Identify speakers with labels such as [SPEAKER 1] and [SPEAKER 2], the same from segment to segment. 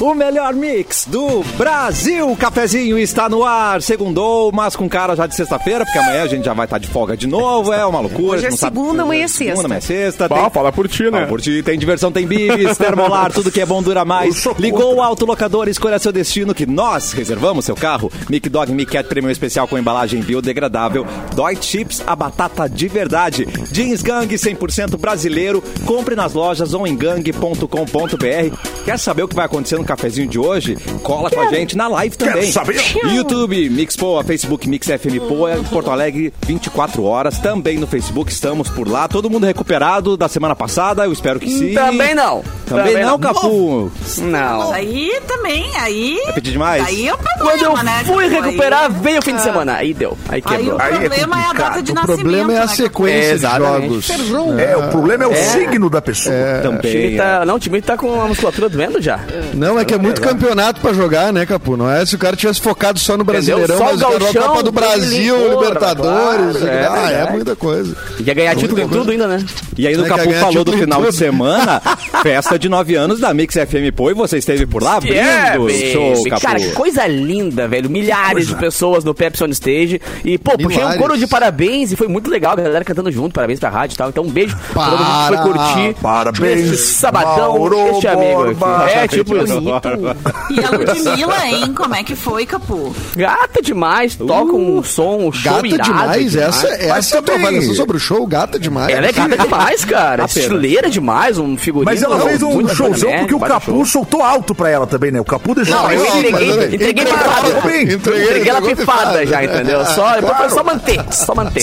[SPEAKER 1] O melhor mix do Brasil. O cafezinho está no ar. Segundou, mas com cara já de sexta-feira, porque amanhã a gente já vai estar de folga de novo. É uma loucura.
[SPEAKER 2] Hoje é
[SPEAKER 1] não sabe-
[SPEAKER 2] segunda, amanhã é sexta.
[SPEAKER 1] Segunda, amanhã é sexta.
[SPEAKER 3] Pá,
[SPEAKER 1] Tem-
[SPEAKER 3] fala por ti, né?
[SPEAKER 1] Fala por ti, tem diversão, tem bibis, termolar, tudo que é bom dura mais. Ligou o autolocador, escolha seu destino que nós reservamos seu carro. Mic Dog Mic Cat Premium Especial com embalagem biodegradável. Dói Chips, a batata de verdade. Jeans Gang 100% brasileiro. Compre nas lojas ou em gang.com.br. Quer saber o que vai acontecer no cafezinho de hoje? Cola com a gente na live também.
[SPEAKER 3] saber?
[SPEAKER 1] YouTube, Mixpoa, Facebook Mix FM Poa, Porto Alegre, 24 horas. Também no Facebook, estamos por lá. Todo mundo recuperado da semana passada, eu espero que sim.
[SPEAKER 4] Também não.
[SPEAKER 1] Também,
[SPEAKER 4] Também
[SPEAKER 1] não,
[SPEAKER 4] não.
[SPEAKER 1] Capu.
[SPEAKER 4] Não.
[SPEAKER 2] Aí também, aí.
[SPEAKER 1] É pedir demais?
[SPEAKER 2] Aí é o problema,
[SPEAKER 4] Quando eu
[SPEAKER 2] né?
[SPEAKER 4] fui
[SPEAKER 2] Tipo, aí-
[SPEAKER 4] recuperar, veio o fim de semana. Aí deu. Aí
[SPEAKER 2] Aí o
[SPEAKER 4] quebrou.
[SPEAKER 2] problema é, a data de
[SPEAKER 5] o
[SPEAKER 2] nascimento.
[SPEAKER 5] problema é a
[SPEAKER 2] né?
[SPEAKER 5] sequência de jogos.
[SPEAKER 3] É, o problema é o signo da pessoa.
[SPEAKER 5] É.
[SPEAKER 4] O
[SPEAKER 1] Também. é.
[SPEAKER 4] time tá, não, o time tá com a musculatura doendo já.
[SPEAKER 5] Não, é que é muito campeonato pra jogar, né, Capu? Não é se o cara tivesse focado só no Brasileirão,
[SPEAKER 4] Só o
[SPEAKER 5] mas o cara jogou
[SPEAKER 4] gauchão,
[SPEAKER 5] Copa do Brasil,
[SPEAKER 4] Brasileiro,
[SPEAKER 5] Libertadores.
[SPEAKER 4] claro, é
[SPEAKER 5] ah, é
[SPEAKER 4] verdade.
[SPEAKER 5] muita coisa.
[SPEAKER 4] Ia ganhar título em
[SPEAKER 5] Muita
[SPEAKER 4] tudo ainda, né?
[SPEAKER 1] E aí no
[SPEAKER 5] É que
[SPEAKER 1] Capu
[SPEAKER 5] ganha
[SPEAKER 1] falou do
[SPEAKER 5] título em
[SPEAKER 1] final de
[SPEAKER 5] tudo.
[SPEAKER 1] semana, festa de 9 anos da Mix FM Poa, e você esteve por lá Tá abrindo o
[SPEAKER 4] baby.
[SPEAKER 1] show, Capu.
[SPEAKER 4] é, Cara, que coisa linda, velho. Milhares de pessoas no Pepsi On Stage. E, pô, puxei um
[SPEAKER 5] Milhares.
[SPEAKER 4] coro de parabéns e foi muito legal. A galera cantando junto, parabéns pra rádio e tal. Então, um beijo pra todo mundo que
[SPEAKER 5] Para,
[SPEAKER 4] foi curtir.
[SPEAKER 3] parabéns,
[SPEAKER 4] Este sabadão,
[SPEAKER 3] Mauro
[SPEAKER 4] este amigo
[SPEAKER 3] Borba.
[SPEAKER 4] aqui. É, tipo, isso.
[SPEAKER 2] né, E a Ludmilla, hein? Como é que foi, Capu?
[SPEAKER 4] gata demais. Toca um som, um show
[SPEAKER 5] Gata
[SPEAKER 4] irado
[SPEAKER 5] demais, essa,
[SPEAKER 3] Mas
[SPEAKER 5] essa é a tua
[SPEAKER 3] também-
[SPEAKER 5] avaliação sobre o show, gata demais.
[SPEAKER 4] Ela é gata demais, cara.
[SPEAKER 1] Apenas.
[SPEAKER 4] Estileira demais, um figurino.
[SPEAKER 3] Mas ela fez um
[SPEAKER 4] muito
[SPEAKER 3] showzão
[SPEAKER 4] bacana,
[SPEAKER 3] porque o
[SPEAKER 4] baita
[SPEAKER 3] Capu
[SPEAKER 4] show.
[SPEAKER 3] soltou alto pra ela também, né? O Capu deixou
[SPEAKER 4] Não,
[SPEAKER 3] ela
[SPEAKER 4] eu
[SPEAKER 5] né? Não,
[SPEAKER 4] entreguei,
[SPEAKER 5] mas olha,
[SPEAKER 4] entreguei pifada.
[SPEAKER 3] entregou bem.
[SPEAKER 5] Entreguei,
[SPEAKER 4] Entreguei ela
[SPEAKER 5] entregou
[SPEAKER 4] pifada
[SPEAKER 5] pifada.
[SPEAKER 4] já, entendeu? Só, depois só manter, só manter.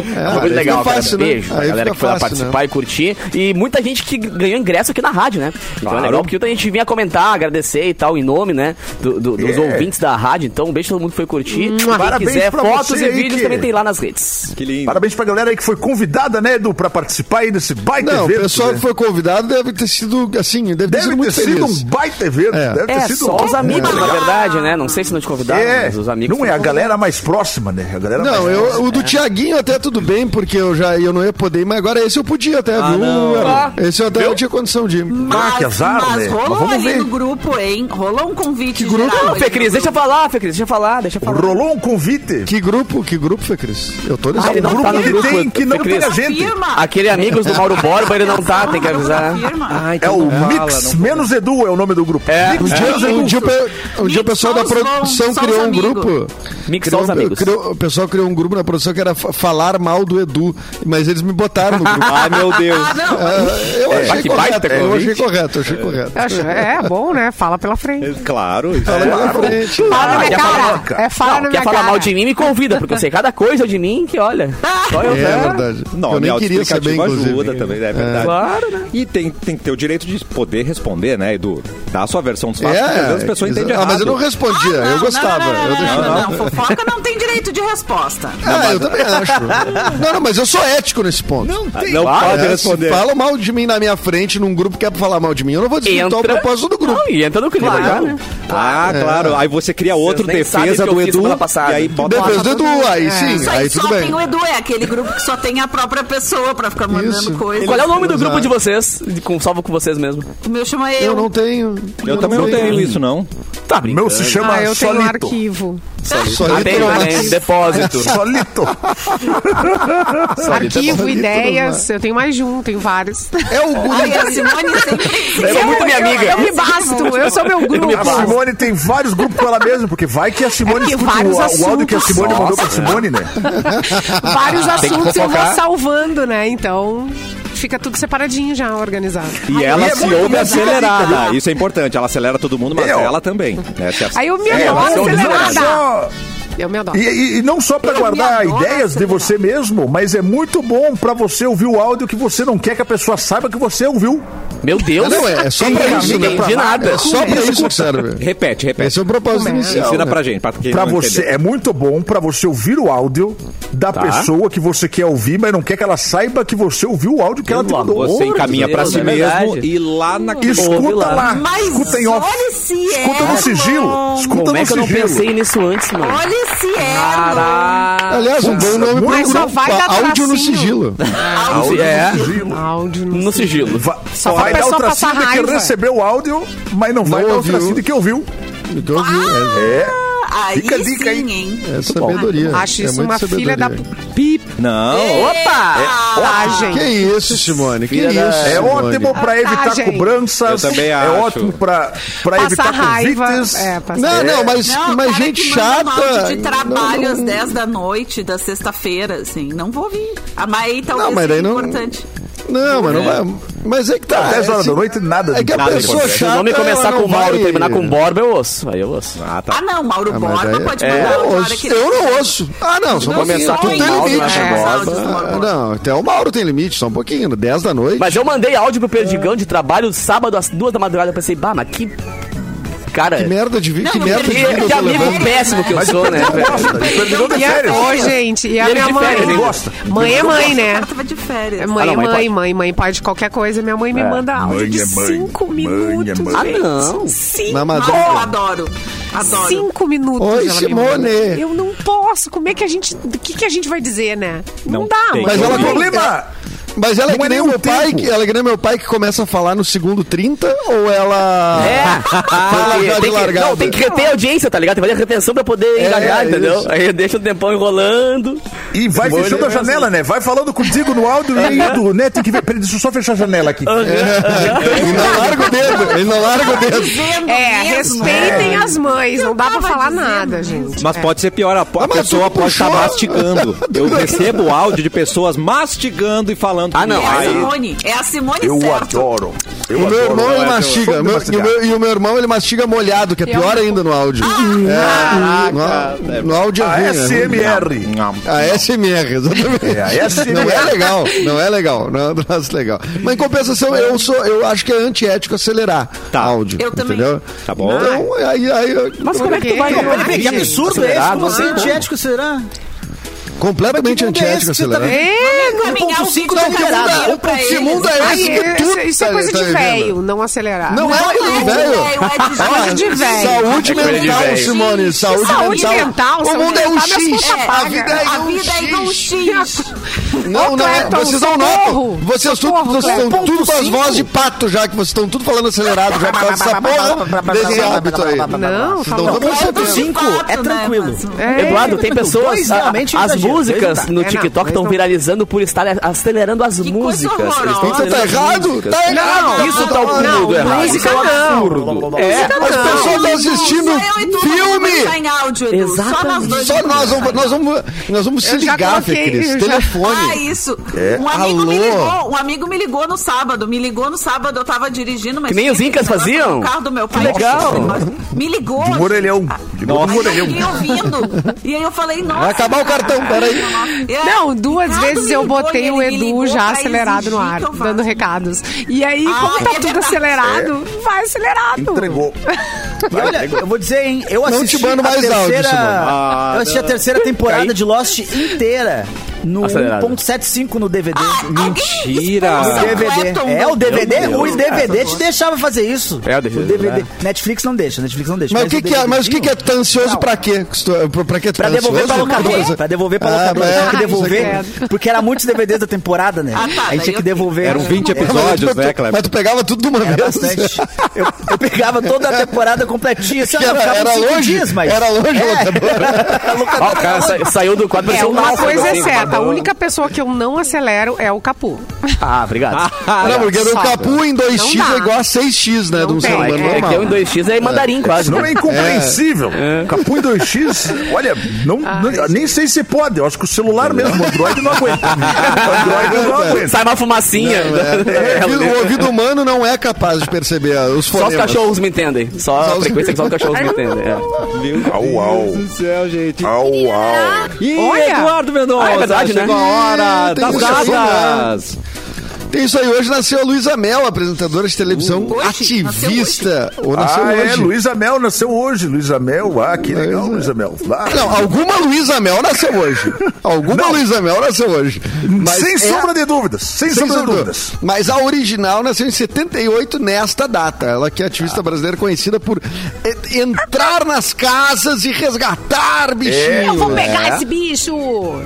[SPEAKER 5] É,
[SPEAKER 4] Foi
[SPEAKER 5] aí
[SPEAKER 4] legal,
[SPEAKER 5] fica
[SPEAKER 4] cara.
[SPEAKER 5] fácil, né?
[SPEAKER 4] Beijo pra
[SPEAKER 5] Aí
[SPEAKER 4] galera
[SPEAKER 5] fica
[SPEAKER 4] que foi lá
[SPEAKER 5] fácil, né?
[SPEAKER 4] participar e curtir. E muita gente que ganhou ingresso aqui na rádio, né? Então
[SPEAKER 1] Claro.
[SPEAKER 4] é legal porque a gente vinha comentar, agradecer e tal, em nome, né? do- do- dos
[SPEAKER 3] Yeah.
[SPEAKER 4] ouvintes da rádio. Então, um beijo pra todo mundo que foi curtir. Quem
[SPEAKER 3] Parabéns
[SPEAKER 4] quiser,
[SPEAKER 3] pra
[SPEAKER 4] fotos
[SPEAKER 3] você
[SPEAKER 4] e
[SPEAKER 3] aí
[SPEAKER 4] vídeos
[SPEAKER 3] que-
[SPEAKER 4] também tem lá nas redes.
[SPEAKER 1] Que lindo.
[SPEAKER 3] Parabéns pra galera aí que foi convidada, né, Edu, pra participar aí desse baita
[SPEAKER 5] Não, o
[SPEAKER 3] evento.
[SPEAKER 5] pessoal
[SPEAKER 3] né?
[SPEAKER 5] que foi convidado deve ter sido, assim, deve, ter sido
[SPEAKER 3] Deve ter
[SPEAKER 5] muito
[SPEAKER 3] sido
[SPEAKER 5] feliz.
[SPEAKER 3] um baita evento.
[SPEAKER 5] É.
[SPEAKER 3] Deve ter
[SPEAKER 4] É,
[SPEAKER 3] sido
[SPEAKER 4] só
[SPEAKER 3] um-
[SPEAKER 4] os amigos, na verdade, né? Não sei se não te convidaram,
[SPEAKER 3] É,
[SPEAKER 4] mas os amigos.
[SPEAKER 3] não é a galera mais próxima, né? A galera
[SPEAKER 5] Não,
[SPEAKER 3] mais
[SPEAKER 5] eu,
[SPEAKER 3] próxima.
[SPEAKER 4] né?
[SPEAKER 5] o do Tiaguinho até tudo bem, porque eu já eu não ia poder, ir, mas agora esse eu podia até, viu?
[SPEAKER 1] não.
[SPEAKER 5] Elon?
[SPEAKER 4] Ah,
[SPEAKER 5] esse eu até não tinha condição de ir.
[SPEAKER 3] Ah, que azar,
[SPEAKER 2] mas
[SPEAKER 3] né? Mas
[SPEAKER 2] rolou
[SPEAKER 3] vamos
[SPEAKER 2] ali
[SPEAKER 3] ver.
[SPEAKER 2] no grupo, hein? Rolou um convite
[SPEAKER 5] Que grupo?
[SPEAKER 2] geral.
[SPEAKER 4] Não, Fê Cris, deixa eu falar, Fê Cris, deixa eu falar, deixa eu falar.
[SPEAKER 3] Rolou um convite.
[SPEAKER 5] Que grupo, que grupo foi, Cris? Eu tô nesse
[SPEAKER 4] Ah, ele
[SPEAKER 3] um
[SPEAKER 4] não
[SPEAKER 3] grupo
[SPEAKER 4] tá no
[SPEAKER 3] que
[SPEAKER 4] grupo,
[SPEAKER 3] tem que não
[SPEAKER 4] Cris.
[SPEAKER 3] pega gente.
[SPEAKER 2] Afirma.
[SPEAKER 4] Aquele amigos do Mauro Borba, ele não tá, Ah, tem que avisar.
[SPEAKER 2] Afirma.
[SPEAKER 1] Ai, que
[SPEAKER 3] É o
[SPEAKER 1] não fala,
[SPEAKER 3] Mix
[SPEAKER 1] não-
[SPEAKER 3] Menos Edu é o nome do grupo.
[SPEAKER 4] É.
[SPEAKER 3] Mix
[SPEAKER 5] Um dia,
[SPEAKER 3] Menos
[SPEAKER 5] um
[SPEAKER 3] Edu.
[SPEAKER 5] dia o pe- um dia o pessoal
[SPEAKER 2] Só
[SPEAKER 5] da
[SPEAKER 2] os
[SPEAKER 5] produção
[SPEAKER 2] bons, só
[SPEAKER 5] criou
[SPEAKER 2] os
[SPEAKER 5] um
[SPEAKER 2] amigos.
[SPEAKER 5] grupo.
[SPEAKER 4] Mix
[SPEAKER 5] Criou
[SPEAKER 4] só os
[SPEAKER 5] um-
[SPEAKER 4] amigos.
[SPEAKER 5] criou- o pessoal criou um grupo na produção que era fa- falar mal do Edu, mas eles me botaram no grupo.
[SPEAKER 1] Ai, meu Deus.
[SPEAKER 2] Ah, não.
[SPEAKER 5] Ah, eu
[SPEAKER 4] Bah,
[SPEAKER 5] achei
[SPEAKER 4] que
[SPEAKER 5] correto,
[SPEAKER 4] baita
[SPEAKER 5] eu achei
[SPEAKER 4] convite.
[SPEAKER 5] correto, eu achei correto.
[SPEAKER 6] Eu acho- É bom, né? Fala pela frente.
[SPEAKER 1] Claro, isso
[SPEAKER 5] Fala
[SPEAKER 1] é.
[SPEAKER 5] na frente. Ah,
[SPEAKER 6] Fala na
[SPEAKER 4] quer
[SPEAKER 6] minha
[SPEAKER 4] falar-
[SPEAKER 6] cara. É fala na
[SPEAKER 4] Não,
[SPEAKER 6] minha
[SPEAKER 4] quer
[SPEAKER 6] cara. Tá.
[SPEAKER 4] falar mal de mim, me convida, porque eu sei cada coisa de mim que, olha, só eu
[SPEAKER 5] É
[SPEAKER 4] sei.
[SPEAKER 5] verdade.
[SPEAKER 1] Não,
[SPEAKER 5] eu nem queria saber, inclusive.
[SPEAKER 1] ajuda também, é verdade.
[SPEAKER 4] Claro, né?
[SPEAKER 1] E tem, tem que ter o direito de poder responder, né, Edu? Dá a sua versão dos fatos, porque às
[SPEAKER 5] É,
[SPEAKER 1] vezes a pessoa entende
[SPEAKER 5] ah,
[SPEAKER 1] errado.
[SPEAKER 5] mas eu não respondia, eu gostava.
[SPEAKER 2] Não, não, não,
[SPEAKER 5] eu
[SPEAKER 2] não,
[SPEAKER 5] deixava.
[SPEAKER 2] não, não, Fofoca não tem direito de resposta.
[SPEAKER 5] Ah, eu também acho. Não, não, mas eu sou ético nesse ponto. Não
[SPEAKER 1] tem. Não pode responder.
[SPEAKER 5] Se falam mal de mim na minha frente, num grupo que é pra falar mal de mim, eu não vou desmontar o propósito do grupo.
[SPEAKER 4] Não, e entra no clima já, né?
[SPEAKER 1] Ah,
[SPEAKER 5] É.
[SPEAKER 1] claro. Aí você cria outro
[SPEAKER 4] nem sabem o
[SPEAKER 1] defesa do
[SPEAKER 4] que eu fiz
[SPEAKER 1] Edu.
[SPEAKER 4] semana passada.
[SPEAKER 1] E aí bota
[SPEAKER 5] Defesa do Edu, aí
[SPEAKER 6] É.
[SPEAKER 5] sim,
[SPEAKER 2] Isso aí,
[SPEAKER 5] aí
[SPEAKER 2] só
[SPEAKER 5] tudo bem.
[SPEAKER 2] tem o Edu, é aquele grupo que só tem a própria pessoa pra ficar mandando
[SPEAKER 5] Isso.
[SPEAKER 2] coisa.
[SPEAKER 4] Qual é o nome do
[SPEAKER 5] Exato.
[SPEAKER 4] grupo de vocês? De- Com, salvo com vocês mesmo.
[SPEAKER 2] O meu chama
[SPEAKER 5] Eu
[SPEAKER 2] eu.
[SPEAKER 5] não tenho.
[SPEAKER 1] Eu também não tenho isso, não.
[SPEAKER 4] Tá
[SPEAKER 3] O
[SPEAKER 4] brincando.
[SPEAKER 3] meu se chama
[SPEAKER 6] Ah, eu tenho um
[SPEAKER 3] Solito.
[SPEAKER 6] arquivo.
[SPEAKER 5] Só
[SPEAKER 1] Tá
[SPEAKER 4] Ah,
[SPEAKER 5] eu
[SPEAKER 4] tem,
[SPEAKER 5] tenho
[SPEAKER 4] né?
[SPEAKER 5] mais.
[SPEAKER 4] Depósito.
[SPEAKER 3] Solito.
[SPEAKER 6] Arquivo,
[SPEAKER 5] bonito,
[SPEAKER 6] ideias. Eu tenho mais de um, tenho vários.
[SPEAKER 5] É o guri.
[SPEAKER 2] Ai, a Simone sempre.
[SPEAKER 4] Ela é muito minha amiga.
[SPEAKER 6] Eu me basto, eu sou meu grupo.
[SPEAKER 3] A Simone tem vários grupos com ela mesma, porque vai que a Simone
[SPEAKER 6] É que
[SPEAKER 3] escuta o,
[SPEAKER 6] vários
[SPEAKER 3] o áudio que a Simone
[SPEAKER 4] assuntos.
[SPEAKER 3] mandou pra Simone, né?
[SPEAKER 6] Vários assuntos eu vou
[SPEAKER 4] fofocar.
[SPEAKER 6] salvando, né? Então fica tudo separadinho já, organizado.
[SPEAKER 1] E ela
[SPEAKER 3] é
[SPEAKER 1] se
[SPEAKER 3] muito
[SPEAKER 1] ouve
[SPEAKER 3] bom.
[SPEAKER 1] acelerada. Isso é importante. Ela acelera todo mundo, mas
[SPEAKER 3] Eu.
[SPEAKER 1] ela também. né? Se ac-
[SPEAKER 6] Aí eu me
[SPEAKER 3] É,
[SPEAKER 6] adoro
[SPEAKER 3] mas eu-
[SPEAKER 6] acelerada.
[SPEAKER 3] só-
[SPEAKER 6] Eu me adoro.
[SPEAKER 3] E, e- e não só pra guardar
[SPEAKER 2] adoro
[SPEAKER 3] ideias de
[SPEAKER 2] acelerar.
[SPEAKER 3] você mesmo, mas é muito bom pra você ouvir o áudio que você não quer que a pessoa saiba que você ouviu.
[SPEAKER 4] Meu Deus.
[SPEAKER 5] Não, é, é só
[SPEAKER 4] Quem
[SPEAKER 5] pra
[SPEAKER 4] é
[SPEAKER 5] isso,
[SPEAKER 4] amigo?
[SPEAKER 5] né?
[SPEAKER 4] Não entendi nada.
[SPEAKER 5] É só pra isso que serve.
[SPEAKER 1] Repete, repete.
[SPEAKER 5] Esse é o propósito inicial.
[SPEAKER 1] Ensina
[SPEAKER 5] né?
[SPEAKER 1] pra gente. Pra, quem
[SPEAKER 3] Pra
[SPEAKER 1] não
[SPEAKER 3] você
[SPEAKER 1] entendeu. Tá.
[SPEAKER 3] é muito bom pra você ouvir o áudio da pessoa que você quer ouvir, mas não quer que ela saiba que você ouviu o áudio que ela te
[SPEAKER 4] Pelo
[SPEAKER 3] mandou.
[SPEAKER 4] amor de
[SPEAKER 1] Você encaminha pra
[SPEAKER 4] Deus,
[SPEAKER 1] si
[SPEAKER 4] é
[SPEAKER 1] mesmo
[SPEAKER 4] verdade.
[SPEAKER 1] e lá naquele.
[SPEAKER 4] Ouve
[SPEAKER 3] Escuta
[SPEAKER 4] lá.
[SPEAKER 3] lá,
[SPEAKER 2] Mas
[SPEAKER 3] escuta em off.
[SPEAKER 2] olha se
[SPEAKER 3] Escuta
[SPEAKER 2] é
[SPEAKER 3] no sigilo.
[SPEAKER 2] bom.
[SPEAKER 3] Escuta
[SPEAKER 4] Como
[SPEAKER 3] no
[SPEAKER 4] é que eu não
[SPEAKER 3] sigilo.
[SPEAKER 4] pensei nisso antes, mano?
[SPEAKER 2] Olha Feliciano.
[SPEAKER 4] Caraca.
[SPEAKER 5] Aliás, um bom nome pro
[SPEAKER 6] Mas só
[SPEAKER 5] grupo.
[SPEAKER 6] vai dar
[SPEAKER 5] Áudio no
[SPEAKER 6] tracinho.
[SPEAKER 5] sigilo.
[SPEAKER 4] É,
[SPEAKER 6] Áudio no
[SPEAKER 4] no sigilo.
[SPEAKER 3] Va-
[SPEAKER 6] Só pra
[SPEAKER 3] vai dar o
[SPEAKER 6] pessoa
[SPEAKER 3] tracinho
[SPEAKER 6] passar
[SPEAKER 3] de quem
[SPEAKER 6] raiva.
[SPEAKER 3] recebeu o áudio, mas não, vai dar o
[SPEAKER 5] ouviu.
[SPEAKER 3] tracinho de quem ouviu.
[SPEAKER 5] Então, viu?
[SPEAKER 3] É.
[SPEAKER 2] Aí
[SPEAKER 3] Fica a dica,
[SPEAKER 2] sim,
[SPEAKER 3] hein?
[SPEAKER 2] hein?
[SPEAKER 5] É, é sabedoria.
[SPEAKER 6] Acho
[SPEAKER 5] É
[SPEAKER 6] isso
[SPEAKER 5] muito
[SPEAKER 6] uma filha da Ah,
[SPEAKER 5] sabedoria.
[SPEAKER 6] pi-
[SPEAKER 1] Não.
[SPEAKER 5] É.
[SPEAKER 2] É.
[SPEAKER 4] Opa!
[SPEAKER 6] É pilagem.
[SPEAKER 5] Que isso, Simone? Que
[SPEAKER 4] Filha
[SPEAKER 5] isso?
[SPEAKER 4] da-
[SPEAKER 3] É
[SPEAKER 5] Simone?
[SPEAKER 3] ótimo pra evitar
[SPEAKER 6] Tá, gente.
[SPEAKER 3] cobranças.
[SPEAKER 1] Eu também
[SPEAKER 3] é
[SPEAKER 1] acho.
[SPEAKER 3] ótimo pra, pra
[SPEAKER 6] Passar
[SPEAKER 3] evitar
[SPEAKER 6] raiva.
[SPEAKER 3] convites.
[SPEAKER 6] É, passar
[SPEAKER 5] Não, não, mas,
[SPEAKER 2] Não,
[SPEAKER 5] mas
[SPEAKER 2] um cara
[SPEAKER 5] gente
[SPEAKER 2] que manda um
[SPEAKER 5] chata.
[SPEAKER 2] áudio de trabalho
[SPEAKER 5] Não, não,
[SPEAKER 2] às 10 da noite, da sexta-feira, assim. Não vou vir. Ah, mas aí talvez
[SPEAKER 5] Não, mas daí
[SPEAKER 2] seja
[SPEAKER 5] não-
[SPEAKER 2] importante.
[SPEAKER 5] Não, mas não vai. Mas é que tá.
[SPEAKER 6] Ah,
[SPEAKER 3] 10 horas
[SPEAKER 5] assim,
[SPEAKER 3] da noite, nada
[SPEAKER 5] É que a
[SPEAKER 1] Nada
[SPEAKER 5] pessoa
[SPEAKER 1] acontece.
[SPEAKER 5] chata.
[SPEAKER 4] Se o nome começar
[SPEAKER 5] ela
[SPEAKER 4] com
[SPEAKER 5] não
[SPEAKER 4] Mauro e
[SPEAKER 5] vai-
[SPEAKER 4] terminar com Borba, eu osso. Aí eu osso.
[SPEAKER 1] Ah, tá.
[SPEAKER 2] Ah, não, Mauro
[SPEAKER 5] Ah, mas
[SPEAKER 2] Borba
[SPEAKER 5] daí-
[SPEAKER 2] pode
[SPEAKER 5] é,
[SPEAKER 2] mandar
[SPEAKER 5] eu
[SPEAKER 2] áudio a hora
[SPEAKER 5] ouço,
[SPEAKER 2] que
[SPEAKER 5] eu
[SPEAKER 2] ele
[SPEAKER 5] não
[SPEAKER 2] quiser.
[SPEAKER 5] ouço. Ah, não, só
[SPEAKER 2] Não, um
[SPEAKER 5] começar
[SPEAKER 2] sim,
[SPEAKER 5] com
[SPEAKER 2] não,
[SPEAKER 5] tem
[SPEAKER 2] não,
[SPEAKER 5] limite.
[SPEAKER 2] não,
[SPEAKER 5] É.
[SPEAKER 2] áudios do Mauro
[SPEAKER 5] Ah,
[SPEAKER 2] Borba.
[SPEAKER 5] Não, até o Mauro tem limite, só um pouquinho, 10 da noite.
[SPEAKER 4] Mas eu mandei áudio pro Pedro de Gão de trabalho sábado às duas da madrugada. Eu pensei, bah, mas que. Cara.
[SPEAKER 5] Que merda de vida,
[SPEAKER 2] Não,
[SPEAKER 5] que
[SPEAKER 2] não,
[SPEAKER 5] merda de
[SPEAKER 4] que-
[SPEAKER 5] vida. eu
[SPEAKER 4] que
[SPEAKER 5] tô
[SPEAKER 4] amigo
[SPEAKER 5] levando.
[SPEAKER 4] péssimo que eu sou, né? velho?
[SPEAKER 3] Terminou de
[SPEAKER 6] E a,
[SPEAKER 3] férias.
[SPEAKER 6] ô, gente, e a
[SPEAKER 4] Ele
[SPEAKER 6] minha
[SPEAKER 4] de
[SPEAKER 6] mãe?
[SPEAKER 4] férias, ele
[SPEAKER 3] gosta.
[SPEAKER 6] Mãe é mãe, né?
[SPEAKER 2] Ela tava de
[SPEAKER 6] É
[SPEAKER 2] férias.
[SPEAKER 6] Mãe,
[SPEAKER 4] Ah, não,
[SPEAKER 6] mãe,
[SPEAKER 4] mãe
[SPEAKER 6] mãe,
[SPEAKER 4] pode.
[SPEAKER 6] mãe, pode qualquer coisa. Minha mãe me manda áudio
[SPEAKER 3] mãe
[SPEAKER 6] de
[SPEAKER 3] é mãe.
[SPEAKER 6] cinco
[SPEAKER 3] Mãe é
[SPEAKER 6] minutos.
[SPEAKER 3] mãe.
[SPEAKER 4] Ah,
[SPEAKER 6] gente.
[SPEAKER 4] não.
[SPEAKER 6] Cinco.
[SPEAKER 5] Na
[SPEAKER 2] Nossa,
[SPEAKER 5] madruga.
[SPEAKER 2] eu adoro. Adoro.
[SPEAKER 6] Cinco minutos.
[SPEAKER 5] Oi,
[SPEAKER 6] ela me
[SPEAKER 5] Simone.
[SPEAKER 6] manda. Eu não posso. Como é que a gente. O que, que a gente vai dizer, né? Não,
[SPEAKER 1] Não
[SPEAKER 6] dá,
[SPEAKER 1] tem.
[SPEAKER 6] mãe.
[SPEAKER 5] Mas
[SPEAKER 3] Mas
[SPEAKER 5] ela
[SPEAKER 3] o
[SPEAKER 5] não-
[SPEAKER 3] problema.
[SPEAKER 5] Mas ela é
[SPEAKER 3] Não
[SPEAKER 5] que
[SPEAKER 3] é
[SPEAKER 5] nem
[SPEAKER 3] nem
[SPEAKER 5] meu
[SPEAKER 3] o
[SPEAKER 5] pai,
[SPEAKER 3] tempo.
[SPEAKER 5] que, ela é que nem meu pai que começa a falar no segundo 30 ou ela
[SPEAKER 4] É.
[SPEAKER 5] vai largar de
[SPEAKER 4] tem que,
[SPEAKER 5] largada?
[SPEAKER 4] não, tem que reter a audiência, tá ligado? Tem que fazer retenção pra poder
[SPEAKER 5] É,
[SPEAKER 4] engajar,
[SPEAKER 5] é
[SPEAKER 4] entendeu?
[SPEAKER 5] isso.
[SPEAKER 4] Aí deixa o tempão enrolando.
[SPEAKER 3] E vai
[SPEAKER 4] Bolha
[SPEAKER 3] fechando a
[SPEAKER 4] mesmo.
[SPEAKER 3] janela,
[SPEAKER 5] assim?
[SPEAKER 3] né? Vai falando contigo no áudio e
[SPEAKER 5] É.
[SPEAKER 3] indo, né? Tem que ver. Peraí, deixa eu só fechar a janela aqui.
[SPEAKER 5] Ele não larga o dedo, ele não larga o dedo.
[SPEAKER 2] Dizendo
[SPEAKER 6] É,
[SPEAKER 2] mesmo.
[SPEAKER 6] respeitem as mães. Não dá pra
[SPEAKER 2] tava
[SPEAKER 6] falar
[SPEAKER 2] dizendo.
[SPEAKER 6] nada, gente.
[SPEAKER 1] Mas pode ser pior, a, po- a
[SPEAKER 5] Ah, mas
[SPEAKER 1] pessoa
[SPEAKER 5] tu
[SPEAKER 1] pode estar
[SPEAKER 5] puxou.
[SPEAKER 1] mastigando. Eu recebo áudio de pessoas mastigando e falando.
[SPEAKER 4] Ah, não,
[SPEAKER 2] É a
[SPEAKER 1] Aí,
[SPEAKER 2] Simone. É a Simone
[SPEAKER 3] Eu
[SPEAKER 2] certo.
[SPEAKER 3] adoro. Eu
[SPEAKER 5] O meu
[SPEAKER 3] adoro,
[SPEAKER 5] irmão
[SPEAKER 3] eu
[SPEAKER 5] ele
[SPEAKER 3] adoro.
[SPEAKER 5] mastiga.
[SPEAKER 3] Sou de
[SPEAKER 5] meu- e, o
[SPEAKER 3] mastigar.
[SPEAKER 5] meu, e o meu irmão ele mastiga molhado, que é pior ainda no áudio. É, no, á- no áudio
[SPEAKER 3] A
[SPEAKER 5] é ruim. é ruim.
[SPEAKER 3] SMR.
[SPEAKER 1] Ah,
[SPEAKER 5] A
[SPEAKER 1] é?
[SPEAKER 5] SMR, exatamente.
[SPEAKER 3] É, a SMR.
[SPEAKER 5] Não é legal, não é legal, não é um troço legal. Mas em compensação, eu, sou, eu acho que é antiético acelerar
[SPEAKER 1] Tá.
[SPEAKER 5] áudio.
[SPEAKER 2] Eu também.
[SPEAKER 5] Entendeu?
[SPEAKER 1] Tá bom.
[SPEAKER 5] Então, aí, aí,
[SPEAKER 4] Mas como é que tu vai?
[SPEAKER 7] Que absurdo é esse?
[SPEAKER 4] Acelerado,
[SPEAKER 7] Como assim,
[SPEAKER 1] Ah.
[SPEAKER 4] né?
[SPEAKER 7] antiético será?
[SPEAKER 5] completamente
[SPEAKER 7] Mas que mundo é esse
[SPEAKER 5] antiético
[SPEAKER 7] que você tá
[SPEAKER 5] acelerar. Um
[SPEAKER 6] É,
[SPEAKER 2] Caminhar o
[SPEAKER 7] 1.5
[SPEAKER 2] cinco
[SPEAKER 7] tá
[SPEAKER 2] do
[SPEAKER 7] liberado.
[SPEAKER 2] caminho
[SPEAKER 5] O
[SPEAKER 2] pra eles.
[SPEAKER 5] Um mundo é
[SPEAKER 6] aí,
[SPEAKER 5] esse que tu
[SPEAKER 6] isso, isso é
[SPEAKER 5] tá-
[SPEAKER 6] coisa
[SPEAKER 5] tá
[SPEAKER 6] de
[SPEAKER 5] vivendo.
[SPEAKER 6] velho, não acelerar.
[SPEAKER 5] Não é
[SPEAKER 2] Não é
[SPEAKER 5] de
[SPEAKER 2] de velho,
[SPEAKER 5] velho.
[SPEAKER 2] é de
[SPEAKER 6] Coisa de velho.
[SPEAKER 5] Saúde
[SPEAKER 4] coisa de
[SPEAKER 5] mental,
[SPEAKER 4] velho.
[SPEAKER 5] Simone. Saúde,
[SPEAKER 6] Saúde mental,
[SPEAKER 5] O
[SPEAKER 6] saúde
[SPEAKER 5] mundo é um
[SPEAKER 6] mental, minhas
[SPEAKER 5] X.
[SPEAKER 6] putas
[SPEAKER 5] A
[SPEAKER 6] pagas.
[SPEAKER 5] vida é
[SPEAKER 2] A
[SPEAKER 5] um
[SPEAKER 2] vida é igual um
[SPEAKER 5] X.
[SPEAKER 2] X.
[SPEAKER 5] Não,
[SPEAKER 6] Ô,
[SPEAKER 5] não é.
[SPEAKER 6] Cleiton,
[SPEAKER 5] Vocês não
[SPEAKER 6] socorro.
[SPEAKER 5] notam. Vocês tu-
[SPEAKER 6] Socorro,
[SPEAKER 5] vocês estão
[SPEAKER 6] Cleiton.
[SPEAKER 5] tudo com as vozes de pato já, que vocês estão tudo falando acelerado já por causa dessa porra desse hábito aí.
[SPEAKER 6] Não,
[SPEAKER 5] Vocês
[SPEAKER 6] tá
[SPEAKER 5] não
[SPEAKER 6] louco.
[SPEAKER 5] estão
[SPEAKER 2] Ponto
[SPEAKER 5] percebendo.
[SPEAKER 7] cinco é
[SPEAKER 2] né,
[SPEAKER 7] tranquilo.
[SPEAKER 2] mas-
[SPEAKER 6] É.
[SPEAKER 4] Eduardo, tem pessoas.
[SPEAKER 7] Dois,
[SPEAKER 4] a-
[SPEAKER 7] realmente,
[SPEAKER 4] as
[SPEAKER 7] exagero. Dois
[SPEAKER 4] músicas
[SPEAKER 7] não dá.
[SPEAKER 4] no
[SPEAKER 6] É, não,
[SPEAKER 4] TikTok
[SPEAKER 6] dois
[SPEAKER 4] estão
[SPEAKER 6] não.
[SPEAKER 4] viralizando por estar acelerando as
[SPEAKER 2] Que coisa
[SPEAKER 4] músicas. Eles estão
[SPEAKER 2] horrorosa.
[SPEAKER 5] Então tá
[SPEAKER 4] acelerando as
[SPEAKER 5] errado,
[SPEAKER 4] músicas.
[SPEAKER 5] tá errado.
[SPEAKER 4] Isso tá o
[SPEAKER 6] não,
[SPEAKER 4] mundo errado.
[SPEAKER 6] música
[SPEAKER 4] Isso é um
[SPEAKER 6] não.
[SPEAKER 4] absurdo. É.
[SPEAKER 5] As pessoas estão
[SPEAKER 2] Só
[SPEAKER 5] assistindo
[SPEAKER 2] eu e tu vamos
[SPEAKER 5] filme.
[SPEAKER 2] conversar em áudio, Edu. Só nós dois.
[SPEAKER 5] Só
[SPEAKER 2] vamos
[SPEAKER 5] nós vamos,
[SPEAKER 2] conversar.
[SPEAKER 5] nós vamos, nós vamos se
[SPEAKER 6] Eu já
[SPEAKER 5] ligar, Fê
[SPEAKER 6] coloquei,
[SPEAKER 5] Cris.
[SPEAKER 6] eu já-
[SPEAKER 5] Telefone.
[SPEAKER 2] Ah, isso. Um amigo me
[SPEAKER 5] É, Alô?
[SPEAKER 2] ligou, um amigo me ligou no sábado, me ligou no sábado, eu tava dirigindo, mas
[SPEAKER 4] Que nem os incas faziam?
[SPEAKER 2] No carro do meu pai.
[SPEAKER 4] Que legal.
[SPEAKER 2] Me ligou. assim,
[SPEAKER 3] De morelhão. De
[SPEAKER 2] Aí
[SPEAKER 3] novo
[SPEAKER 2] eu
[SPEAKER 3] morelhão.
[SPEAKER 2] fiquei ouvindo. E aí eu falei, nossa.
[SPEAKER 5] Vai acabar o
[SPEAKER 2] cara.
[SPEAKER 5] cartão, peraí.
[SPEAKER 2] E aí,
[SPEAKER 6] Não, duas
[SPEAKER 2] Ricardo
[SPEAKER 6] vezes
[SPEAKER 2] me
[SPEAKER 6] eu
[SPEAKER 2] ligou
[SPEAKER 6] botei
[SPEAKER 2] e
[SPEAKER 6] o
[SPEAKER 2] ele me
[SPEAKER 6] Edu
[SPEAKER 2] ligou
[SPEAKER 6] já
[SPEAKER 2] pra
[SPEAKER 6] acelerado no
[SPEAKER 2] exigir
[SPEAKER 6] ar,
[SPEAKER 2] que eu vá.
[SPEAKER 6] dando recados. E aí,
[SPEAKER 2] Ah,
[SPEAKER 6] como
[SPEAKER 2] é
[SPEAKER 6] tá tudo
[SPEAKER 2] verdade. É.
[SPEAKER 6] acelerado, vai acelerado.
[SPEAKER 3] Entregou.
[SPEAKER 7] E olha, eu vou dizer, hein? Eu
[SPEAKER 5] Não
[SPEAKER 7] assisti
[SPEAKER 5] te mando
[SPEAKER 7] a
[SPEAKER 5] mais áudio,
[SPEAKER 7] terceira,
[SPEAKER 5] Simone.
[SPEAKER 4] Ah,
[SPEAKER 7] Eu assisti a terceira temporada
[SPEAKER 4] Caí.
[SPEAKER 7] de Lost inteira no
[SPEAKER 4] Acelerado.
[SPEAKER 7] 1.75 no
[SPEAKER 2] Ah,
[SPEAKER 7] DVD.
[SPEAKER 1] Mentira.
[SPEAKER 7] No DVD.
[SPEAKER 2] um
[SPEAKER 7] É o DVD?
[SPEAKER 4] Meu Deus.
[SPEAKER 7] O DVD te deixava fazer isso.
[SPEAKER 4] É, eu deixei
[SPEAKER 7] o DVD.
[SPEAKER 4] fazer,
[SPEAKER 7] Netflix não deixa, Netflix não deixa.
[SPEAKER 5] Mas o que, que é? Mas o que, que é
[SPEAKER 7] DVDzinho?
[SPEAKER 5] tão ansioso
[SPEAKER 7] Não.
[SPEAKER 5] pra quê? Que tu- Pra, pra que tu
[SPEAKER 7] Pra
[SPEAKER 5] tá
[SPEAKER 7] devolver pra
[SPEAKER 5] ansioso?
[SPEAKER 7] locadora. Pra devolver pra
[SPEAKER 5] Ah,
[SPEAKER 7] locadora.
[SPEAKER 5] mas- é.
[SPEAKER 7] tinha que
[SPEAKER 6] Ai,
[SPEAKER 7] devolver.
[SPEAKER 6] credo.
[SPEAKER 7] Porque era muitos DVDs da temporada, né?
[SPEAKER 2] Ah, tá,
[SPEAKER 7] Aí
[SPEAKER 2] daí
[SPEAKER 7] tinha
[SPEAKER 2] eu-
[SPEAKER 7] que devolver.
[SPEAKER 1] Eram 20
[SPEAKER 7] É,
[SPEAKER 1] episódios,
[SPEAKER 5] mas, tu-
[SPEAKER 1] né, Kleber?
[SPEAKER 5] mas tu pegava tudo de uma
[SPEAKER 3] É
[SPEAKER 7] Era
[SPEAKER 5] vez.
[SPEAKER 7] bastante. Eu, eu pegava toda a temporada completinha. Assim,
[SPEAKER 5] Que
[SPEAKER 7] eu
[SPEAKER 5] era,
[SPEAKER 7] ficava
[SPEAKER 5] era
[SPEAKER 7] uns cinco
[SPEAKER 5] longe,
[SPEAKER 7] dias, mas...
[SPEAKER 5] era longe a locadora.
[SPEAKER 4] Ó, o cara sa- saiu do quadro
[SPEAKER 6] É,
[SPEAKER 4] parecia um
[SPEAKER 6] uma
[SPEAKER 4] náufrago,
[SPEAKER 6] coisa é
[SPEAKER 4] assim,
[SPEAKER 6] certa, a
[SPEAKER 4] babando.
[SPEAKER 6] única pessoa que eu não acelero é o Capu.
[SPEAKER 4] Ah, obrigado.
[SPEAKER 5] Não, porque o
[SPEAKER 6] só.
[SPEAKER 5] capu em 2x
[SPEAKER 6] Não dá.
[SPEAKER 5] é igual a 6x, né?
[SPEAKER 6] Não
[SPEAKER 5] de um
[SPEAKER 6] tem,
[SPEAKER 5] ser humano
[SPEAKER 6] é.
[SPEAKER 4] É que eu em
[SPEAKER 5] normal.
[SPEAKER 4] 2x é mandarim quase.
[SPEAKER 3] Não é incompreensível.
[SPEAKER 5] É.
[SPEAKER 3] Capu em 2x, olha, não, não- nem sei se pode. Eu acho que o celular mesmo, o Android não aguenta. O Android não aguenta.
[SPEAKER 4] Sai uma fumacinha.
[SPEAKER 5] É, o ouvido- o ouvido humano não é capaz de perceber os
[SPEAKER 4] um Só os
[SPEAKER 5] fonemas.
[SPEAKER 4] cachorros me entendem. Só
[SPEAKER 5] Só
[SPEAKER 4] a
[SPEAKER 5] os-
[SPEAKER 4] frequência que só os cachorros me entendem. É.
[SPEAKER 3] Au, au. Au, au.
[SPEAKER 1] E
[SPEAKER 6] Olha.
[SPEAKER 1] Eduardo Mendonça,
[SPEAKER 4] Ah, é verdade, né?
[SPEAKER 1] chegou a hora
[SPEAKER 5] Tem
[SPEAKER 1] das
[SPEAKER 5] isso aí, né?
[SPEAKER 1] datas.
[SPEAKER 5] Tem isso aí. Hoje nasceu a Luísa Mel, apresentadora de televisão,
[SPEAKER 2] hoje?
[SPEAKER 5] ativista. Ou nasceu
[SPEAKER 3] Ah, é,
[SPEAKER 5] hoje.
[SPEAKER 3] Luísa Mel nasceu hoje, Luísa Mel. Ah, que legal,
[SPEAKER 5] Pois é.
[SPEAKER 3] Luísa Mel. Ah,
[SPEAKER 5] Não, alguma Luísa Mel nasceu hoje. Alguma Luísa Mel nasceu hoje. Mas
[SPEAKER 3] sem
[SPEAKER 5] é-
[SPEAKER 3] sombra de dúvidas, sem,
[SPEAKER 5] Sem
[SPEAKER 3] sombra de
[SPEAKER 5] sombra.
[SPEAKER 3] dúvidas.
[SPEAKER 5] Mas a original nasceu em 78 nesta data. Ela que é ativista brasileira conhecida por e- entrar nas casas e resgatar bichinhos.
[SPEAKER 6] Eu vou pegar
[SPEAKER 3] É.
[SPEAKER 6] esse bicho!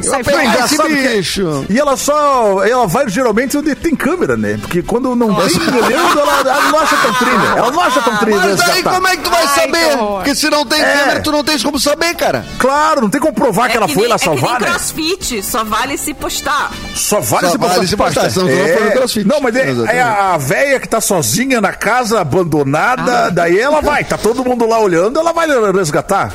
[SPEAKER 6] Sai
[SPEAKER 2] é?
[SPEAKER 5] vou pegar
[SPEAKER 6] fora!
[SPEAKER 5] esse
[SPEAKER 3] Sabe que-
[SPEAKER 5] bicho.
[SPEAKER 3] E ela só. Ela vai geralmente onde tem câmera, né? Porque quando não tem olhando, ela, ela não acha tão trilha. Ela não acha tão trilha.
[SPEAKER 5] Ah, Mas aí
[SPEAKER 3] resgatar.
[SPEAKER 5] como é que tu vai
[SPEAKER 6] Ai,
[SPEAKER 5] saber?
[SPEAKER 6] que horror.
[SPEAKER 5] Porque se não tem
[SPEAKER 3] É.
[SPEAKER 5] câmera, tu não tens como saber, cara.
[SPEAKER 3] Claro, não tem como provar que ela foi
[SPEAKER 2] nem,
[SPEAKER 3] lá
[SPEAKER 2] é
[SPEAKER 3] salvar,
[SPEAKER 2] que nem
[SPEAKER 3] né?
[SPEAKER 2] crossfit, só vale se postar.
[SPEAKER 3] Só vale
[SPEAKER 5] Só
[SPEAKER 3] se
[SPEAKER 5] vale se postar, senão tu não foi no crossfit.
[SPEAKER 3] Não, mas é,
[SPEAKER 5] Exatamente.
[SPEAKER 3] é a velha que tá sozinha na casa,
[SPEAKER 6] Ah.
[SPEAKER 3] abandonada, daí ela vai, tá todo mundo lá olhando, ela vai resgatar.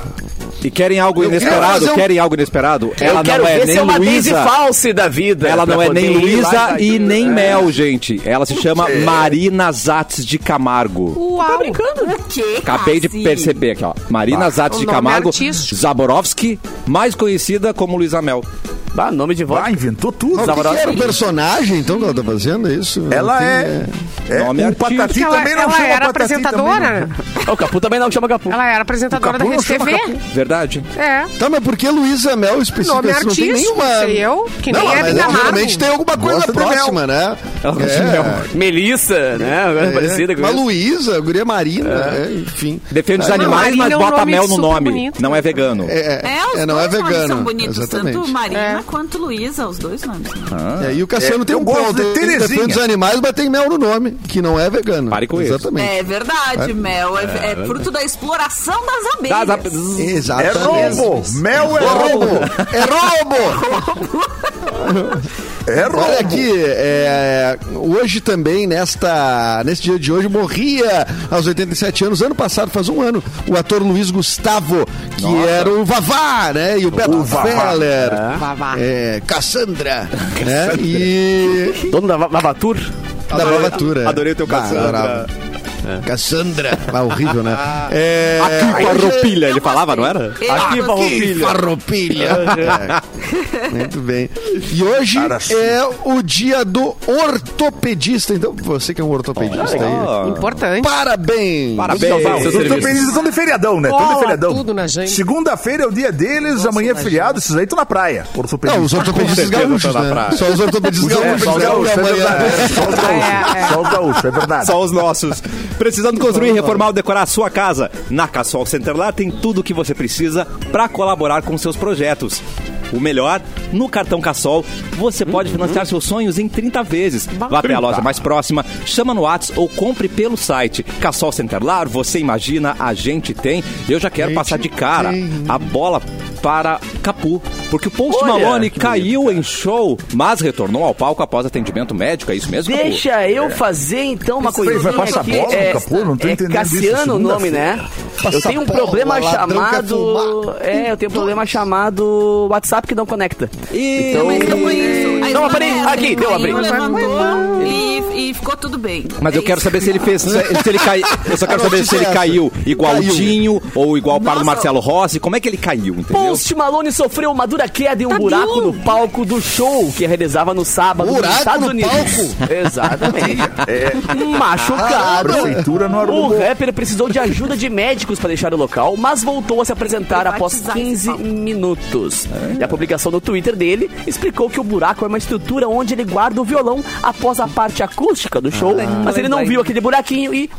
[SPEAKER 1] E querem algo
[SPEAKER 5] queria
[SPEAKER 1] inesperado,
[SPEAKER 5] fazer um-
[SPEAKER 1] querem algo inesperado?
[SPEAKER 4] Eu
[SPEAKER 1] Ela
[SPEAKER 4] quero
[SPEAKER 1] não é
[SPEAKER 4] ver se é
[SPEAKER 1] nem
[SPEAKER 4] uma Daisy
[SPEAKER 1] Luísa.
[SPEAKER 4] False da vida.
[SPEAKER 1] Ela não
[SPEAKER 4] pra
[SPEAKER 1] é nem
[SPEAKER 4] poder ir lá
[SPEAKER 1] Luísa
[SPEAKER 4] dar-
[SPEAKER 1] e nem
[SPEAKER 4] É.
[SPEAKER 1] Mel, gente. Ela se chama Marina Zatz de Camargo.
[SPEAKER 6] Uau!
[SPEAKER 2] O quê,
[SPEAKER 1] Acabei de
[SPEAKER 2] Cassi?
[SPEAKER 1] perceber aqui, ó. Marina Zatz
[SPEAKER 6] O
[SPEAKER 1] de
[SPEAKER 6] nome
[SPEAKER 1] Camargo
[SPEAKER 6] artístico.
[SPEAKER 1] Zaborowski, mais conhecida como Luísa Mel.
[SPEAKER 4] Ah, nome de voz.
[SPEAKER 3] Ah, inventou tudo.
[SPEAKER 5] O que que era o personagem, então, que ela tá fazendo é isso?
[SPEAKER 3] Ela
[SPEAKER 5] Não tem-
[SPEAKER 3] é. é
[SPEAKER 1] Nome
[SPEAKER 3] o
[SPEAKER 1] artístico.
[SPEAKER 3] Patati
[SPEAKER 6] Ela,
[SPEAKER 3] também não
[SPEAKER 6] ela
[SPEAKER 3] chama
[SPEAKER 6] era
[SPEAKER 3] Patati também,
[SPEAKER 6] apresentadora?
[SPEAKER 3] né?
[SPEAKER 4] O Capu também não chama Capu.
[SPEAKER 6] Ela era apresentadora da
[SPEAKER 3] Capu não
[SPEAKER 6] Rede
[SPEAKER 3] chama
[SPEAKER 6] TV?
[SPEAKER 1] Verdade?
[SPEAKER 6] É.
[SPEAKER 5] Tá, mas por que Luísa Mel
[SPEAKER 6] Nome
[SPEAKER 5] específica? Assim, Não tem
[SPEAKER 6] artístico,
[SPEAKER 5] nenhuma...
[SPEAKER 6] sei eu, que
[SPEAKER 5] Não,
[SPEAKER 6] nem é
[SPEAKER 5] mas ela geralmente
[SPEAKER 6] Camargo.
[SPEAKER 5] tem alguma coisa
[SPEAKER 3] Gosta de
[SPEAKER 5] próxima, né?
[SPEAKER 4] é
[SPEAKER 1] Ela gosta de Mel.
[SPEAKER 4] Melissa, né?
[SPEAKER 5] É,
[SPEAKER 4] Parecida com
[SPEAKER 5] mas
[SPEAKER 4] isso.
[SPEAKER 5] Luísa, guria Marina, é, enfim.
[SPEAKER 1] Defende os
[SPEAKER 5] Não,
[SPEAKER 1] animais,
[SPEAKER 6] Marina
[SPEAKER 1] mas
[SPEAKER 6] é um
[SPEAKER 1] bota
[SPEAKER 6] nome
[SPEAKER 1] mel no
[SPEAKER 6] super
[SPEAKER 1] nome.
[SPEAKER 6] bonito.
[SPEAKER 1] Não é vegano.
[SPEAKER 2] É, os
[SPEAKER 5] É, não é
[SPEAKER 2] dois nomes
[SPEAKER 5] vegano.
[SPEAKER 2] são bonitos, tanto
[SPEAKER 5] Exatamente.
[SPEAKER 2] Marina
[SPEAKER 6] É.
[SPEAKER 2] quanto Luísa, os dois nomes. né?
[SPEAKER 5] É, e o Cassiano
[SPEAKER 3] É,
[SPEAKER 5] tem
[SPEAKER 3] eu
[SPEAKER 5] um
[SPEAKER 3] gosto
[SPEAKER 5] ponto.
[SPEAKER 3] de
[SPEAKER 5] ele
[SPEAKER 3] Terezinha.
[SPEAKER 5] Defende os animais, mas tem mel no nome, que não é vegano.
[SPEAKER 1] Pare com isso.
[SPEAKER 5] Exatamente.
[SPEAKER 2] É verdade, Mel. É, é fruto da exploração das abelhas.
[SPEAKER 1] Das ab-
[SPEAKER 3] É
[SPEAKER 5] Exatamente.
[SPEAKER 3] roubo! Mel é
[SPEAKER 5] É roubo!
[SPEAKER 3] roubo!
[SPEAKER 5] É roubo!
[SPEAKER 3] É roubo!
[SPEAKER 5] Olha aqui, é, hoje também, nesta, neste dia de hoje, morria aos 87 anos, ano passado, faz um ano, o ator Luiz Gustavo, que era o Vavá, né? E o Beto
[SPEAKER 3] Vavá.
[SPEAKER 5] Feller.
[SPEAKER 6] Vavá.
[SPEAKER 5] É, Cassandra. né? E
[SPEAKER 4] Dono da Vavatur.
[SPEAKER 5] da Vavatura.
[SPEAKER 1] adorei o teu Cassandra.
[SPEAKER 5] Cassandra. Ah, horrível, né? É,
[SPEAKER 1] Aqui, com Tipo a
[SPEAKER 5] hoje-
[SPEAKER 1] roupilha, ele falava, não era?
[SPEAKER 2] Eu
[SPEAKER 4] Aqui,
[SPEAKER 2] gostei. tipo
[SPEAKER 5] Que
[SPEAKER 4] Farroupilha.
[SPEAKER 5] farroupilha. É. Muito bem. E hoje
[SPEAKER 3] Cara, sim.
[SPEAKER 5] é o dia do ortopedista. Então, você que é um ortopedista aí.
[SPEAKER 6] Importante.
[SPEAKER 3] Ah,
[SPEAKER 5] Parabéns!
[SPEAKER 1] Parabéns.
[SPEAKER 4] Salvar o seu
[SPEAKER 3] Os
[SPEAKER 4] serviço.
[SPEAKER 3] ortopedistas estão de feriadão, né? Estão de
[SPEAKER 6] Cola
[SPEAKER 3] feriadão.
[SPEAKER 6] é tudo na gente.
[SPEAKER 3] Segunda-feira é o dia deles, amanhã é feriado, esses aí estão na praia.
[SPEAKER 5] Não,
[SPEAKER 3] Ortopedistas.
[SPEAKER 5] os ortopedistas
[SPEAKER 1] certeza
[SPEAKER 5] gaúchos,
[SPEAKER 1] tá na
[SPEAKER 5] né?
[SPEAKER 1] praia.
[SPEAKER 5] Só os ortopedistas
[SPEAKER 3] É,
[SPEAKER 5] gaúchos.
[SPEAKER 3] só os
[SPEAKER 5] né?
[SPEAKER 3] gaúchos, é
[SPEAKER 5] Amanhã.
[SPEAKER 3] verdade. É, Só os
[SPEAKER 6] É, é.
[SPEAKER 3] gaúchos, só os gaúchos, é verdade.
[SPEAKER 1] Só os nossos. Precisando construir, reformar ou decorar a sua casa? Na Cassol Centerlar tem tudo o que você precisa para colaborar com seus projetos. O melhor, no cartão Cassol, você
[SPEAKER 4] Uhum.
[SPEAKER 1] pode financiar seus sonhos em 30 vezes. Vá até a loja mais próxima, chama no Whats ou compre pelo site. Cassol Centerlar, você imagina, a gente tem. Eu já quero passar de cara a bola para Capu, porque o Post
[SPEAKER 4] Olha,
[SPEAKER 1] Malone
[SPEAKER 4] que
[SPEAKER 1] caiu em show, mas retornou ao palco após atendimento médico, é isso mesmo, Capu?
[SPEAKER 4] Deixa eu fazer então uma
[SPEAKER 3] É. Você vai
[SPEAKER 4] coisinha
[SPEAKER 3] passar
[SPEAKER 4] aqui.
[SPEAKER 3] bola, Capu? Não tô
[SPEAKER 4] é
[SPEAKER 3] entendendo isso,
[SPEAKER 4] Cassiano o nome,
[SPEAKER 3] segunda-feira.
[SPEAKER 4] né? eu
[SPEAKER 5] Passa
[SPEAKER 4] tenho um
[SPEAKER 5] bola,
[SPEAKER 4] problema
[SPEAKER 5] ladrão quer
[SPEAKER 4] chamado.
[SPEAKER 5] fumar.
[SPEAKER 4] É, eu tenho um problema chamado WhatsApp que não conecta.
[SPEAKER 1] E...
[SPEAKER 4] Então,
[SPEAKER 2] Mas não foi Então, é isso. A
[SPEAKER 4] Não, mas peraí,
[SPEAKER 2] Ismael
[SPEAKER 4] aqui, deu, abri.
[SPEAKER 2] caiu, levantou e, e ficou tudo bem.
[SPEAKER 1] Mas eu
[SPEAKER 2] É
[SPEAKER 1] quero
[SPEAKER 2] isso.
[SPEAKER 1] saber se ele fez. Se ele cai, eu só quero
[SPEAKER 5] A
[SPEAKER 1] saber se
[SPEAKER 5] notícia
[SPEAKER 1] ele
[SPEAKER 5] é essa.
[SPEAKER 1] caiu igual o
[SPEAKER 5] Caiu.
[SPEAKER 1] Tinho ou igual para o
[SPEAKER 2] Nossa.
[SPEAKER 1] Marcelo Rossi. Como é que ele caiu, entendeu?
[SPEAKER 4] Post Malone sofreu uma dura queda em um
[SPEAKER 2] Tá
[SPEAKER 4] buraco
[SPEAKER 2] duro.
[SPEAKER 4] no palco do show que realizava no sábado
[SPEAKER 5] Buraco
[SPEAKER 4] nos Estados
[SPEAKER 5] no
[SPEAKER 4] Unidos.
[SPEAKER 5] palco?
[SPEAKER 4] Exatamente.
[SPEAKER 3] A
[SPEAKER 4] Machucado.
[SPEAKER 3] prefeitura não
[SPEAKER 4] O
[SPEAKER 3] arrumou.
[SPEAKER 4] rapper precisou de ajuda de médicos para deixar o local, mas voltou a se apresentar
[SPEAKER 2] Vou
[SPEAKER 4] após
[SPEAKER 2] batizar
[SPEAKER 4] 15
[SPEAKER 2] esse palco.
[SPEAKER 4] minutos. E a publicação no Twitter dele explicou que o buraco é uma estrutura onde ele guarda o violão após a parte acústica do show, mas ele não viu aquele buraquinho e.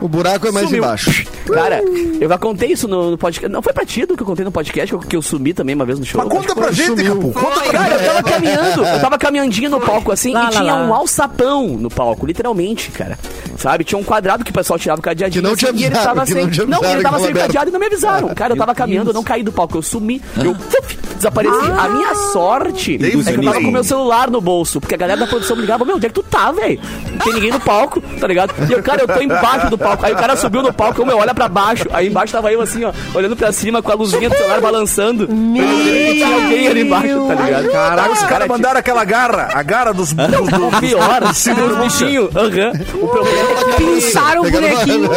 [SPEAKER 5] O buraco é mais
[SPEAKER 4] Sumiu.
[SPEAKER 5] embaixo.
[SPEAKER 4] Cara, eu já contei isso no, no podcast. Não foi pra ti do que eu contei no podcast, que eu, que eu sumi também uma vez no show.
[SPEAKER 3] Mas conta pra
[SPEAKER 5] quando
[SPEAKER 3] gente,
[SPEAKER 5] sumiu.
[SPEAKER 3] Capu. Conta pra
[SPEAKER 4] Cara, eu
[SPEAKER 3] gente.
[SPEAKER 4] tava caminhando, eu tava caminhandinho no palco assim
[SPEAKER 7] Lá,
[SPEAKER 4] e
[SPEAKER 7] lá,
[SPEAKER 4] tinha
[SPEAKER 7] lá.
[SPEAKER 4] um alçapão no palco, literalmente, cara. Sabe? Tinha um quadrado que o pessoal tirava o cadeadinho.
[SPEAKER 5] Que não
[SPEAKER 4] assim,
[SPEAKER 5] te
[SPEAKER 4] e ele
[SPEAKER 5] avisaram,
[SPEAKER 4] tava
[SPEAKER 5] que
[SPEAKER 4] sem.
[SPEAKER 5] não te
[SPEAKER 4] Não, ele
[SPEAKER 5] avisaram
[SPEAKER 4] tava assim,
[SPEAKER 5] que
[SPEAKER 4] sem
[SPEAKER 5] tava
[SPEAKER 4] cadeado e não me
[SPEAKER 3] Ah,
[SPEAKER 4] avisaram. Cara, eu tava caminhando, eu não caí do palco, eu sumi, eu fuf, desapareci. A minha sorte é
[SPEAKER 3] Deus
[SPEAKER 4] que eu
[SPEAKER 3] me
[SPEAKER 4] tava com
[SPEAKER 3] livre.
[SPEAKER 4] meu celular no bolso, porque a galera da produção me ligava, meu, onde é que tu tá, velho? Não tem ninguém no palco, tá ligado? E eu, cara, eu tô embaixo do palco. Aí o cara subiu no palco, eu meu, olha pra baixo. Aí embaixo tava eu assim, ó, olhando pra cima com a luzinha do celular balançando. Meu tinha alguém ali embaixo, tá ligado?
[SPEAKER 3] Caraca, é os caras
[SPEAKER 4] cara,
[SPEAKER 3] mandaram aquela garra, a garra dos... dos, dos, dos
[SPEAKER 4] Pior, os
[SPEAKER 3] símbolos.
[SPEAKER 4] bichinhos. Aham. O problema é que
[SPEAKER 6] Pinçaram o
[SPEAKER 5] Pegaram-
[SPEAKER 6] bonequinho.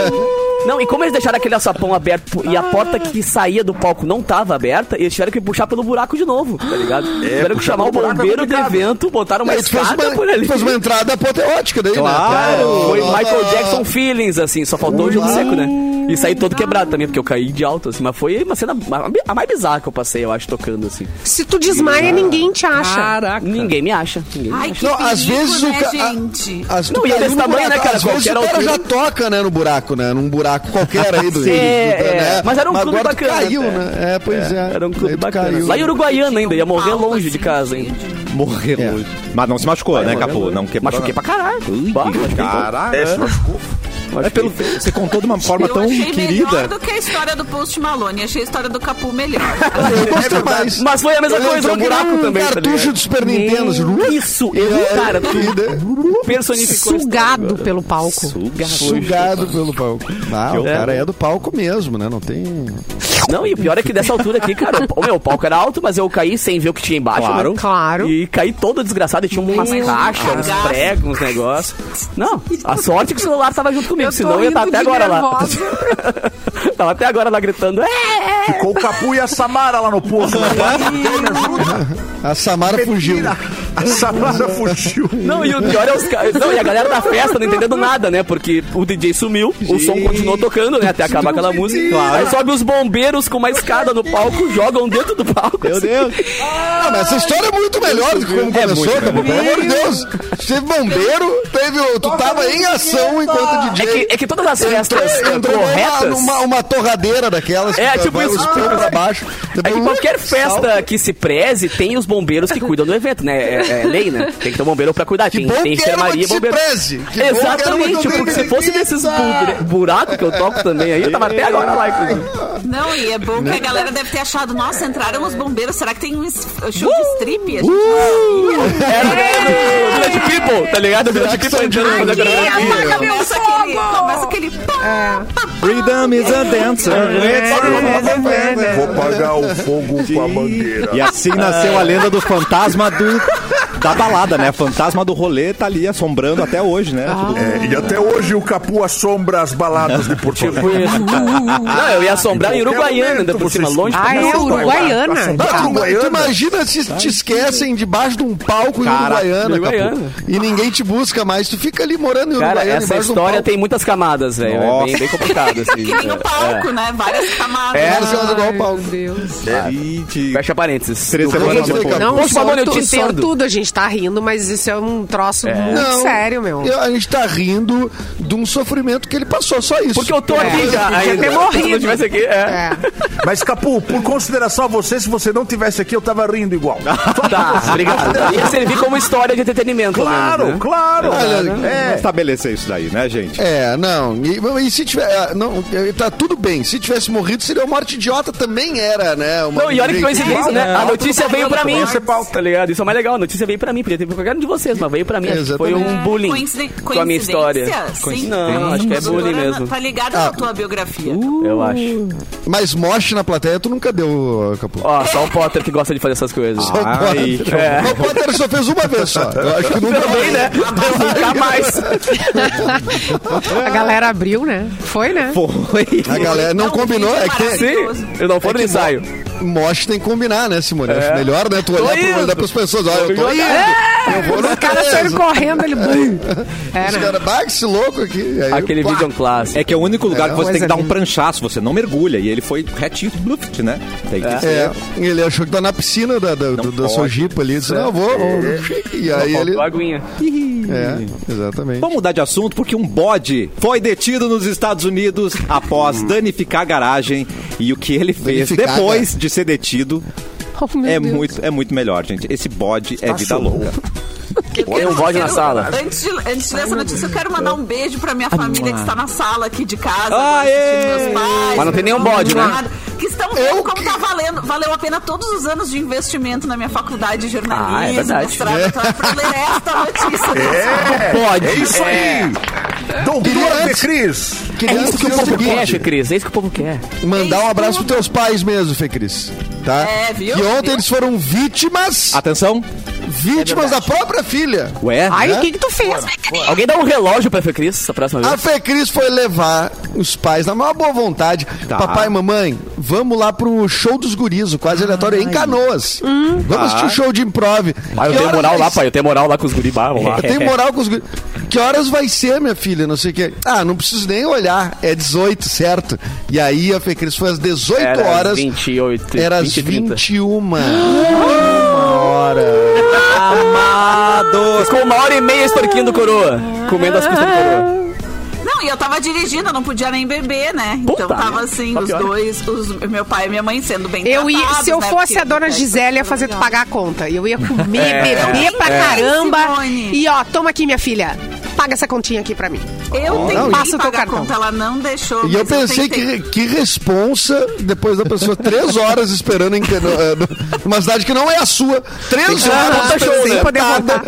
[SPEAKER 4] Não, e como eles deixaram aquele açapão aberto e a porta que saía do palco não tava aberta, eles tiveram que puxar pelo buraco de novo, tá ligado? tiveram que
[SPEAKER 3] puxar
[SPEAKER 4] chamar o
[SPEAKER 3] pelo buraco é
[SPEAKER 4] bombeiro do
[SPEAKER 3] complicado.
[SPEAKER 4] evento, botaram uma
[SPEAKER 5] Mas fez
[SPEAKER 4] escada
[SPEAKER 5] É, uma,
[SPEAKER 4] por ali.
[SPEAKER 5] fez uma entrada apoteótica daí, né?
[SPEAKER 1] Claro.
[SPEAKER 5] Pra-
[SPEAKER 4] Foi Michael Jackson feelings, assim, só faltou o jogo seco, né? E saí todo quebrado também, porque eu caí de alto, assim, mas foi uma cena a mais bizarra que eu passei, eu acho, tocando, assim.
[SPEAKER 6] Se tu desmaia, ninguém te
[SPEAKER 2] Ah,
[SPEAKER 6] acha.
[SPEAKER 8] Caraca.
[SPEAKER 4] Ninguém me acha. Ninguém me
[SPEAKER 2] Ai,
[SPEAKER 4] acha.
[SPEAKER 2] que
[SPEAKER 5] Não,
[SPEAKER 2] perigo,
[SPEAKER 5] às vezes
[SPEAKER 2] né,
[SPEAKER 5] o ca- a-
[SPEAKER 2] gente?
[SPEAKER 5] As,
[SPEAKER 4] Não,
[SPEAKER 5] tu
[SPEAKER 4] e é
[SPEAKER 5] caiu
[SPEAKER 4] desse
[SPEAKER 5] no
[SPEAKER 4] tamanho,
[SPEAKER 5] buraco.
[SPEAKER 4] né, cara?
[SPEAKER 5] Às vezes o
[SPEAKER 4] Qualquer
[SPEAKER 5] cara já
[SPEAKER 4] altura.
[SPEAKER 5] toca, né, no buraco, né? Num buraco qualquer aí do...
[SPEAKER 4] É,
[SPEAKER 5] do-
[SPEAKER 4] é.
[SPEAKER 5] né?
[SPEAKER 4] Mas era um clube
[SPEAKER 5] agora tu
[SPEAKER 4] bacana,
[SPEAKER 5] caiu,
[SPEAKER 4] né?
[SPEAKER 5] né? É, pois é.
[SPEAKER 4] Era um clube
[SPEAKER 5] Aí tu
[SPEAKER 4] bacana.
[SPEAKER 5] caiu.
[SPEAKER 4] Lá em Uruguaiana ainda, ia morrer
[SPEAKER 2] Alto,
[SPEAKER 4] longe de
[SPEAKER 2] assim,
[SPEAKER 4] casa,
[SPEAKER 2] cheio
[SPEAKER 4] hein?
[SPEAKER 2] de-
[SPEAKER 1] Morreu.
[SPEAKER 5] É.
[SPEAKER 1] hoje. Mas não se machucou, né, Capu? Não quebrou.
[SPEAKER 4] Machuquei pra caralho. Bah, machuquei
[SPEAKER 1] Caraca.
[SPEAKER 3] É, se machucou.
[SPEAKER 4] todo.
[SPEAKER 1] É pelo, você contou de uma forma
[SPEAKER 2] Eu
[SPEAKER 1] tão
[SPEAKER 2] achei melhor
[SPEAKER 1] querida.
[SPEAKER 2] do que a história do Post Malone. Achei a história do Capu melhor.
[SPEAKER 5] Eu gostei mais.
[SPEAKER 4] Mas foi a mesma
[SPEAKER 5] Eu lembro,
[SPEAKER 4] coisa,
[SPEAKER 5] é
[SPEAKER 4] um buraco
[SPEAKER 5] um
[SPEAKER 4] também. tá
[SPEAKER 5] cartucho
[SPEAKER 4] ligado?
[SPEAKER 5] do Super Nintendo.
[SPEAKER 4] Isso, eu,
[SPEAKER 5] É,
[SPEAKER 4] cara,
[SPEAKER 5] e
[SPEAKER 4] tu
[SPEAKER 5] de-
[SPEAKER 4] personificou.
[SPEAKER 6] Sugado pelo palco.
[SPEAKER 5] Sugado pelo palco. Ah, o cara é do palco mesmo, né? Não tem.
[SPEAKER 4] Não, e o pior é que dessa altura aqui, cara, o meu o palco era alto, mas eu caí sem ver o que tinha embaixo.
[SPEAKER 1] Claro.
[SPEAKER 4] né?
[SPEAKER 6] Claro.
[SPEAKER 4] E caí todo desgraçado, e tinha um umas
[SPEAKER 2] Meu
[SPEAKER 4] caixas, uns
[SPEAKER 2] cagaço.
[SPEAKER 4] pregos, uns negócios. Não, a sorte é que o celular tava junto comigo,
[SPEAKER 6] Eu
[SPEAKER 4] senão
[SPEAKER 6] tô
[SPEAKER 4] eu ia estar
[SPEAKER 6] rindo
[SPEAKER 4] até
[SPEAKER 6] de
[SPEAKER 4] agora lá.
[SPEAKER 6] nervosa.
[SPEAKER 4] tava até agora lá gritando. "É!"
[SPEAKER 3] Ficou o Capu e a Samara lá no poço. né?
[SPEAKER 5] A Samara fugiu.
[SPEAKER 3] Mentira. A Samara fugiu.
[SPEAKER 4] Não, e o pior é os caras. Não, e a galera da festa não entendendo nada, né? Porque o DJ sumiu, o som continuou tocando, né? Até acabar aquela música. Aí sobe os bombeiros com uma escada no palco, jogam dentro do palco.
[SPEAKER 1] Meu
[SPEAKER 4] assim.
[SPEAKER 1] Deus.
[SPEAKER 5] Ah, mas essa história é muito melhor do que como começou, tá bom? pelo amor de Deus. Teve bombeiro, teve. o- Tu tava em ação enquanto
[SPEAKER 4] É
[SPEAKER 5] DJ.
[SPEAKER 4] que, é que todas as
[SPEAKER 5] Entrou,
[SPEAKER 4] festas eh,
[SPEAKER 5] entrou numa,
[SPEAKER 4] corretas.
[SPEAKER 5] numa- uma torradeira daquelas
[SPEAKER 4] É, tipo
[SPEAKER 5] vai
[SPEAKER 4] isso,
[SPEAKER 5] os
[SPEAKER 4] tipo
[SPEAKER 5] pés
[SPEAKER 4] isso.
[SPEAKER 5] pra baixo.
[SPEAKER 4] É
[SPEAKER 5] Hum?
[SPEAKER 4] que qualquer festa que se preze tem os bombeiros que cuidam do evento, né? É, é lei, né? Tem que ter um bombeiro pra cuidar.
[SPEAKER 5] Que
[SPEAKER 4] tem,
[SPEAKER 5] bom
[SPEAKER 4] tem
[SPEAKER 5] que era uma
[SPEAKER 4] enfermaria
[SPEAKER 5] que
[SPEAKER 4] e
[SPEAKER 5] se
[SPEAKER 4] bombeiro.
[SPEAKER 5] preze. Que bom que era uma
[SPEAKER 4] Exatamente,
[SPEAKER 5] que não
[SPEAKER 4] porque
[SPEAKER 5] tem
[SPEAKER 4] se fosse nesses bu- buracos que eu toco também aí, eu tava até agora lá, inclusive.
[SPEAKER 2] Não, e é bom que
[SPEAKER 4] Né?
[SPEAKER 2] a galera deve ter achado, nossa, entraram os bombeiros, será que tem um es- show de
[SPEAKER 4] Uh!
[SPEAKER 2] strip? A gente
[SPEAKER 4] Era o Village People, tá ligado? O Village
[SPEAKER 5] que
[SPEAKER 4] People
[SPEAKER 5] são
[SPEAKER 4] entrando
[SPEAKER 2] um
[SPEAKER 4] pra
[SPEAKER 5] de-
[SPEAKER 4] fazer a
[SPEAKER 5] Aqui,
[SPEAKER 4] coreografia.
[SPEAKER 2] não começa aquele, começa aquele
[SPEAKER 4] É,
[SPEAKER 1] Freedom is a dancer.
[SPEAKER 6] É,
[SPEAKER 3] É, né? Vou pagar o fogo com a bandeira.
[SPEAKER 1] E assim nasceu a lenda do fantasma do, da balada, né? Fantasma do rolê tá ali assombrando até hoje, né?
[SPEAKER 3] É, e até hoje o Capu assombra as baladas de Porto Alegre.
[SPEAKER 4] Não, eu ia assombrar em
[SPEAKER 3] Em qualquer
[SPEAKER 4] Uruguaiana, ainda por
[SPEAKER 3] momento
[SPEAKER 4] cima,
[SPEAKER 3] vocês-
[SPEAKER 4] longe pra
[SPEAKER 6] Ah, é
[SPEAKER 4] caralho.
[SPEAKER 6] uruguaiana.
[SPEAKER 5] Não, tu,
[SPEAKER 3] Uruguaiana.
[SPEAKER 5] tu imagina se
[SPEAKER 4] Tá
[SPEAKER 5] te esquecem debaixo de um palco
[SPEAKER 1] Cara,
[SPEAKER 5] em Uruguaiana,
[SPEAKER 4] Uruguaiana.
[SPEAKER 5] Capu. E ninguém te busca mais. Tu fica ali morando em
[SPEAKER 4] Cara,
[SPEAKER 5] Uruguaiana.
[SPEAKER 4] essa
[SPEAKER 5] embaixo de um
[SPEAKER 4] história
[SPEAKER 5] palco.
[SPEAKER 4] tem muitas camadas, velho. É bem,
[SPEAKER 1] Nossa.
[SPEAKER 4] bem complicado, assim.
[SPEAKER 2] que nem o palco, né? Várias camadas.
[SPEAKER 4] É,
[SPEAKER 5] Parece que elas igual ao
[SPEAKER 6] Meu
[SPEAKER 5] palco.
[SPEAKER 6] Deus.
[SPEAKER 1] Gente,
[SPEAKER 4] Fecha parênteses.
[SPEAKER 1] Três
[SPEAKER 5] Eu
[SPEAKER 1] semanas
[SPEAKER 5] vou dizer,
[SPEAKER 1] depois.
[SPEAKER 5] cara,
[SPEAKER 6] Não, é
[SPEAKER 4] Poxa, Malone, eu
[SPEAKER 6] sortu-
[SPEAKER 4] te entendo.
[SPEAKER 6] sortudo, a gente tá rindo, mas isso é um troço muito
[SPEAKER 5] Não.
[SPEAKER 6] sério, meu.
[SPEAKER 5] Eu- a gente tá rindo de um sofrimento que ele passou, só isso. É.
[SPEAKER 4] Porque eu tô aqui já.
[SPEAKER 6] podia
[SPEAKER 4] ainda.
[SPEAKER 6] ter morrido.
[SPEAKER 4] Se não tivesse aqui, é.
[SPEAKER 6] É.
[SPEAKER 3] Mas, Capu, por consideração a você, se você não tivesse aqui, eu tava rindo igual.
[SPEAKER 4] Tá, obrigado. Ia servir como história de entretenimento. ao menos,
[SPEAKER 3] Claro,
[SPEAKER 4] né?
[SPEAKER 3] claro.
[SPEAKER 5] Olha,
[SPEAKER 1] Vamos
[SPEAKER 3] É.
[SPEAKER 1] Estabelecer isso daí, né, gente?
[SPEAKER 5] É, não. E, e se tiver. ah, Não, eh, tá tudo bem. Se tivesse morrido, seria uma morte idiota, também era, né? Uma,
[SPEAKER 4] Não, e olha que coincidência, né? A notícia veio pra mim.
[SPEAKER 3] Essa é pauta.
[SPEAKER 4] Tá ligado? Isso é mais legal. A notícia veio pra mim. Podia ter vindo pra qualquer um de vocês, mas veio pra mim. Acho que Foi um
[SPEAKER 5] Exatamente.
[SPEAKER 4] bullying
[SPEAKER 2] Coinciden-
[SPEAKER 4] com a minha história.
[SPEAKER 2] coincidência?
[SPEAKER 4] Coinc-
[SPEAKER 2] Sim.
[SPEAKER 4] Não, acho que é bullying
[SPEAKER 2] Doutora,
[SPEAKER 4] mesmo. Uh!
[SPEAKER 2] Tá ligado na tua biografia.
[SPEAKER 4] Eu acho.
[SPEAKER 5] Mas moche na plateia tu nunca deu, ah, Capu.
[SPEAKER 4] Ó, só o Potter que gosta de fazer essas coisas.
[SPEAKER 5] Só o
[SPEAKER 1] Ai.
[SPEAKER 5] Potter. Mas O Potter só fez uma vez só. Eu acho que nunca
[SPEAKER 4] é. Também, né?
[SPEAKER 2] Tá
[SPEAKER 4] Nunca mais.
[SPEAKER 6] A galera abriu, né? Foi, né?
[SPEAKER 1] Foi.
[SPEAKER 5] A galera não,
[SPEAKER 2] Não,
[SPEAKER 5] combinou. É que
[SPEAKER 2] um maravilhoso.
[SPEAKER 4] Sim,
[SPEAKER 5] tem,
[SPEAKER 4] eu não for no
[SPEAKER 5] que
[SPEAKER 4] ensaio.
[SPEAKER 5] moche tem que combinar, né, Simone? Acho melhor, né? Tu olhar pro
[SPEAKER 4] É. indo. É,
[SPEAKER 5] olho das pessoas. Olha, eu tô indo. Eu vou na
[SPEAKER 6] Os caras saíram
[SPEAKER 5] casa.
[SPEAKER 6] correndo, ele... Bum. É,
[SPEAKER 5] Os
[SPEAKER 6] né?
[SPEAKER 5] caras, "Bah, esse louco aqui. Aí,
[SPEAKER 4] Aquele
[SPEAKER 5] pá.
[SPEAKER 4] vídeo é um clássico.
[SPEAKER 1] É que é o único lugar que você
[SPEAKER 6] coisa
[SPEAKER 1] tem que dar um
[SPEAKER 6] linda.
[SPEAKER 1] pranchaço, você não mergulha. E ele foi retinho, bluft, né? Tem que ser.
[SPEAKER 5] É, ele achou que tá na piscina da, da, do, da sua jipa ali. Disse, não, eu vou.
[SPEAKER 4] É.
[SPEAKER 5] vou." E aí ele.
[SPEAKER 4] Faltou aguinha.
[SPEAKER 5] É, exatamente.
[SPEAKER 1] Vamos mudar de assunto porque um bode foi detido nos Estados Unidos após danificar a garagem e o que ele fez
[SPEAKER 5] Danificar,
[SPEAKER 1] depois de ser detido
[SPEAKER 6] Oh, meu
[SPEAKER 1] é
[SPEAKER 6] Deus. Tá
[SPEAKER 1] muito, é muito melhor, gente. Esse bode é vida louca.
[SPEAKER 2] Eu
[SPEAKER 4] Tem um
[SPEAKER 2] quero-
[SPEAKER 4] bode
[SPEAKER 2] eu
[SPEAKER 4] na
[SPEAKER 2] quero-
[SPEAKER 4] sala.
[SPEAKER 2] Antes, de- antes dessa notícia, eu quero mandar um beijo pra minha família que está na sala aqui de casa.
[SPEAKER 1] Aê!
[SPEAKER 2] assistindo meus pais,
[SPEAKER 4] Mas não tem
[SPEAKER 2] meu
[SPEAKER 4] nenhum bode, né?
[SPEAKER 2] namorado, Que estão vendo como tá valendo. Valeu a pena todos os anos de investimento na minha faculdade de jornalismo,
[SPEAKER 4] Ah, é verdade.
[SPEAKER 2] mestrado, doutorado, pra ler esta notícia.
[SPEAKER 4] Pode.
[SPEAKER 3] É isso aí. É. Doutor de Cris.
[SPEAKER 5] Queria
[SPEAKER 4] É isso que o
[SPEAKER 5] dizer
[SPEAKER 4] povo quer,
[SPEAKER 5] seguinte,
[SPEAKER 4] Fê Cris. É isso que o povo quer.
[SPEAKER 5] Mandar um
[SPEAKER 2] Fez
[SPEAKER 5] abraço pros
[SPEAKER 2] tudo.
[SPEAKER 5] teus pais mesmo, Fê Cris. Tá?
[SPEAKER 2] É, viu?
[SPEAKER 5] Que ontem
[SPEAKER 2] Viu?
[SPEAKER 4] Ah,
[SPEAKER 5] eles foram vítimas
[SPEAKER 4] é
[SPEAKER 1] Atenção,
[SPEAKER 5] Vítimas da própria filha.
[SPEAKER 1] Ué?
[SPEAKER 6] Ai, o que que tu fez?
[SPEAKER 4] Alguém dá um relógio pra Fê Cris essa próxima
[SPEAKER 5] A
[SPEAKER 4] vez?
[SPEAKER 5] Fê Cris foi levar os pais na maior boa vontade.
[SPEAKER 4] Tá.
[SPEAKER 5] Papai e mamãe, vamos lá pro show dos guris, o quase aleatório é em Canoas.
[SPEAKER 4] Hum.
[SPEAKER 5] Vamos assistir o show de
[SPEAKER 4] Pai,
[SPEAKER 5] improv.
[SPEAKER 4] Tá. Ah, eu
[SPEAKER 5] Que
[SPEAKER 4] tenho
[SPEAKER 5] horas
[SPEAKER 4] moral
[SPEAKER 5] vai
[SPEAKER 4] lá, pai. Eu tenho moral lá com os guribá, vamos lá.
[SPEAKER 5] é Eu tenho moral com os guris. Que horas vai ser, minha filha? Não sei o quê. Ah, não preciso nem olhar. É 18, certo? E aí a Fecris foi às 18
[SPEAKER 4] Era às
[SPEAKER 5] horas.
[SPEAKER 4] 28,
[SPEAKER 5] Era às
[SPEAKER 4] 20, 30.
[SPEAKER 5] 21. 21 hora.
[SPEAKER 1] Amados!
[SPEAKER 4] Ficou uma hora e meia extorquindo coroa. Comendo as custas do coroa.
[SPEAKER 2] Não, e eu tava dirigindo, eu não podia nem beber, né?
[SPEAKER 4] Puta
[SPEAKER 2] então tava
[SPEAKER 4] merda.
[SPEAKER 2] assim,
[SPEAKER 4] Só
[SPEAKER 2] os
[SPEAKER 4] pior.
[SPEAKER 2] dois, os, meu pai e minha mãe sendo bem
[SPEAKER 6] Eu ia,
[SPEAKER 2] tratados,
[SPEAKER 6] se eu
[SPEAKER 2] né?
[SPEAKER 6] fosse
[SPEAKER 2] Porque
[SPEAKER 6] a dona
[SPEAKER 2] os testes
[SPEAKER 6] Gisele, ia
[SPEAKER 2] foram
[SPEAKER 6] fazer tu
[SPEAKER 2] melhores.
[SPEAKER 6] pagar a conta. Eu ia comer, beber pra
[SPEAKER 2] É.
[SPEAKER 6] caramba.
[SPEAKER 2] Simone.
[SPEAKER 6] E ó, toma aqui, minha filha. Paga essa continha aqui pra mim.
[SPEAKER 2] Eu
[SPEAKER 6] não,
[SPEAKER 2] tentei
[SPEAKER 6] passa o teu
[SPEAKER 2] pagar a
[SPEAKER 6] cartão.
[SPEAKER 2] conta, ela não deixou.
[SPEAKER 5] E eu
[SPEAKER 2] mas
[SPEAKER 5] pensei
[SPEAKER 2] tentei.
[SPEAKER 5] que, que responsa depois da pessoa três horas esperando em, Cano- eh, no- numa cidade que não é a sua. Três horas
[SPEAKER 6] voltar show, né?
[SPEAKER 5] sentada.
[SPEAKER 6] Poder voltar.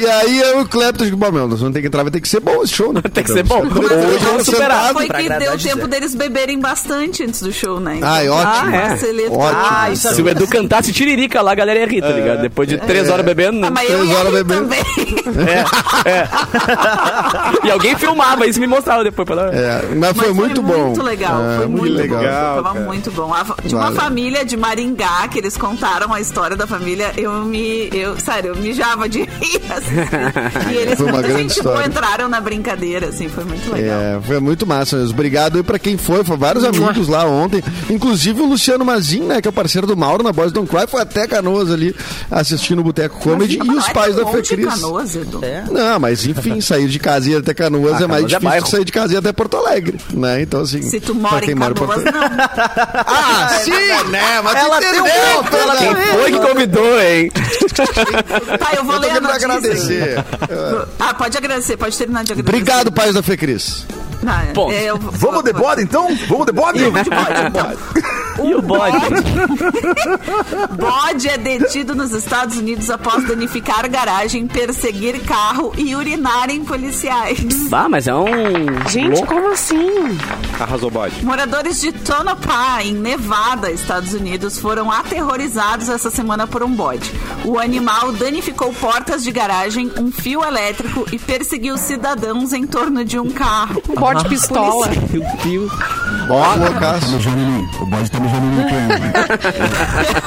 [SPEAKER 5] E aí eu e o Clepto, digo, bom, meu, nós vamos ter que entrar, vai ter que ser bom esse show, né?
[SPEAKER 4] Tem que ser bom.
[SPEAKER 5] Dois
[SPEAKER 4] Hoje é um
[SPEAKER 5] horas
[SPEAKER 4] vamos superar.
[SPEAKER 5] sentado.
[SPEAKER 2] Foi
[SPEAKER 7] pra
[SPEAKER 2] que
[SPEAKER 7] agradar
[SPEAKER 2] deu
[SPEAKER 7] a
[SPEAKER 2] tempo
[SPEAKER 7] Gisele.
[SPEAKER 2] deles beberem bastante antes do show, né? Então,
[SPEAKER 5] Ai, ótimo.
[SPEAKER 4] Ah, é?
[SPEAKER 2] Marceleto-
[SPEAKER 5] Ótimo.
[SPEAKER 2] Ah, isso
[SPEAKER 4] Se o Edu cantasse tiririca lá, a galera ia rir, tá ligado? Depois de três horas bebendo, né?
[SPEAKER 2] Ah, mas eu
[SPEAKER 5] Três
[SPEAKER 2] ia
[SPEAKER 5] horas
[SPEAKER 2] rir
[SPEAKER 5] bebendo.
[SPEAKER 2] também.
[SPEAKER 4] E alguém filmava isso e me mostrava depois. Pra... É.
[SPEAKER 5] É, mas
[SPEAKER 2] Mas
[SPEAKER 5] foi muito bom.
[SPEAKER 2] Muito legal,
[SPEAKER 5] É,
[SPEAKER 2] foi muito legal.
[SPEAKER 1] legal,
[SPEAKER 2] Tava
[SPEAKER 1] cara.
[SPEAKER 2] muito bom. A- de uma
[SPEAKER 5] Vale.
[SPEAKER 2] família de Maringá, que eles contaram a história da família, eu me. Eu, sério, eu mijava de rir. assim. E eles
[SPEAKER 5] Foi uma
[SPEAKER 2] muita
[SPEAKER 5] grande
[SPEAKER 2] gente
[SPEAKER 5] história.
[SPEAKER 2] boa entraram na brincadeira, assim, foi muito legal.
[SPEAKER 5] É, foi muito massa mesmo. Obrigado aí pra quem foi. Foi vários amigos lá ontem. Inclusive o Luciano Mazin, né? Que é o parceiro do Mauro na Boys Don't Cry. Foi até Canoas ali assistindo o Boteco Comedy. E os
[SPEAKER 2] Ah,
[SPEAKER 5] pais
[SPEAKER 4] é
[SPEAKER 2] tem
[SPEAKER 5] da
[SPEAKER 2] um monte de
[SPEAKER 5] Fecris.
[SPEAKER 2] Canoas, Edu.
[SPEAKER 1] É.
[SPEAKER 5] Não, mas enfim, sair de casa e ir até Canoas é
[SPEAKER 4] Canoas
[SPEAKER 5] mais
[SPEAKER 4] é
[SPEAKER 5] difícil
[SPEAKER 4] bairro.
[SPEAKER 5] que sair de casa e ir até Porto Alegre, né? Então, assim.
[SPEAKER 2] Se tu
[SPEAKER 5] pra
[SPEAKER 2] mora
[SPEAKER 5] quem
[SPEAKER 2] em Canoas, tá,
[SPEAKER 5] Porto-
[SPEAKER 2] não.
[SPEAKER 5] Ah, sim, né? Mas ela entendeu, tem
[SPEAKER 4] Quem foi que convidou, hein?
[SPEAKER 2] Tá, eu vou
[SPEAKER 5] Eu tô
[SPEAKER 2] ler
[SPEAKER 5] aqui
[SPEAKER 2] a notícia.
[SPEAKER 5] pra agradecer. é.
[SPEAKER 2] Ah, pode agradecer, pode terminar de agradecer.
[SPEAKER 5] Obrigado, pais da Fecris.
[SPEAKER 2] Ah, é,
[SPEAKER 4] Ponto.
[SPEAKER 2] eu-
[SPEAKER 3] Vamos de bode, então? Vamos de bode?
[SPEAKER 4] E o bode?
[SPEAKER 2] Bode é detido nos Estados Unidos após danificar garagem, perseguir carro e urinar em policiais.
[SPEAKER 4] Bah, mas é um...
[SPEAKER 6] Gente, como assim?
[SPEAKER 1] Arrasou bode.
[SPEAKER 2] Moradores de Tonopah, em Nevada, Estados Unidos, foram aterrorizados essa semana por um bode. O animal danificou portas de garagem, um fio elétrico e perseguiu cidadãos em torno de um carro.
[SPEAKER 6] Bode pistola.
[SPEAKER 4] Meu Deus.
[SPEAKER 5] Bota.
[SPEAKER 8] Meu Joaninho, o bode tá me jogando no pé.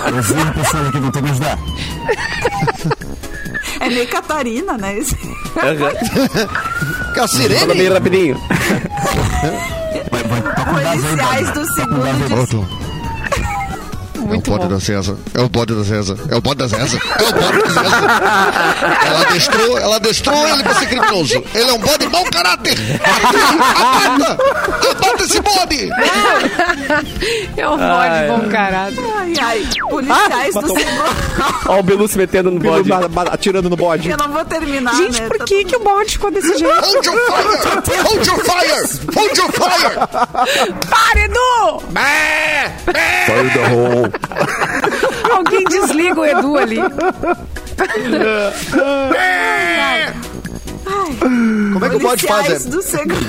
[SPEAKER 8] Eu vi uma pessoa aqui, vão ter que me ajudar.
[SPEAKER 2] É meio Catarina, né? esse?
[SPEAKER 4] Fala
[SPEAKER 5] Cacirene?
[SPEAKER 4] bem rapidinho.
[SPEAKER 8] Vai, vai, tá com gás aí,
[SPEAKER 2] Policiais do segundo de
[SPEAKER 6] Muito
[SPEAKER 5] é o bode
[SPEAKER 6] bom.
[SPEAKER 5] da César. É o bode da César. É o bode da César. É o bode da César. Ela destrou, ela destrou ele pra ser criminoso. Ele é um bode mau caráter. Abata! Abata esse bode!
[SPEAKER 6] É um bode bom caralho.
[SPEAKER 2] Ai, ai,
[SPEAKER 8] Ah,
[SPEAKER 2] policiais do segundo.
[SPEAKER 4] Ó o Belu se metendo no bode.
[SPEAKER 1] Ba- ba- Atirando no bode.
[SPEAKER 2] Eu não vou terminar,
[SPEAKER 6] Gente,
[SPEAKER 2] né?
[SPEAKER 6] por
[SPEAKER 2] Tá
[SPEAKER 6] que, que o bode ficou desse jeito?
[SPEAKER 5] Hold your fire! Hold your fire! Hold your fire!
[SPEAKER 6] Para, Edu!
[SPEAKER 3] Fire the hole.
[SPEAKER 6] Alguém desliga o Edu ali.
[SPEAKER 5] Como é que o bode faz?
[SPEAKER 2] Policiais
[SPEAKER 5] É,
[SPEAKER 2] do segundo.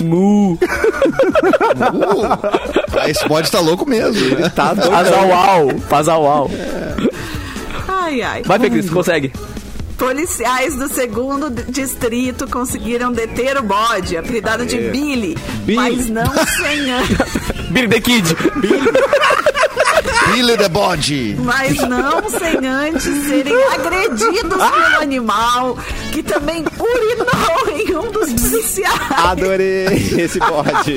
[SPEAKER 4] Mu.
[SPEAKER 5] Uh, esse bode tá louco mesmo. né?
[SPEAKER 4] Tá doido. Faz au au. Faz au au.
[SPEAKER 2] Ai, ai.
[SPEAKER 4] Vai, Fê Cris, consegue.
[SPEAKER 2] Policiais do segundo d- distrito conseguiram deter o bode, apelidado de Billy, mas não sem an-
[SPEAKER 4] Billy the Kid.
[SPEAKER 5] Billy the bode.
[SPEAKER 2] mas não sem antes serem agredidos
[SPEAKER 5] Ah!
[SPEAKER 2] pelo animal, que também urinou em um dos
[SPEAKER 5] Ah,
[SPEAKER 2] policiais.
[SPEAKER 1] Adorei esse bode.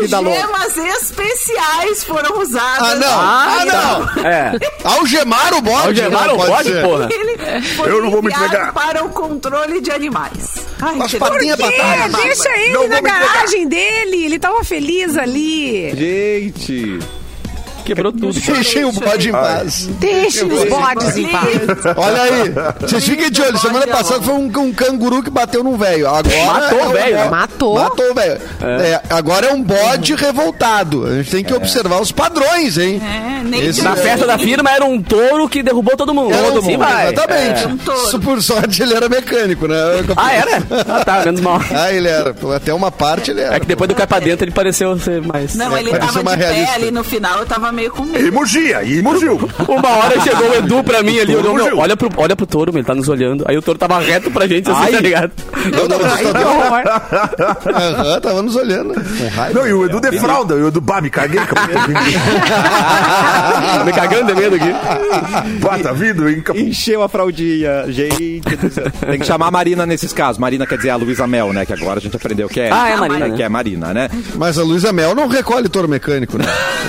[SPEAKER 1] vida
[SPEAKER 2] Algemas especiais foram usadas.
[SPEAKER 5] Ah, não! Ah, não!
[SPEAKER 4] É.
[SPEAKER 5] Algemar o bode!
[SPEAKER 4] Algemar
[SPEAKER 5] não
[SPEAKER 4] o bode,
[SPEAKER 5] ser.
[SPEAKER 4] porra.
[SPEAKER 2] Ele foi
[SPEAKER 3] Eu não vou me
[SPEAKER 2] enviado
[SPEAKER 3] entregar.
[SPEAKER 2] Para o controle de animais. Ai,
[SPEAKER 5] Mas
[SPEAKER 2] que
[SPEAKER 5] patinha
[SPEAKER 2] dor.
[SPEAKER 5] pra trás.
[SPEAKER 6] É, deixa ele
[SPEAKER 3] Não
[SPEAKER 6] na
[SPEAKER 3] vou me entregar.
[SPEAKER 6] garagem dele. Ele tava feliz ali.
[SPEAKER 1] Gente.
[SPEAKER 4] Quebrou tudo.
[SPEAKER 5] Deixem o bode em paz.
[SPEAKER 6] Deixa os bodes em paz.
[SPEAKER 5] Olha aí, vocês fiquem de olho. Semana passada foi um, um canguru que bateu num velho. Agora
[SPEAKER 4] Matou
[SPEAKER 5] é um
[SPEAKER 4] o velho, né?
[SPEAKER 6] Matou.
[SPEAKER 5] Matou o velho. É, agora é um bode revoltado. A gente tem
[SPEAKER 4] É.
[SPEAKER 5] que observar os padrões, hein?
[SPEAKER 2] É, nem
[SPEAKER 5] Esse-
[SPEAKER 4] Na festa da firma era um touro que derrubou todo mundo.
[SPEAKER 5] Era um-
[SPEAKER 4] Todo mundo.
[SPEAKER 5] Exatamente.
[SPEAKER 2] É. Um touro.
[SPEAKER 5] Isso, por sorte, ele era mecânico, né?
[SPEAKER 4] Ah, era? Ah, tá, menos mal.
[SPEAKER 5] Ah, ele era. Até uma parte ele era.
[SPEAKER 4] É que depois do cai pra dentro ele pareceu ser mais.
[SPEAKER 2] Não, ele
[SPEAKER 5] pareceu
[SPEAKER 2] tava de
[SPEAKER 5] mais realista.
[SPEAKER 2] pé ali no final, eu tava tava meio com medo.
[SPEAKER 3] E mugia, e mugiu.
[SPEAKER 4] Uma hora chegou o Edu pra mim ali,
[SPEAKER 3] O touro
[SPEAKER 4] olhou, meu,
[SPEAKER 3] mugiu.
[SPEAKER 4] olha pro, olha pro touro, meu, ele tá nos olhando. Aí o touro tava reto pra gente, assim,
[SPEAKER 1] Ai.
[SPEAKER 4] tá ligado?
[SPEAKER 5] Não, não, vocês tavam- Aham, tava nos olhando. Com
[SPEAKER 4] Uhum.
[SPEAKER 5] raiva.
[SPEAKER 3] Não, e o Edu defrauda. E o Edu, bah, me caguei. capaz-
[SPEAKER 4] Me cagando de medo aqui.
[SPEAKER 6] Ah.
[SPEAKER 3] Bah, tá vindo, hein? capaz-
[SPEAKER 1] Encheu a fraldinha, gente do céu. Tem que chamar a Marina nesses casos. Marina quer dizer a Luísa Mel, né? Que agora a gente aprendeu que é.
[SPEAKER 4] Ah, é a Marina,
[SPEAKER 1] Que é a Marina, né?
[SPEAKER 5] Mas a Luísa Mel não recolhe touro mecânico, né?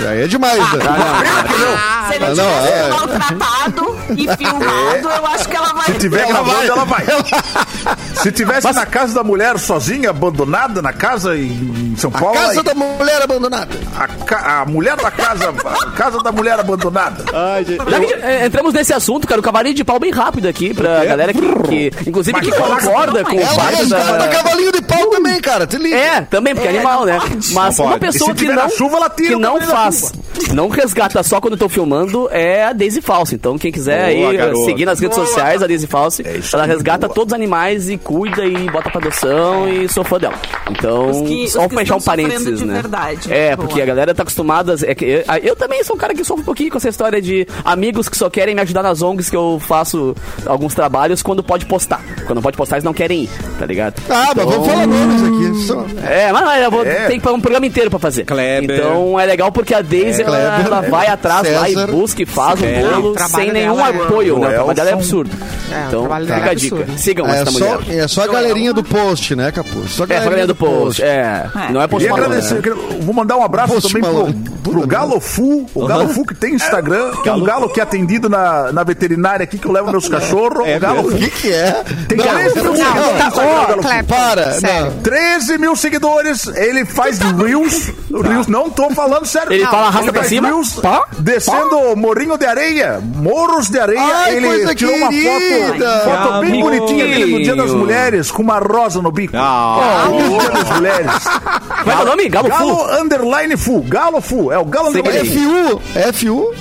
[SPEAKER 5] Aí é demais,
[SPEAKER 4] Ah, tá,
[SPEAKER 5] né?
[SPEAKER 2] Se ele
[SPEAKER 5] não,
[SPEAKER 2] tivesse
[SPEAKER 5] é.
[SPEAKER 2] maltratado e filmado, eu acho que ela vai.
[SPEAKER 3] Se tiver
[SPEAKER 5] Ela
[SPEAKER 3] gravando,
[SPEAKER 5] vai.
[SPEAKER 3] ela vai. Se tivesse na casa da mulher sozinha, abandonada na casa em São Paulo,
[SPEAKER 5] Casa
[SPEAKER 3] aí-
[SPEAKER 5] da mulher abandonada.
[SPEAKER 3] a, ca- a mulher da casa, a casa da mulher abandonada.
[SPEAKER 5] Ah,
[SPEAKER 4] Já que a gente, é, entramos nesse assunto, cara, o cavalinho de pau bem rápido aqui pra galera que, que inclusive, que
[SPEAKER 3] Mas-
[SPEAKER 4] concorda com o
[SPEAKER 5] Ela é
[SPEAKER 4] fato
[SPEAKER 5] escrava da
[SPEAKER 4] da... Uh.
[SPEAKER 5] cavalinho de pau também, cara. Te liga.
[SPEAKER 4] É, também, porque é animal, né? Mas
[SPEAKER 1] Não
[SPEAKER 4] uma
[SPEAKER 1] pode.
[SPEAKER 3] E
[SPEAKER 4] pessoa
[SPEAKER 3] se
[SPEAKER 4] que
[SPEAKER 3] tiver na
[SPEAKER 4] não,
[SPEAKER 3] chuva, ela tira
[SPEAKER 4] que
[SPEAKER 3] o
[SPEAKER 4] não
[SPEAKER 3] cabelo da
[SPEAKER 4] faz, não resgata só quando estão filmando, é a Daisy Falso. Então, quem quiser
[SPEAKER 1] Boa,
[SPEAKER 4] aí
[SPEAKER 1] garoto.
[SPEAKER 4] seguir nas redes sociais a Daisy Falso, ela resgata todos os animais e cuida e bota pra adoção e sou fã dela. Então,
[SPEAKER 2] Os que- os
[SPEAKER 4] só
[SPEAKER 2] que
[SPEAKER 4] fechar
[SPEAKER 2] estão
[SPEAKER 4] um parênteses,
[SPEAKER 2] sofrendo de
[SPEAKER 4] né?
[SPEAKER 2] verdade.
[SPEAKER 4] É,
[SPEAKER 2] Boa.
[SPEAKER 4] porque a galera tá acostumada. É que, eu, eu também sou um cara que sofre um pouquinho com essa história de amigos que só querem me ajudar nas ONGs que eu faço alguns trabalhos quando pode postar. Quando pode postar, eles não querem ir, tá ligado?
[SPEAKER 5] Ah, mas vamos falar nomes aqui. Só-
[SPEAKER 4] É, mas Então- não, eu vou
[SPEAKER 3] É.
[SPEAKER 4] ter que pagar um programa inteiro pra fazer.
[SPEAKER 1] Kleber.
[SPEAKER 4] Então é legal porque a Daisy ela,
[SPEAKER 5] Kleber.
[SPEAKER 4] ela vai atrás lá e
[SPEAKER 5] César.
[SPEAKER 4] busca e faz o
[SPEAKER 1] César.
[SPEAKER 4] bolo
[SPEAKER 6] O trabalho
[SPEAKER 4] sem nenhum
[SPEAKER 6] dela é-
[SPEAKER 4] apoio. Né? O trabalho
[SPEAKER 3] Joelson.
[SPEAKER 4] dela é absurdo.
[SPEAKER 6] É, o
[SPEAKER 4] então
[SPEAKER 6] trabalho
[SPEAKER 4] fica
[SPEAKER 6] dela é
[SPEAKER 4] a dica.
[SPEAKER 6] absurdo.
[SPEAKER 4] Sigam
[SPEAKER 5] É
[SPEAKER 4] essa
[SPEAKER 5] só,
[SPEAKER 4] tá mulher.
[SPEAKER 5] é só a galerinha do post, né, Capu? Só a
[SPEAKER 4] É, só a galera do post. É.
[SPEAKER 2] É.
[SPEAKER 4] Não é post
[SPEAKER 3] E
[SPEAKER 4] Malone,
[SPEAKER 3] agradecer,
[SPEAKER 4] né?
[SPEAKER 3] quero- vou mandar um abraço
[SPEAKER 5] Poxa,
[SPEAKER 3] também
[SPEAKER 5] maluco.
[SPEAKER 3] pro, pro
[SPEAKER 5] Puta
[SPEAKER 3] Galo Fu, o Galo Fu que tem Instagram, que é um galo que é atendido na, na veterinária aqui, que eu levo
[SPEAKER 5] É.
[SPEAKER 3] meus cachorros. o Galo
[SPEAKER 5] O
[SPEAKER 3] Fu.
[SPEAKER 5] que que é?
[SPEAKER 3] Tem
[SPEAKER 5] Não,
[SPEAKER 3] três mil
[SPEAKER 5] não,
[SPEAKER 3] seguidores no
[SPEAKER 5] tá-
[SPEAKER 3] Instagram, Galo Fu.
[SPEAKER 6] Kleber,
[SPEAKER 5] Para,
[SPEAKER 6] sério.
[SPEAKER 3] 13 mil seguidores, ele faz Reels. Reels, não tô falando sério.
[SPEAKER 4] Ele
[SPEAKER 3] Não,
[SPEAKER 4] fala arrasta pra
[SPEAKER 3] faz
[SPEAKER 4] cima,
[SPEAKER 3] Reels,
[SPEAKER 4] pá,
[SPEAKER 3] descendo Morrinho de Areia, Morros de Areia.
[SPEAKER 5] Ai,
[SPEAKER 3] ele
[SPEAKER 5] coisa
[SPEAKER 3] tirou uma
[SPEAKER 5] querida.
[SPEAKER 3] foto, foto bem
[SPEAKER 4] Amiguinho.
[SPEAKER 3] bonitinha dele no Dia das Mulheres, com uma rosa no bico.
[SPEAKER 1] Ah.
[SPEAKER 3] No Dia das Mulheres.
[SPEAKER 4] Como é que é o nome? Galo Fu.
[SPEAKER 3] Galo underline Fu. Galo Fu. É o Galo
[SPEAKER 4] Siga
[SPEAKER 3] underline Fu.
[SPEAKER 5] FU, FU,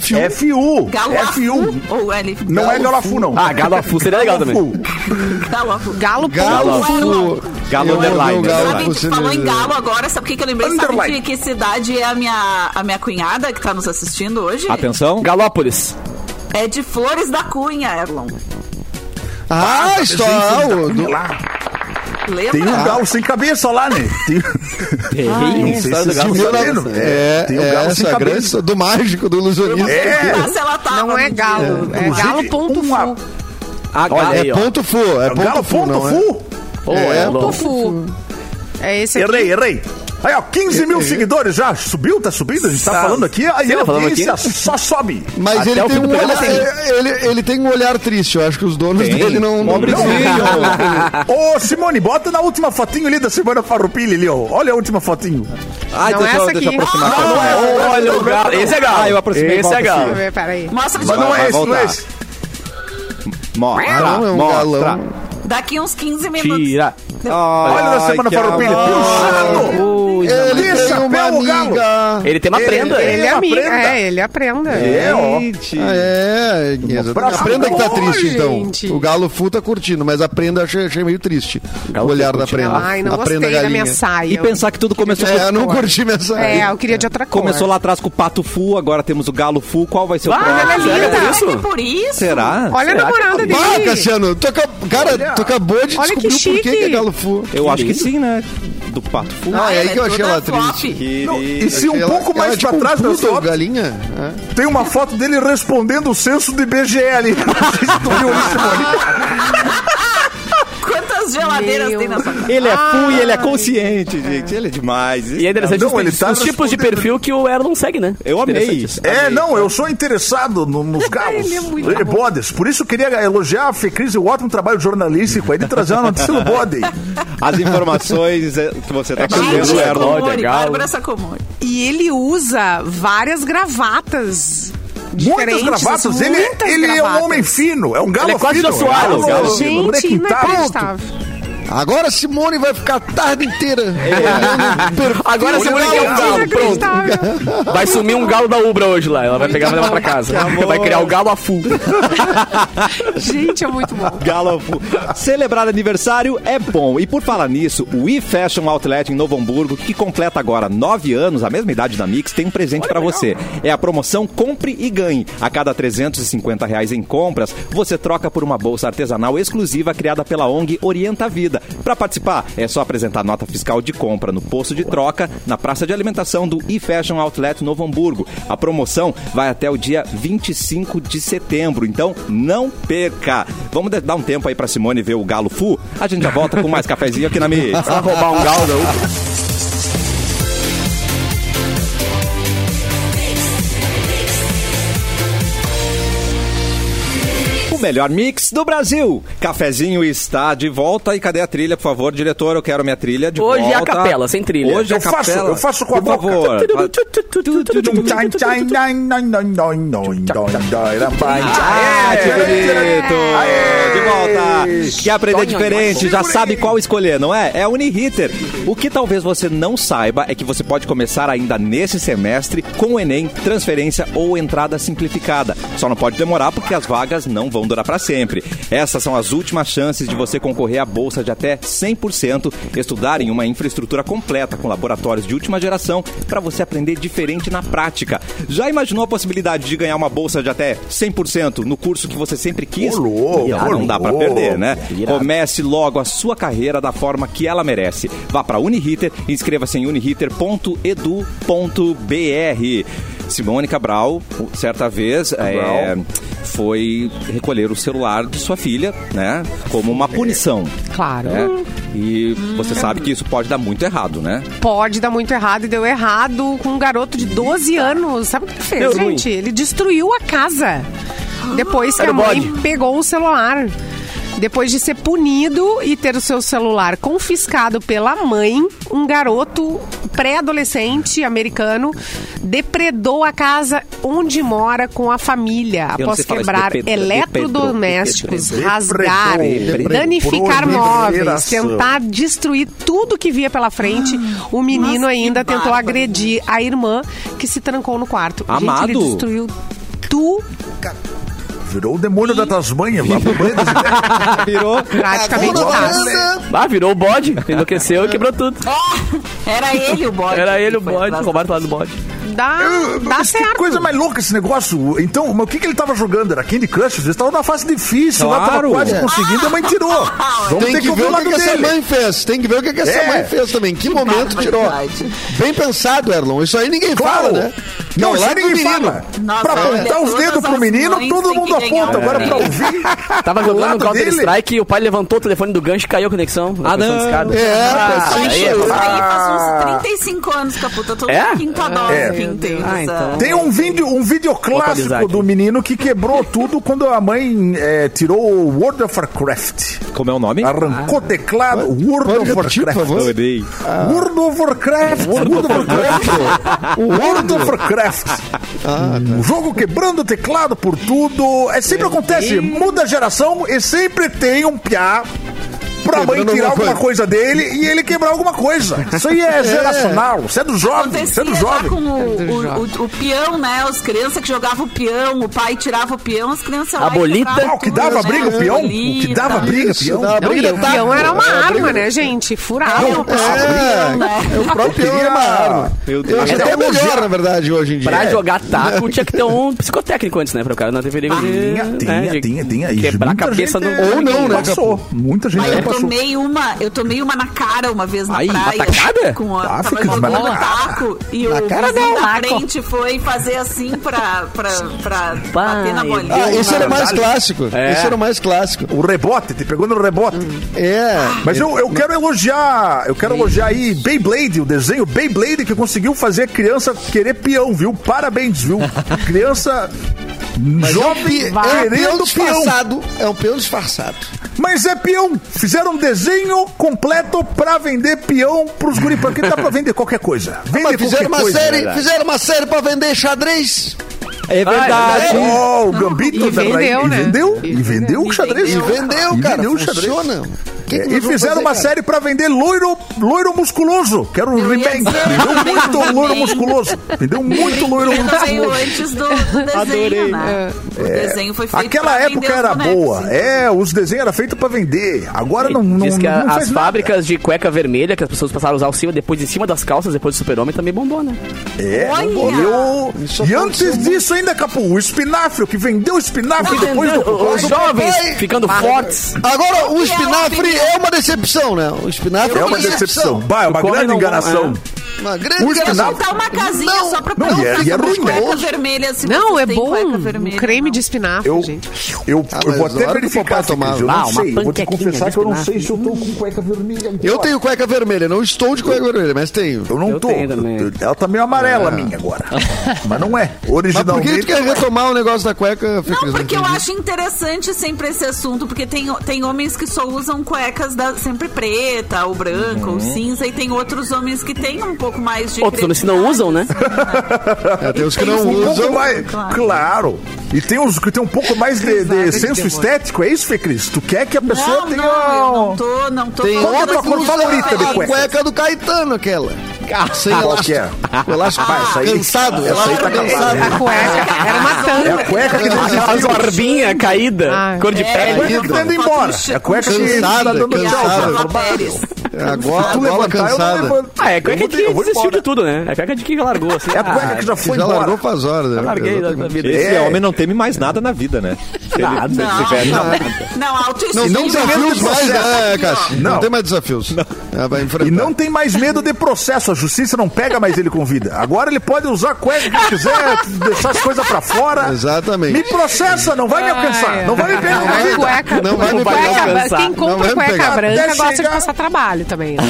[SPEAKER 5] FU.
[SPEAKER 3] FU.
[SPEAKER 2] Galo
[SPEAKER 3] FU.
[SPEAKER 2] Afu, Ou L.
[SPEAKER 3] é Não é Galo Fu, não.
[SPEAKER 4] Ah, Galo Fu seria legal também.
[SPEAKER 3] Fu.
[SPEAKER 2] Galo Afu.
[SPEAKER 6] Galo,
[SPEAKER 5] Galo
[SPEAKER 2] Galo.
[SPEAKER 5] Fu.
[SPEAKER 1] Galo
[SPEAKER 5] Eu vou ver o
[SPEAKER 1] underline,
[SPEAKER 5] Galo
[SPEAKER 2] Sabe,
[SPEAKER 5] Fu,
[SPEAKER 2] tu falou em
[SPEAKER 5] sim.
[SPEAKER 2] galo agora, sabe o que, que eu lembrei? Sabe de
[SPEAKER 3] Underline.
[SPEAKER 2] que cidade é a minha, a minha cunhada que tá nos assistindo hoje?
[SPEAKER 1] Atenção.
[SPEAKER 4] Galópolis.
[SPEAKER 2] É de Flores da Cunha, Erlon.
[SPEAKER 5] Ah, estou.
[SPEAKER 3] tá
[SPEAKER 2] Lembra?
[SPEAKER 3] Tem um galo sem cabeça lá, né? Tem,
[SPEAKER 6] é.
[SPEAKER 4] Tem
[SPEAKER 3] não sei
[SPEAKER 4] história
[SPEAKER 3] se
[SPEAKER 4] do Galo.
[SPEAKER 3] vocês viram. né?
[SPEAKER 5] É,
[SPEAKER 3] tem o
[SPEAKER 5] é
[SPEAKER 3] galo sem
[SPEAKER 5] essa grande
[SPEAKER 3] cabeça.
[SPEAKER 5] história do mágico, do ilusionista.
[SPEAKER 3] É.
[SPEAKER 2] Perguntar Tá, se ela tava
[SPEAKER 6] Não é
[SPEAKER 2] no
[SPEAKER 6] galo, é galo ponto
[SPEAKER 3] uma-
[SPEAKER 6] fu.
[SPEAKER 1] A Galo-
[SPEAKER 4] Olha
[SPEAKER 5] É
[SPEAKER 4] aí, ó.
[SPEAKER 5] ponto fu, é
[SPEAKER 3] É o Galo
[SPEAKER 5] ponto fu.
[SPEAKER 3] ponto
[SPEAKER 5] não é?
[SPEAKER 3] Fu.
[SPEAKER 4] Ô,
[SPEAKER 5] É,
[SPEAKER 4] Elon.
[SPEAKER 6] Ponto fu. É esse aqui.
[SPEAKER 3] Errei, errei. Aí, ó, 15 mil seguidores já. Subiu, tá subindo? A gente tá,
[SPEAKER 4] Tá.
[SPEAKER 3] falando aqui. Aí
[SPEAKER 4] Sim,
[SPEAKER 3] a
[SPEAKER 4] tá falando
[SPEAKER 3] audiência só sobe.
[SPEAKER 5] Mas
[SPEAKER 4] Até
[SPEAKER 5] ele
[SPEAKER 4] o
[SPEAKER 5] tem,
[SPEAKER 4] fim do
[SPEAKER 5] um
[SPEAKER 4] programa
[SPEAKER 5] olhar, ele, ele tem um olhar triste, eu acho que os donos
[SPEAKER 1] Tem.
[SPEAKER 5] dele não.
[SPEAKER 1] Pobrezinho.
[SPEAKER 3] Ô, Simone, bota na última fotinho ali da semana farroupilha ali, ó. Olha a última fotinho.
[SPEAKER 1] Ai,
[SPEAKER 6] Não
[SPEAKER 1] deixa,
[SPEAKER 6] é
[SPEAKER 1] eu-
[SPEAKER 6] essa
[SPEAKER 1] deixa eu
[SPEAKER 6] aqui.
[SPEAKER 1] aproximar.
[SPEAKER 3] Não, não é.
[SPEAKER 4] Olha o Galo. Esse é Galo.
[SPEAKER 1] Ah, eu aproximei,
[SPEAKER 4] Esse é
[SPEAKER 1] volta
[SPEAKER 4] Galo.
[SPEAKER 6] Deixa eu ver, Peraí.
[SPEAKER 2] Mostra de
[SPEAKER 3] Mas não
[SPEAKER 2] novo.
[SPEAKER 1] vai
[SPEAKER 3] é esse, não é
[SPEAKER 1] voltar.
[SPEAKER 3] esse.
[SPEAKER 1] Mostra,
[SPEAKER 5] Ah, não, é um
[SPEAKER 1] mostra.
[SPEAKER 5] galão.
[SPEAKER 2] Daqui uns 15 minutos.
[SPEAKER 4] Tira.
[SPEAKER 3] Olha na semana
[SPEAKER 1] que
[SPEAKER 3] farroupilha.
[SPEAKER 1] amor.
[SPEAKER 3] Puxado.
[SPEAKER 5] Ele
[SPEAKER 3] Que
[SPEAKER 5] tem uma
[SPEAKER 3] chapéu, Galo.
[SPEAKER 5] amiga.
[SPEAKER 4] Ele tem uma prenda.
[SPEAKER 6] Ele é amigo.
[SPEAKER 3] aprenda.
[SPEAKER 6] É, ele aprenda.
[SPEAKER 3] É, ó.
[SPEAKER 5] Ah, é, Guinza.
[SPEAKER 3] pra-
[SPEAKER 5] Aprenda que tá
[SPEAKER 3] Ô,
[SPEAKER 5] triste, então.
[SPEAKER 6] gente.
[SPEAKER 5] O galo fu tá curtindo, mas a prenda eu achei, achei meio triste.
[SPEAKER 4] Galo
[SPEAKER 5] o olhar
[SPEAKER 4] Fu
[SPEAKER 5] da
[SPEAKER 4] curtindo.
[SPEAKER 5] prenda.
[SPEAKER 6] Ai, não
[SPEAKER 5] a prenda
[SPEAKER 6] gostei da
[SPEAKER 5] galinha.
[SPEAKER 6] minha saia.
[SPEAKER 1] E pensar que tudo começou
[SPEAKER 5] É, eu não
[SPEAKER 1] com...
[SPEAKER 5] curti minha
[SPEAKER 6] É,
[SPEAKER 5] saia.
[SPEAKER 6] eu queria de outra cor.
[SPEAKER 1] Começou lá atrás com o Pato Fu, agora temos o Galo Fu. Qual vai ser o
[SPEAKER 4] Ah, ela é
[SPEAKER 1] próximo?
[SPEAKER 4] linda.
[SPEAKER 2] Será
[SPEAKER 4] Olha
[SPEAKER 2] que
[SPEAKER 4] isso.
[SPEAKER 2] é por isso?
[SPEAKER 1] Será?
[SPEAKER 6] Olha a
[SPEAKER 4] Será que
[SPEAKER 6] namorada dele.
[SPEAKER 5] Bah, Cassiano, tu, aca- cara,
[SPEAKER 3] Olha.
[SPEAKER 5] tu acabou de
[SPEAKER 6] Olha
[SPEAKER 5] descobrir
[SPEAKER 6] que
[SPEAKER 5] o porquê
[SPEAKER 6] chique.
[SPEAKER 5] que é galo fu.
[SPEAKER 1] Eu acho que sim, né? Do Pato Fu.
[SPEAKER 5] Ah, é aí que eu
[SPEAKER 2] toda
[SPEAKER 5] achei ela
[SPEAKER 2] flop.
[SPEAKER 5] triste.
[SPEAKER 3] Não, e se um
[SPEAKER 5] Ela-
[SPEAKER 3] pouco
[SPEAKER 5] ela é
[SPEAKER 3] mais
[SPEAKER 5] tipo
[SPEAKER 3] pra
[SPEAKER 5] um
[SPEAKER 3] trás da
[SPEAKER 5] poodle,
[SPEAKER 3] foto,
[SPEAKER 5] galinha. é.
[SPEAKER 3] tem uma foto dele respondendo o censo do IBGE ali. Não sei se tu viu isso, Simone.
[SPEAKER 2] Quantas geladeiras
[SPEAKER 6] Meu.
[SPEAKER 2] tem na sua casa?
[SPEAKER 1] Ele é fu e ele é consciente, gente. Ele é demais.
[SPEAKER 4] E é interessante
[SPEAKER 3] Não,
[SPEAKER 4] os,
[SPEAKER 3] ele tá
[SPEAKER 4] os tipos de
[SPEAKER 3] respondendo.
[SPEAKER 4] perfil que o Erlon segue, né?
[SPEAKER 1] Eu amei.
[SPEAKER 4] Interessante isso.
[SPEAKER 3] É, não, eu sou interessado no- nos galos.
[SPEAKER 6] Ele é muito bom.
[SPEAKER 3] Bodes. Por isso eu queria elogiar a Fecris e o ótimo trabalho jornalístico aí de trazer uma notícia do Bode.
[SPEAKER 1] As informações é, que você tá
[SPEAKER 4] Gente,
[SPEAKER 1] perdendo,
[SPEAKER 4] é
[SPEAKER 1] Erlon.
[SPEAKER 4] Lorde, é Galo.
[SPEAKER 2] Bárbara Sacomori.
[SPEAKER 6] E ele usa várias gravatas.
[SPEAKER 3] Muitas
[SPEAKER 6] diferentes,
[SPEAKER 3] gravatas. Ele,
[SPEAKER 6] muitas
[SPEAKER 3] ele é um
[SPEAKER 6] gravatas.
[SPEAKER 3] homem fino. É um galo
[SPEAKER 4] Ele é quase
[SPEAKER 3] fino.
[SPEAKER 4] Jô Soares,
[SPEAKER 3] um
[SPEAKER 4] galo.
[SPEAKER 3] fino,
[SPEAKER 6] Gente,
[SPEAKER 3] requintado.
[SPEAKER 6] inacreditável.
[SPEAKER 5] Agora Simone vai ficar a tarde inteira. olhando o perfil
[SPEAKER 4] Agora
[SPEAKER 5] do
[SPEAKER 4] você vai
[SPEAKER 5] Galo.
[SPEAKER 4] criar um galo, pronto.
[SPEAKER 6] Inacreditável.
[SPEAKER 4] Vai sumir um galo da Ubra hoje lá. Ela vai pegar e vai levar pra casa. Vai criar o galo a full.
[SPEAKER 6] Gente, é muito bom.
[SPEAKER 1] Galopo. Celebrar aniversário é bom. E por falar nisso, o E-Fashion Outlet em Novo Hamburgo, que completa agora nove anos, a mesma idade da Mix, tem um presente pra você. É a promoção Compre e Ganhe. A cada 350 reais em compras, você troca por uma bolsa artesanal exclusiva criada pela ONG Orienta a Vida. Pra participar, é só apresentar nota fiscal de compra no posto de troca, na praça de alimentação do E-Fashion Outlet Novo Hamburgo. A promoção vai até o dia 25 de setembro, então não perca. Vamos de- dar um tempo aí pra Simone ver o Galo Fu. A gente já volta com mais cafezinho aqui na Mi.
[SPEAKER 4] Vai roubar um galo da
[SPEAKER 3] né?
[SPEAKER 4] Ubra.
[SPEAKER 1] O melhor mix do Brasil. Cafezinho está de volta. E cadê a trilha, por favor, diretor? Eu quero minha trilha de
[SPEAKER 4] Hoje é
[SPEAKER 1] volta.
[SPEAKER 4] a capela, sem trilha.
[SPEAKER 1] Hoje é a
[SPEAKER 3] Eu faço,
[SPEAKER 1] capela.
[SPEAKER 3] eu faço com a
[SPEAKER 1] por
[SPEAKER 3] boca.
[SPEAKER 1] favor. Ah, que bonito! De volta! Quer aprender diferente? Já sabe qual escolher, não é? É a Unihitter. O que talvez você não saiba é que você pode começar ainda nesse semestre com o Enem, transferência ou entrada simplificada. Só não pode demorar porque as vagas não vão durar para sempre. Essas são as últimas chances de você concorrer à bolsa de até 100%, estudar em uma infraestrutura completa com laboratórios de última geração para você aprender diferente na prática. Já imaginou a possibilidade de ganhar uma bolsa de até 100% no curso que você sempre quis?
[SPEAKER 3] Ô, louco,
[SPEAKER 1] Irado,
[SPEAKER 3] ô,
[SPEAKER 1] não dá pra
[SPEAKER 3] louco.
[SPEAKER 1] perder, né? Comece logo a sua carreira da forma que ela merece. Vá pra Uniriter e inscreva-se em uniriter.edu.br. Simone Cabral, certa vez, é, foi recolher o celular de sua filha, né? Como uma punição.
[SPEAKER 6] Claro.
[SPEAKER 4] É.
[SPEAKER 1] né? E você sabe que isso pode dar muito errado, né?
[SPEAKER 6] Pode dar muito errado e deu errado com um garoto de 12 anos. Sabe o que ele fez,
[SPEAKER 4] Deu ruim.
[SPEAKER 6] gente? Ele destruiu a casa. Depois que
[SPEAKER 4] Era
[SPEAKER 6] a mãe
[SPEAKER 4] bode.
[SPEAKER 6] pegou o celular. Depois de ser punido e ter o seu celular confiscado pela mãe, um garoto pré-adolescente americano depredou a casa onde mora com a família
[SPEAKER 1] Eu não
[SPEAKER 6] após
[SPEAKER 1] sei falar isso,
[SPEAKER 6] quebrar
[SPEAKER 1] depredou,
[SPEAKER 6] eletrodomésticos,
[SPEAKER 1] depredou,
[SPEAKER 6] rasgar,
[SPEAKER 3] depredou,
[SPEAKER 6] danificar
[SPEAKER 3] depredou,
[SPEAKER 6] móveis,
[SPEAKER 3] liberação.
[SPEAKER 6] tentar a destruir tudo que via pela frente.
[SPEAKER 3] Ah,
[SPEAKER 6] O menino
[SPEAKER 2] Nossa,
[SPEAKER 6] ainda
[SPEAKER 2] que
[SPEAKER 6] tentou
[SPEAKER 2] bárbaro.
[SPEAKER 6] agredir a irmã que se trancou no quarto. Gente,
[SPEAKER 1] Amado.
[SPEAKER 6] ele destruiu tudo.
[SPEAKER 3] Virou o demônio da Tasmanha. lá pro banho das ideias.
[SPEAKER 1] Virou.
[SPEAKER 6] Praticamente
[SPEAKER 5] tá,
[SPEAKER 6] nada.
[SPEAKER 5] né?
[SPEAKER 4] Ah, virou o bode. Enlouqueceu e quebrou tudo.
[SPEAKER 2] É, Era ele o bode.
[SPEAKER 4] Era ele o
[SPEAKER 2] que foi
[SPEAKER 4] bode.
[SPEAKER 2] atrás
[SPEAKER 4] Roubaram lá do bode.
[SPEAKER 6] Dá, dá
[SPEAKER 3] Mas
[SPEAKER 6] certo.
[SPEAKER 3] Que coisa mais louca esse negócio. Então, mas o que, que ele tava jogando? Era Candy Crush? Ele tava numa fase difícil, lá tava
[SPEAKER 1] Claro.
[SPEAKER 3] quase
[SPEAKER 1] É.
[SPEAKER 3] conseguindo, a mãe tirou. Vamos
[SPEAKER 5] Tem
[SPEAKER 3] ter
[SPEAKER 5] que,
[SPEAKER 3] que ouvir
[SPEAKER 5] ver
[SPEAKER 3] o
[SPEAKER 5] o que,
[SPEAKER 3] lado
[SPEAKER 5] que essa
[SPEAKER 3] dele.
[SPEAKER 5] mãe fez. Tem que ver o que, que essa
[SPEAKER 3] É.
[SPEAKER 5] mãe fez também. Que momento tirou.
[SPEAKER 2] barbaridade.
[SPEAKER 5] Bem pensado, Erlon. Isso aí ninguém
[SPEAKER 3] Claro.
[SPEAKER 5] fala, né?
[SPEAKER 3] Não,
[SPEAKER 5] Não,
[SPEAKER 3] isso
[SPEAKER 5] lá do
[SPEAKER 3] ninguém
[SPEAKER 5] menino.
[SPEAKER 3] fala.
[SPEAKER 2] Nossa,
[SPEAKER 3] pra
[SPEAKER 2] olha,
[SPEAKER 3] apontar os
[SPEAKER 2] todas
[SPEAKER 3] dedos pro
[SPEAKER 2] as
[SPEAKER 3] menino,
[SPEAKER 2] mães
[SPEAKER 3] todo
[SPEAKER 2] têm que
[SPEAKER 3] mundo
[SPEAKER 2] ganhar
[SPEAKER 3] aponta.
[SPEAKER 2] um
[SPEAKER 3] Agora
[SPEAKER 2] prêmio.
[SPEAKER 3] pra ouvir.
[SPEAKER 4] Tava
[SPEAKER 3] o
[SPEAKER 4] jogando
[SPEAKER 3] lado
[SPEAKER 4] no Counter
[SPEAKER 3] dele.
[SPEAKER 4] Strike e o pai levantou o telefone do gancho e caiu a conexão. A conexão
[SPEAKER 1] não.
[SPEAKER 4] discada.
[SPEAKER 5] É,
[SPEAKER 4] Ah,
[SPEAKER 5] foi
[SPEAKER 4] aí
[SPEAKER 5] isso.
[SPEAKER 4] é
[SPEAKER 2] Isso
[SPEAKER 4] foda.
[SPEAKER 2] aí faz uns 35 anos, Caputa. Eu tô
[SPEAKER 4] É?
[SPEAKER 2] na quinta dose
[SPEAKER 3] É.
[SPEAKER 2] que entendo.
[SPEAKER 4] Ah, então.
[SPEAKER 3] Tem um vídeo, um vídeo
[SPEAKER 4] atualizar
[SPEAKER 3] clássico
[SPEAKER 4] aqui.
[SPEAKER 3] do menino que quebrou tudo quando a mãe eh, tirou o World of Warcraft.
[SPEAKER 1] Como é o nome?
[SPEAKER 3] Arrancou o teclado. World
[SPEAKER 5] Pode
[SPEAKER 3] of
[SPEAKER 5] repetir, por
[SPEAKER 3] Warcraft.
[SPEAKER 5] favor?
[SPEAKER 1] Adorei.
[SPEAKER 3] World of Warcraft. World of Warcraft. World of Warcraft. Um jogo quebrando o teclado por tudo. É sempre acontece. Muda a geração e sempre tem um piá pra mãe
[SPEAKER 5] Quebrando
[SPEAKER 3] tirar
[SPEAKER 5] alguma
[SPEAKER 3] alguma coisa dele e ele quebrar alguma coisa. Isso aí é geracional. Você é do jovem. Você
[SPEAKER 2] Acontecia
[SPEAKER 3] é do
[SPEAKER 2] já
[SPEAKER 3] jovem.
[SPEAKER 2] com o, o, o, o peão, né? As crianças que jogavam o peão, o pai tirava o peão, as crianças lá
[SPEAKER 4] A
[SPEAKER 2] e
[SPEAKER 4] bolita?
[SPEAKER 2] quebravam
[SPEAKER 3] Ah, o que
[SPEAKER 2] tudo,
[SPEAKER 3] dava
[SPEAKER 2] né, tá.
[SPEAKER 3] briga,
[SPEAKER 2] a
[SPEAKER 3] o peão? O que
[SPEAKER 2] bolita.
[SPEAKER 3] dava briga,
[SPEAKER 5] Isso
[SPEAKER 3] peão?
[SPEAKER 5] dá uma
[SPEAKER 6] Não,
[SPEAKER 5] briga
[SPEAKER 6] e o
[SPEAKER 5] tática.
[SPEAKER 6] peão era
[SPEAKER 3] É,
[SPEAKER 6] uma arma, né, gente? Furava.
[SPEAKER 5] É,
[SPEAKER 2] né?
[SPEAKER 5] o próprio peão era uma arma.
[SPEAKER 1] Meu Deus.
[SPEAKER 5] Eu acho
[SPEAKER 3] Até
[SPEAKER 5] é um até
[SPEAKER 3] hoje,
[SPEAKER 5] melhor, na verdade, hoje em dia.
[SPEAKER 3] É.
[SPEAKER 5] É.
[SPEAKER 4] Pra jogar taco, tinha que ter um psicotécnico antes, né? Pra o cara não ter perigo de,
[SPEAKER 3] Ah, Tinha,
[SPEAKER 4] né,
[SPEAKER 3] tinha,
[SPEAKER 4] de
[SPEAKER 3] tinha, tinha. aí.
[SPEAKER 4] Quebrar a
[SPEAKER 3] Muita
[SPEAKER 4] cabeça do...
[SPEAKER 3] gente,
[SPEAKER 4] no...
[SPEAKER 3] é,
[SPEAKER 5] Ou não, né,
[SPEAKER 3] Passou. Muita gente
[SPEAKER 2] Mas
[SPEAKER 3] já
[SPEAKER 2] eu
[SPEAKER 3] passou.
[SPEAKER 2] tomei uma, eu tomei uma na cara uma vez na
[SPEAKER 4] Ai, uma
[SPEAKER 2] praia.
[SPEAKER 4] tacada?
[SPEAKER 2] Com a,
[SPEAKER 3] Tá,
[SPEAKER 2] tava
[SPEAKER 3] fica- mas na
[SPEAKER 2] jogando um
[SPEAKER 3] cara.
[SPEAKER 2] taco e o
[SPEAKER 5] cara
[SPEAKER 2] vizinho
[SPEAKER 6] não,
[SPEAKER 2] da
[SPEAKER 6] taco.
[SPEAKER 2] frente foi fazer assim pra, pra, pra bater na
[SPEAKER 4] Pai,
[SPEAKER 2] bolinha.
[SPEAKER 5] Ah, esse era o mais
[SPEAKER 3] Verdade.
[SPEAKER 5] clássico.
[SPEAKER 4] É.
[SPEAKER 5] Esse era o mais clássico.
[SPEAKER 3] O rebote, te pegou no rebote.
[SPEAKER 5] É.
[SPEAKER 3] Mas eu, eu quero elogiar, eu quero elogiar aí Beyblade, o desenho Beyblade que conseguiu fazer a criança querer peão, viu? Parabéns, viu? Criança jovem
[SPEAKER 5] É um peão
[SPEAKER 3] querendo peão.
[SPEAKER 5] disfarçado. É um peão disfarçado.
[SPEAKER 3] Mas é peão. Fizeram um desenho completo pra vender peão pros guri, porque dá pra vender qualquer coisa. Vende
[SPEAKER 5] Ah, Mas
[SPEAKER 3] qualquer
[SPEAKER 5] fizeram uma
[SPEAKER 3] coisa.
[SPEAKER 5] série, fizeram uma série pra vender xadrez.
[SPEAKER 1] É verdade.
[SPEAKER 3] Oh, o Gambito
[SPEAKER 6] E
[SPEAKER 3] da Rainha.
[SPEAKER 6] vendeu,
[SPEAKER 3] E
[SPEAKER 6] né?
[SPEAKER 3] vendeu,
[SPEAKER 6] E
[SPEAKER 3] e vendeu o xadrez.
[SPEAKER 5] Ah, E vendeu,
[SPEAKER 3] E
[SPEAKER 5] cara.
[SPEAKER 3] vendeu o xadrez.
[SPEAKER 5] funciona.
[SPEAKER 3] É, E fizeram uma série pra vender loiro, loiro musculoso, que era um
[SPEAKER 2] Eu ia
[SPEAKER 3] remake.
[SPEAKER 2] dizer,
[SPEAKER 3] Vendeu
[SPEAKER 2] eu
[SPEAKER 3] muito
[SPEAKER 2] também.
[SPEAKER 3] loiro musculoso. Vendeu muito loiro
[SPEAKER 2] Ele veio
[SPEAKER 3] musculoso.
[SPEAKER 2] um antes do, do desenho,
[SPEAKER 6] Adorei.
[SPEAKER 2] né? O desenho foi feito
[SPEAKER 3] É. Aquela
[SPEAKER 2] pra
[SPEAKER 3] época
[SPEAKER 2] vender os
[SPEAKER 3] era
[SPEAKER 2] bonecos,
[SPEAKER 3] boa.
[SPEAKER 2] então.
[SPEAKER 3] É, os desenhos eram feitos pra vender. Agora não, não,
[SPEAKER 4] Diz que a-
[SPEAKER 3] não faz
[SPEAKER 4] as
[SPEAKER 3] nada.
[SPEAKER 4] fábricas de cueca vermelha que as pessoas passaram a usar em cima, depois em cima das calças, depois do super-homem, também bombou, né?
[SPEAKER 3] É,
[SPEAKER 2] Olha!
[SPEAKER 3] e eu-
[SPEAKER 5] Isso
[SPEAKER 3] e
[SPEAKER 5] aconteceu
[SPEAKER 3] antes disso ainda, Capu, o espinafre, o que vendeu o espinafre depois do...
[SPEAKER 4] Os jovens ficando fortes.
[SPEAKER 5] Agora, o
[SPEAKER 2] é
[SPEAKER 5] espinafre
[SPEAKER 2] opinião?
[SPEAKER 5] é uma decepção, né? O espinafre
[SPEAKER 3] É uma decepção. Bah, é uma
[SPEAKER 4] Tu come é.
[SPEAKER 3] grande
[SPEAKER 4] não-
[SPEAKER 3] enganação.
[SPEAKER 5] Uma grande
[SPEAKER 3] O
[SPEAKER 5] enganação.
[SPEAKER 3] espinafre-
[SPEAKER 2] Soltar uma casinha
[SPEAKER 5] Não,
[SPEAKER 2] só pra
[SPEAKER 3] não, e é-
[SPEAKER 2] perguntar
[SPEAKER 3] e é
[SPEAKER 2] sobre
[SPEAKER 3] ruim, né?
[SPEAKER 2] cueca vermelha. Se
[SPEAKER 6] Não,
[SPEAKER 2] vocês
[SPEAKER 6] é
[SPEAKER 2] têm
[SPEAKER 6] bom.
[SPEAKER 2] cueca
[SPEAKER 6] Um
[SPEAKER 2] vermelha,
[SPEAKER 6] creme
[SPEAKER 2] não.
[SPEAKER 6] de espinafre,
[SPEAKER 3] Eu,
[SPEAKER 6] gente.
[SPEAKER 3] eu,
[SPEAKER 5] Ah,
[SPEAKER 3] eu vou
[SPEAKER 5] mas
[SPEAKER 3] até
[SPEAKER 5] hora do
[SPEAKER 3] verificar
[SPEAKER 5] papai
[SPEAKER 3] essa
[SPEAKER 5] tomar.
[SPEAKER 3] crise, eu não
[SPEAKER 4] Ah, uma
[SPEAKER 3] sei. Vou te
[SPEAKER 4] panquequinha
[SPEAKER 3] confessar
[SPEAKER 4] de
[SPEAKER 3] que eu não
[SPEAKER 4] espinafre.
[SPEAKER 3] sei se eu tô com cueca vermelha.
[SPEAKER 5] Eu tenho cueca vermelha, não estou de cueca vermelha, mas tenho.
[SPEAKER 3] Eu não
[SPEAKER 4] Eu
[SPEAKER 3] tô.
[SPEAKER 4] tenho também.
[SPEAKER 3] Eu- Ela tá meio amarela a minha agora. Mas não é.
[SPEAKER 5] Mas por que tu
[SPEAKER 3] Originalmente.
[SPEAKER 5] quer retomar o negócio da cueca, Fê
[SPEAKER 2] Não,
[SPEAKER 5] Cris?
[SPEAKER 2] porque eu
[SPEAKER 5] entendi.
[SPEAKER 2] acho interessante sempre esse assunto, porque tem, tem homens que só usam cuecas da- sempre preta, ou branca, ou cinza, e tem outros homens que têm um pouco mais de.
[SPEAKER 4] Outros homens que não usam, né?
[SPEAKER 5] É, tem os que
[SPEAKER 2] tem
[SPEAKER 5] não
[SPEAKER 2] um
[SPEAKER 3] Um pouco
[SPEAKER 5] usam.
[SPEAKER 3] mais.
[SPEAKER 2] Claro.
[SPEAKER 3] Claro. E tem uns que tem um pouco mais de, de
[SPEAKER 6] Exato,
[SPEAKER 3] senso
[SPEAKER 6] demora.
[SPEAKER 3] estético. É isso, Fê Cris? Tu quer que a pessoa
[SPEAKER 2] Não,
[SPEAKER 3] tenha.
[SPEAKER 2] não, eu
[SPEAKER 3] um-
[SPEAKER 2] não tô, não tô.
[SPEAKER 5] Tem
[SPEAKER 2] falando
[SPEAKER 3] outra
[SPEAKER 5] outro
[SPEAKER 2] assim,
[SPEAKER 5] que
[SPEAKER 3] cor
[SPEAKER 2] não
[SPEAKER 5] usa
[SPEAKER 3] favorita de
[SPEAKER 5] a
[SPEAKER 3] cueca.
[SPEAKER 5] cueca do Caetano, aquela. Sem
[SPEAKER 3] Qual que
[SPEAKER 5] elástico.
[SPEAKER 3] é?
[SPEAKER 5] O elástico
[SPEAKER 3] Ah, essa aí-
[SPEAKER 5] cansado.
[SPEAKER 3] essa aí
[SPEAKER 5] elástico
[SPEAKER 3] tá
[SPEAKER 5] cansado.
[SPEAKER 3] acabada.
[SPEAKER 6] A cueca era uma
[SPEAKER 3] É a
[SPEAKER 6] tanga.
[SPEAKER 3] cueca que não
[SPEAKER 4] As barbinhas né? caídas,
[SPEAKER 6] Ah,
[SPEAKER 4] cor de
[SPEAKER 2] é,
[SPEAKER 3] É a
[SPEAKER 4] pele.
[SPEAKER 3] cueca que tá indo embora. É a cueca que tá
[SPEAKER 5] Cansada,
[SPEAKER 3] dando tchau.
[SPEAKER 5] cansada.
[SPEAKER 3] sabe?
[SPEAKER 2] Fala, Pérez.
[SPEAKER 5] É a
[SPEAKER 3] Se
[SPEAKER 5] gola,
[SPEAKER 3] tu
[SPEAKER 5] gola
[SPEAKER 3] levantar, eu não
[SPEAKER 5] cansada.
[SPEAKER 3] levanto.
[SPEAKER 4] Ah, é a
[SPEAKER 3] Eu
[SPEAKER 4] cueca
[SPEAKER 3] vou
[SPEAKER 4] que
[SPEAKER 3] ter- eu vou
[SPEAKER 4] desistiu
[SPEAKER 3] embora.
[SPEAKER 4] de tudo, né? É a cueca de que largou, assim.
[SPEAKER 3] É a cueca que já
[SPEAKER 5] Você
[SPEAKER 3] foi
[SPEAKER 5] já
[SPEAKER 3] embora.
[SPEAKER 5] largou faz horas. né?
[SPEAKER 4] Larguei da- da
[SPEAKER 5] Exatamente.
[SPEAKER 4] vida.
[SPEAKER 1] Esse
[SPEAKER 3] É.
[SPEAKER 1] homem não teme mais nada na vida, né? Se ele,
[SPEAKER 4] Nada.
[SPEAKER 1] se ele
[SPEAKER 2] Não.
[SPEAKER 1] tiver- não.
[SPEAKER 2] Não, autoestima.
[SPEAKER 5] Não, não
[SPEAKER 2] é um
[SPEAKER 5] desafios mais,
[SPEAKER 2] processo.
[SPEAKER 5] né, Cássio? Não.
[SPEAKER 3] Não.
[SPEAKER 5] tem mais desafios. Ah, vai enfrentar.
[SPEAKER 3] E não tem mais medo de processo. A justiça não pega mais ele com vida. Agora ele pode usar a cueca que quiser, deixar as coisas pra fora.
[SPEAKER 5] Exatamente.
[SPEAKER 3] Me processa, não vai me alcançar. Não vai me pegar
[SPEAKER 6] Não,
[SPEAKER 3] com
[SPEAKER 6] mas
[SPEAKER 3] vida.
[SPEAKER 6] cueca,
[SPEAKER 5] Não vai me
[SPEAKER 6] cueca-
[SPEAKER 5] pegar.
[SPEAKER 4] alcançar.
[SPEAKER 6] Quem
[SPEAKER 5] Não vai
[SPEAKER 6] compra
[SPEAKER 5] me
[SPEAKER 6] cueca
[SPEAKER 5] pegar.
[SPEAKER 6] branca
[SPEAKER 3] Até
[SPEAKER 6] gosta de
[SPEAKER 3] chegar-
[SPEAKER 6] passar trabalho também. né?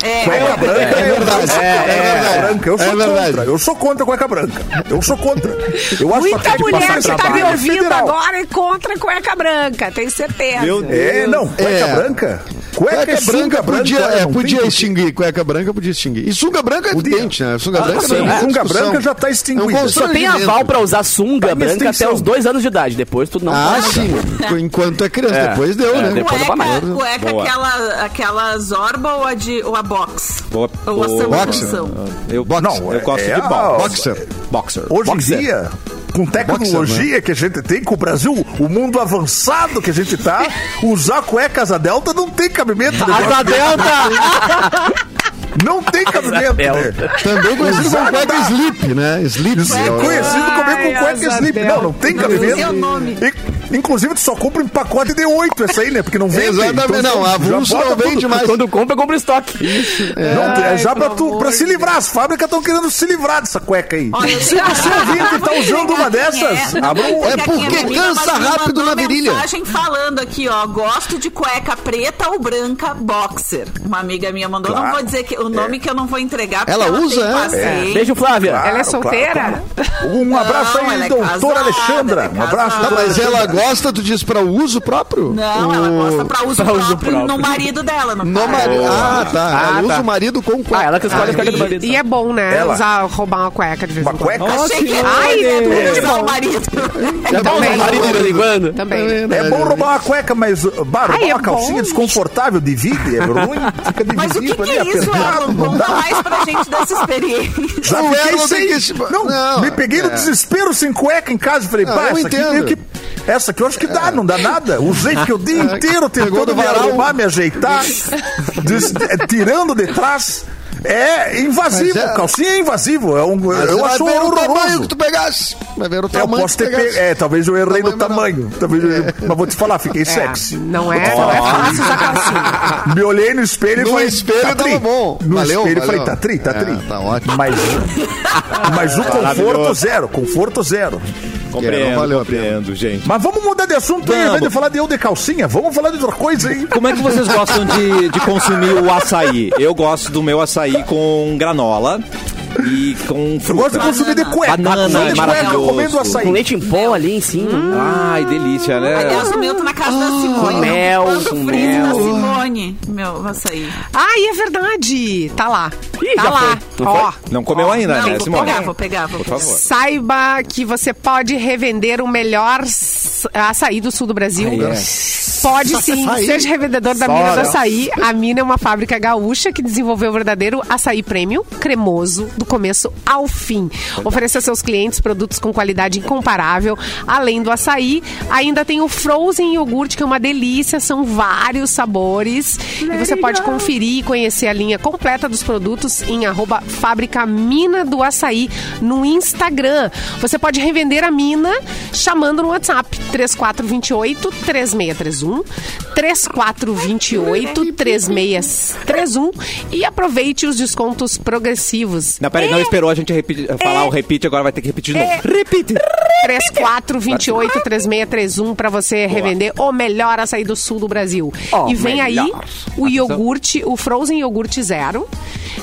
[SPEAKER 2] É,
[SPEAKER 3] Cueca branca é verdade. Cueca branca, eu sou
[SPEAKER 5] É verdade.
[SPEAKER 3] contra. Eu sou contra a cueca branca. Eu sou contra. Eu acho que
[SPEAKER 6] Muita
[SPEAKER 3] tem
[SPEAKER 6] mulher
[SPEAKER 3] passar
[SPEAKER 6] que tá me
[SPEAKER 3] trabalho
[SPEAKER 6] ouvindo
[SPEAKER 3] federal.
[SPEAKER 6] agora e contra a cueca branca, tenho certeza.
[SPEAKER 1] Meu Deus.
[SPEAKER 3] É, não, cueca
[SPEAKER 5] É.
[SPEAKER 3] branca. Cueca,
[SPEAKER 5] Cueca branca podia, é,
[SPEAKER 3] não
[SPEAKER 5] podia
[SPEAKER 3] tem-
[SPEAKER 5] extinguir. Cueca branca podia extinguir. E sunga branca é
[SPEAKER 3] Podia.
[SPEAKER 5] evidente, né? Sunga branca
[SPEAKER 3] sim,
[SPEAKER 5] não é
[SPEAKER 3] sunga
[SPEAKER 5] discussão.
[SPEAKER 3] branca já tá extinguida.
[SPEAKER 5] É um
[SPEAKER 4] Só tem
[SPEAKER 5] constrangimento.
[SPEAKER 4] aval pra usar sunga
[SPEAKER 3] Tá em
[SPEAKER 4] branca até
[SPEAKER 3] extinção.
[SPEAKER 4] os dois anos de idade. Depois tu não
[SPEAKER 5] Ah,
[SPEAKER 4] pode usar.
[SPEAKER 5] sim. Enquanto é criança.
[SPEAKER 4] É.
[SPEAKER 5] Depois deu,
[SPEAKER 4] É,
[SPEAKER 5] né?
[SPEAKER 4] depois
[SPEAKER 2] Cueca,
[SPEAKER 4] Panamá.
[SPEAKER 2] cueca
[SPEAKER 1] Boa.
[SPEAKER 2] aquela, aquela zorba ou a, de, ou a box?
[SPEAKER 1] Boa-
[SPEAKER 2] Ou a
[SPEAKER 1] boa-
[SPEAKER 5] Boxer.
[SPEAKER 2] Samsung?
[SPEAKER 1] Eu,
[SPEAKER 3] Ah, Não,
[SPEAKER 1] eu gosto
[SPEAKER 3] é
[SPEAKER 1] de
[SPEAKER 3] a-
[SPEAKER 1] boxer.
[SPEAKER 5] Boxer. né?
[SPEAKER 1] Boxer.
[SPEAKER 3] Hoje
[SPEAKER 1] Boxer.
[SPEAKER 3] em dia, com tecnologia que a gente tem, com o Brasil, o mundo avançado que a gente tá, usar cuecas a Delta não tem cabimento. né?
[SPEAKER 4] Asa delta!
[SPEAKER 3] Não tem cabimento. né?
[SPEAKER 5] Também conhecido
[SPEAKER 3] Usar
[SPEAKER 5] como cueca
[SPEAKER 3] dá.
[SPEAKER 5] sleep, né? Sleep.
[SPEAKER 3] É conhecido como
[SPEAKER 6] Ai,
[SPEAKER 3] com cueca
[SPEAKER 6] asa
[SPEAKER 3] Sleep.
[SPEAKER 6] delta.
[SPEAKER 3] Não, não tem
[SPEAKER 2] Esse é
[SPEAKER 3] cabimento.
[SPEAKER 2] o nome.
[SPEAKER 3] E, inclusive, tu só compra em pacote de oito essa aí, né? Porque não vende. Então,
[SPEAKER 5] Exatamente. Não,
[SPEAKER 3] já
[SPEAKER 5] avulso
[SPEAKER 3] bota
[SPEAKER 5] não
[SPEAKER 3] tudo. Então,
[SPEAKER 5] vende mais.
[SPEAKER 4] Quando compra, compra estoque.
[SPEAKER 3] Não, é já pra,
[SPEAKER 6] pelo
[SPEAKER 3] tu,
[SPEAKER 6] amor
[SPEAKER 3] pra se
[SPEAKER 6] de
[SPEAKER 3] livrar. As fábricas estão querendo se livrar dessa cueca aí.
[SPEAKER 2] Olha, é,
[SPEAKER 3] se você ouvir que tá usando uma dessas, abra um
[SPEAKER 5] É porque
[SPEAKER 2] Aqui, a menina
[SPEAKER 5] cansa
[SPEAKER 2] mandou
[SPEAKER 5] rápido na virilha.
[SPEAKER 2] mensagem falando aqui, ó. Gosto de cueca preta ou branca boxer. Uma amiga minha mandou.
[SPEAKER 3] Claro.
[SPEAKER 2] Não vou dizer que, o nome que eu não vou entregar. porque
[SPEAKER 5] Ela usa,
[SPEAKER 2] tem
[SPEAKER 5] é?
[SPEAKER 2] paciência.
[SPEAKER 4] Beijo, Flávia.
[SPEAKER 3] Claro,
[SPEAKER 6] Ela é solteira?
[SPEAKER 3] claro, claro. Um abraço
[SPEAKER 2] Não,
[SPEAKER 3] aí,
[SPEAKER 2] ela é
[SPEAKER 3] doutora
[SPEAKER 2] casada,
[SPEAKER 3] Alexandra.
[SPEAKER 2] ela é
[SPEAKER 3] um abraço.
[SPEAKER 2] casada.
[SPEAKER 5] Tá,
[SPEAKER 3] doutora
[SPEAKER 5] mas ela
[SPEAKER 3] Alexandra.
[SPEAKER 5] gosta, tu diz, pra uso próprio?
[SPEAKER 2] Não,
[SPEAKER 5] Uh,
[SPEAKER 2] ela gosta pra uso,
[SPEAKER 4] Pra uso
[SPEAKER 2] próprio,
[SPEAKER 4] próprio.
[SPEAKER 2] no marido dela, no,
[SPEAKER 5] No
[SPEAKER 2] caso.
[SPEAKER 5] marido. Ah, tá.
[SPEAKER 4] Ah,
[SPEAKER 5] ela usa
[SPEAKER 4] tá.
[SPEAKER 5] o marido com cueca.
[SPEAKER 4] Ah, ela que escolhe a cueca do marido.
[SPEAKER 6] E é bom, né?
[SPEAKER 3] Ela.
[SPEAKER 6] Usar, roubar uma cueca de vez em
[SPEAKER 3] Uma
[SPEAKER 6] quando.
[SPEAKER 3] cueca?
[SPEAKER 2] Achei que Tá
[SPEAKER 6] Ai,
[SPEAKER 4] é
[SPEAKER 2] era
[SPEAKER 6] tudo de
[SPEAKER 2] tudo é de
[SPEAKER 6] bom.
[SPEAKER 2] bom marido.
[SPEAKER 4] Já tá usando o marido de vez em quando.
[SPEAKER 6] Também.
[SPEAKER 5] né?
[SPEAKER 3] É bom roubar uma cueca, mas uh, bah, roubar
[SPEAKER 6] Ai, é
[SPEAKER 3] uma calcinha
[SPEAKER 6] bom.
[SPEAKER 3] desconfortável, divide, é ruim, fica divisível
[SPEAKER 2] Mas o que, que
[SPEAKER 3] ali,
[SPEAKER 2] é
[SPEAKER 5] né?
[SPEAKER 2] isso,
[SPEAKER 3] apertado,
[SPEAKER 2] Elon?
[SPEAKER 3] não
[SPEAKER 2] Conta
[SPEAKER 3] dá.
[SPEAKER 2] mais pra gente dessa experiência.
[SPEAKER 3] Já
[SPEAKER 5] O
[SPEAKER 3] fiquei
[SPEAKER 5] Elon tem
[SPEAKER 3] sem...
[SPEAKER 5] que se-
[SPEAKER 3] Não,
[SPEAKER 5] Não,
[SPEAKER 3] me peguei no
[SPEAKER 5] é.
[SPEAKER 3] desespero sem cueca em casa e falei,
[SPEAKER 5] Não,
[SPEAKER 3] pá,
[SPEAKER 5] eu
[SPEAKER 3] essa aqui,
[SPEAKER 5] entendo. É.
[SPEAKER 3] meio que... essa aqui eu acho que dá, não dá nada. Usei que o dia inteiro
[SPEAKER 5] Pegou do
[SPEAKER 3] tentando me
[SPEAKER 5] varal.
[SPEAKER 3] arrumar, me ajeitar, des- eh, tirando de trás. É invasivo,
[SPEAKER 5] Mas é-
[SPEAKER 3] calcinha é invasivo, é um,
[SPEAKER 5] Mas
[SPEAKER 3] eu
[SPEAKER 5] vai
[SPEAKER 3] acho
[SPEAKER 5] ver o tamanho que
[SPEAKER 3] horroroso.
[SPEAKER 5] tu pegasse. Vai ver o
[SPEAKER 3] É, Eu
[SPEAKER 5] tamanho
[SPEAKER 3] posso
[SPEAKER 5] que
[SPEAKER 3] ter
[SPEAKER 5] tu
[SPEAKER 3] pego.
[SPEAKER 5] pegasse.
[SPEAKER 3] É, talvez eu errei no
[SPEAKER 5] Tamanho É.
[SPEAKER 3] tamanho. Talvez eu- Mas vou te falar, fiquei sexy.
[SPEAKER 6] Não é, não é fácil usar calcinha.
[SPEAKER 3] Me olhei no espelho e
[SPEAKER 5] No
[SPEAKER 3] falei.
[SPEAKER 5] espelho
[SPEAKER 3] tá
[SPEAKER 5] tava
[SPEAKER 3] tri.
[SPEAKER 5] bom.
[SPEAKER 3] No
[SPEAKER 5] Valeu,
[SPEAKER 3] espelho eu
[SPEAKER 5] valeu.
[SPEAKER 3] falei, tá tri, tá
[SPEAKER 5] É,
[SPEAKER 3] tri.
[SPEAKER 5] tá ótimo.
[SPEAKER 3] Mas, mas o conforto zero, conforto zero.
[SPEAKER 5] É, não
[SPEAKER 1] Compreendo,
[SPEAKER 5] valeu a
[SPEAKER 1] compreendo, gente.
[SPEAKER 3] Mas vamos mudar de assunto aí, ao invés de
[SPEAKER 1] Vamos.
[SPEAKER 3] falar de eu de calcinha, vamos falar de outra coisa aí.
[SPEAKER 1] Como é que vocês gostam de, de consumir o açaí? Eu gosto do meu açaí com granola. E com
[SPEAKER 3] Eu gosto de
[SPEAKER 1] fruta.
[SPEAKER 3] consumir de
[SPEAKER 2] Banana.
[SPEAKER 3] cueca.
[SPEAKER 1] Banana,
[SPEAKER 3] Consumir
[SPEAKER 1] é
[SPEAKER 3] de cueca,
[SPEAKER 1] maravilhoso.
[SPEAKER 3] comendo açaí.
[SPEAKER 4] Com leite em pó ali em
[SPEAKER 1] Hum.
[SPEAKER 4] cima.
[SPEAKER 1] Ai, delícia,
[SPEAKER 5] É.
[SPEAKER 1] né?
[SPEAKER 2] Aliás, o meu tá na casa
[SPEAKER 5] Ah,
[SPEAKER 2] da Simone.
[SPEAKER 4] mel,
[SPEAKER 2] eu tô
[SPEAKER 4] com
[SPEAKER 2] comprando o freezer da
[SPEAKER 4] mel.
[SPEAKER 2] Simone. Meu, açaí.
[SPEAKER 6] Ah, e é verdade. Tá lá.
[SPEAKER 4] Ih,
[SPEAKER 6] tá
[SPEAKER 4] já
[SPEAKER 6] lá.
[SPEAKER 4] foi. Não
[SPEAKER 6] Ó.
[SPEAKER 1] Não comeu ainda,
[SPEAKER 5] é
[SPEAKER 2] Não,
[SPEAKER 1] né,
[SPEAKER 2] vou
[SPEAKER 1] Simone?
[SPEAKER 2] pegar, vou pegar, vou
[SPEAKER 1] Por
[SPEAKER 2] pegar.
[SPEAKER 1] favor.
[SPEAKER 6] Saiba que você pode revender o melhor s- açaí do sul do Brasil. Pode sim, seja revendedor da Mina do Açaí. A Mina é uma fábrica gaúcha que desenvolveu o verdadeiro açaí prêmio cremoso do começo ao fim. Oferece a seus clientes produtos com qualidade incomparável. Além do açaí, ainda tem o frozen iogurte, que é uma delícia, são vários sabores. E você pode conferir e conhecer a linha completa dos produtos em arroba Fábrica Mina do Açaí no Instagram. Você pode revender a mina chamando no WhatsApp 3428 3631 3428 3631 e aproveite os descontos progressivos.
[SPEAKER 1] Não,
[SPEAKER 2] É.
[SPEAKER 1] peraí, não esperou a gente repetir- falar o repeat, agora vai ter que repetir de novo. Repite!
[SPEAKER 6] 3428 3631 para um você revender o melhor açaí do sul do Brasil. e vem aí o iogurte, o Frozen iogurte zero.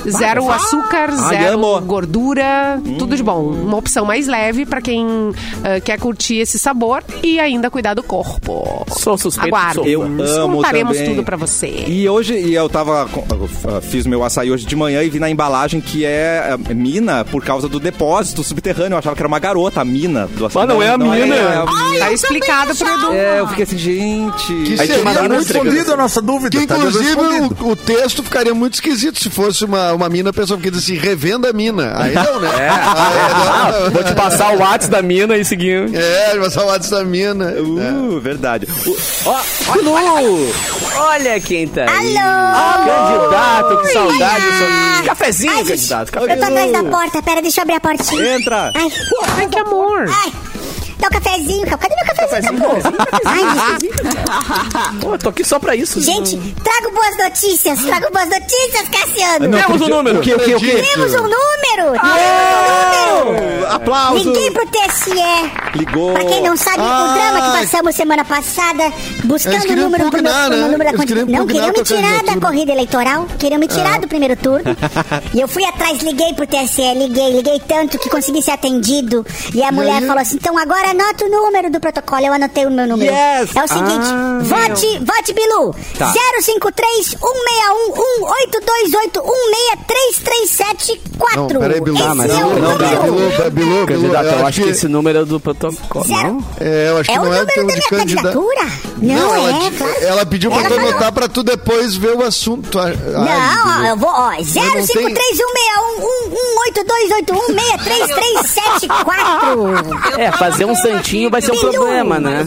[SPEAKER 6] Zero açúcar,
[SPEAKER 1] Ah, Ai,
[SPEAKER 6] zero
[SPEAKER 1] amo. Hum.
[SPEAKER 6] gordura, tudo de bom. Uma opção mais leve para quem ah, quer curtir esse sabor e ainda cuidar do corpo.
[SPEAKER 4] Sou suspeito.
[SPEAKER 6] Aguarde.
[SPEAKER 4] sou.
[SPEAKER 1] Eu amo
[SPEAKER 6] Contaremos
[SPEAKER 1] também.
[SPEAKER 6] tudo para você.
[SPEAKER 1] E hoje, e eu tava. com- eu Fiz meu açaí hoje de manhã e vi na embalagem que é é, mina por causa do depósito subterrâneo. Eu achava que era uma garota, a mina do açaí.
[SPEAKER 4] Mas não é a mina.
[SPEAKER 1] mina.
[SPEAKER 6] Tá explicado pro Edu.
[SPEAKER 1] É, eu fiquei assim, gente.
[SPEAKER 5] Que
[SPEAKER 1] Aí tipo, tinha uma
[SPEAKER 5] seria
[SPEAKER 1] mina
[SPEAKER 3] Tá
[SPEAKER 5] muito
[SPEAKER 1] entregando.
[SPEAKER 3] respondido a nossa dúvida.
[SPEAKER 5] Que
[SPEAKER 3] tá
[SPEAKER 5] inclusive
[SPEAKER 3] respondido.
[SPEAKER 5] o, o texto ficaria muito esquisito se fosse uma, uma mina, a pessoa fica dizendo assim, revenda a mina. Aí não, né? É,
[SPEAKER 4] Ah,
[SPEAKER 5] ah,
[SPEAKER 4] vou te passar o WhatsApp da mina e seguir.
[SPEAKER 5] é, é passar o WhatsApp da mina.
[SPEAKER 1] Uh, verdade. O- Ó,
[SPEAKER 4] Olha quem tá aí. Candidato, que saudade. sou- Cafezinho,
[SPEAKER 9] Ah! Ai, gente,
[SPEAKER 4] candidato.
[SPEAKER 9] Eu tô atrás da
[SPEAKER 4] Cafezinho.
[SPEAKER 9] porta, pera, deixa eu abrir a portinha.
[SPEAKER 1] entra!
[SPEAKER 9] Ai,
[SPEAKER 6] Ai, que amor.
[SPEAKER 9] ai. Dá um cafezinho, ca- cadê meu cafezinho? Ai,
[SPEAKER 4] Pô, eu tô aqui só pra isso.
[SPEAKER 9] gente, trago boas notícias, trago boas notícias, Cassiano.
[SPEAKER 4] Temos o número.
[SPEAKER 1] O que, o que?
[SPEAKER 9] Temos um número!
[SPEAKER 1] É.
[SPEAKER 9] Temos um número!
[SPEAKER 1] Aplausos!
[SPEAKER 9] Liguei pro TSE.
[SPEAKER 1] Ligou!
[SPEAKER 9] Pra quem não sabe, o
[SPEAKER 5] Ah.
[SPEAKER 9] drama que passamos semana passada,
[SPEAKER 5] Eles
[SPEAKER 9] buscando o
[SPEAKER 5] queriam
[SPEAKER 9] número do meu,
[SPEAKER 5] impugnar,
[SPEAKER 9] do meu
[SPEAKER 5] né?
[SPEAKER 9] número da
[SPEAKER 5] Eles queriam
[SPEAKER 9] quantidade. Não,
[SPEAKER 5] impugnar
[SPEAKER 9] queriam
[SPEAKER 5] a
[SPEAKER 9] me
[SPEAKER 5] tua
[SPEAKER 9] tirar da
[SPEAKER 5] candidatura.
[SPEAKER 9] corrida eleitoral, queriam me
[SPEAKER 5] É.
[SPEAKER 9] tirar do primeiro turno. e eu fui atrás, liguei pro TSE, liguei, liguei tanto que consegui ser atendido. E a mulher
[SPEAKER 5] aí?
[SPEAKER 9] falou assim: então agora anota o número do protocolo. Eu anotei o meu número.
[SPEAKER 1] Yes!
[SPEAKER 9] É o seguinte:
[SPEAKER 1] Ah,
[SPEAKER 9] vote, vote, Bilu!
[SPEAKER 1] Tá.
[SPEAKER 9] 053 161
[SPEAKER 5] Não, peraí, Bilu.
[SPEAKER 9] Esse
[SPEAKER 5] Ah, mas
[SPEAKER 9] é
[SPEAKER 5] não,
[SPEAKER 9] o
[SPEAKER 5] não,
[SPEAKER 9] número.
[SPEAKER 5] Bilu, Bilu, Bilu,
[SPEAKER 4] Candidato, eu acho que esse
[SPEAKER 5] que-
[SPEAKER 4] número é do protocolo.
[SPEAKER 9] Zero.
[SPEAKER 4] Não?
[SPEAKER 5] É, eu acho que
[SPEAKER 9] É
[SPEAKER 5] não
[SPEAKER 9] o
[SPEAKER 5] é
[SPEAKER 9] número da
[SPEAKER 5] termo
[SPEAKER 9] minha
[SPEAKER 5] de candidato.
[SPEAKER 9] candidatura? Não,
[SPEAKER 5] ela,
[SPEAKER 9] é,
[SPEAKER 5] di-
[SPEAKER 9] claro.
[SPEAKER 5] ela pediu pra
[SPEAKER 9] Ela
[SPEAKER 5] tu
[SPEAKER 9] falou.
[SPEAKER 5] anotar pra tu depois ver o assunto. Ah, Ai,
[SPEAKER 9] Não, ó,
[SPEAKER 5] Bilu.
[SPEAKER 9] eu vou, ó,
[SPEAKER 5] não tem-
[SPEAKER 9] 053168118281674.
[SPEAKER 2] Eu
[SPEAKER 4] É,
[SPEAKER 2] tava
[SPEAKER 4] fazer um
[SPEAKER 2] vendo
[SPEAKER 4] santinho
[SPEAKER 2] aqui.
[SPEAKER 4] vai ser um
[SPEAKER 9] Bilu.
[SPEAKER 4] problema, né?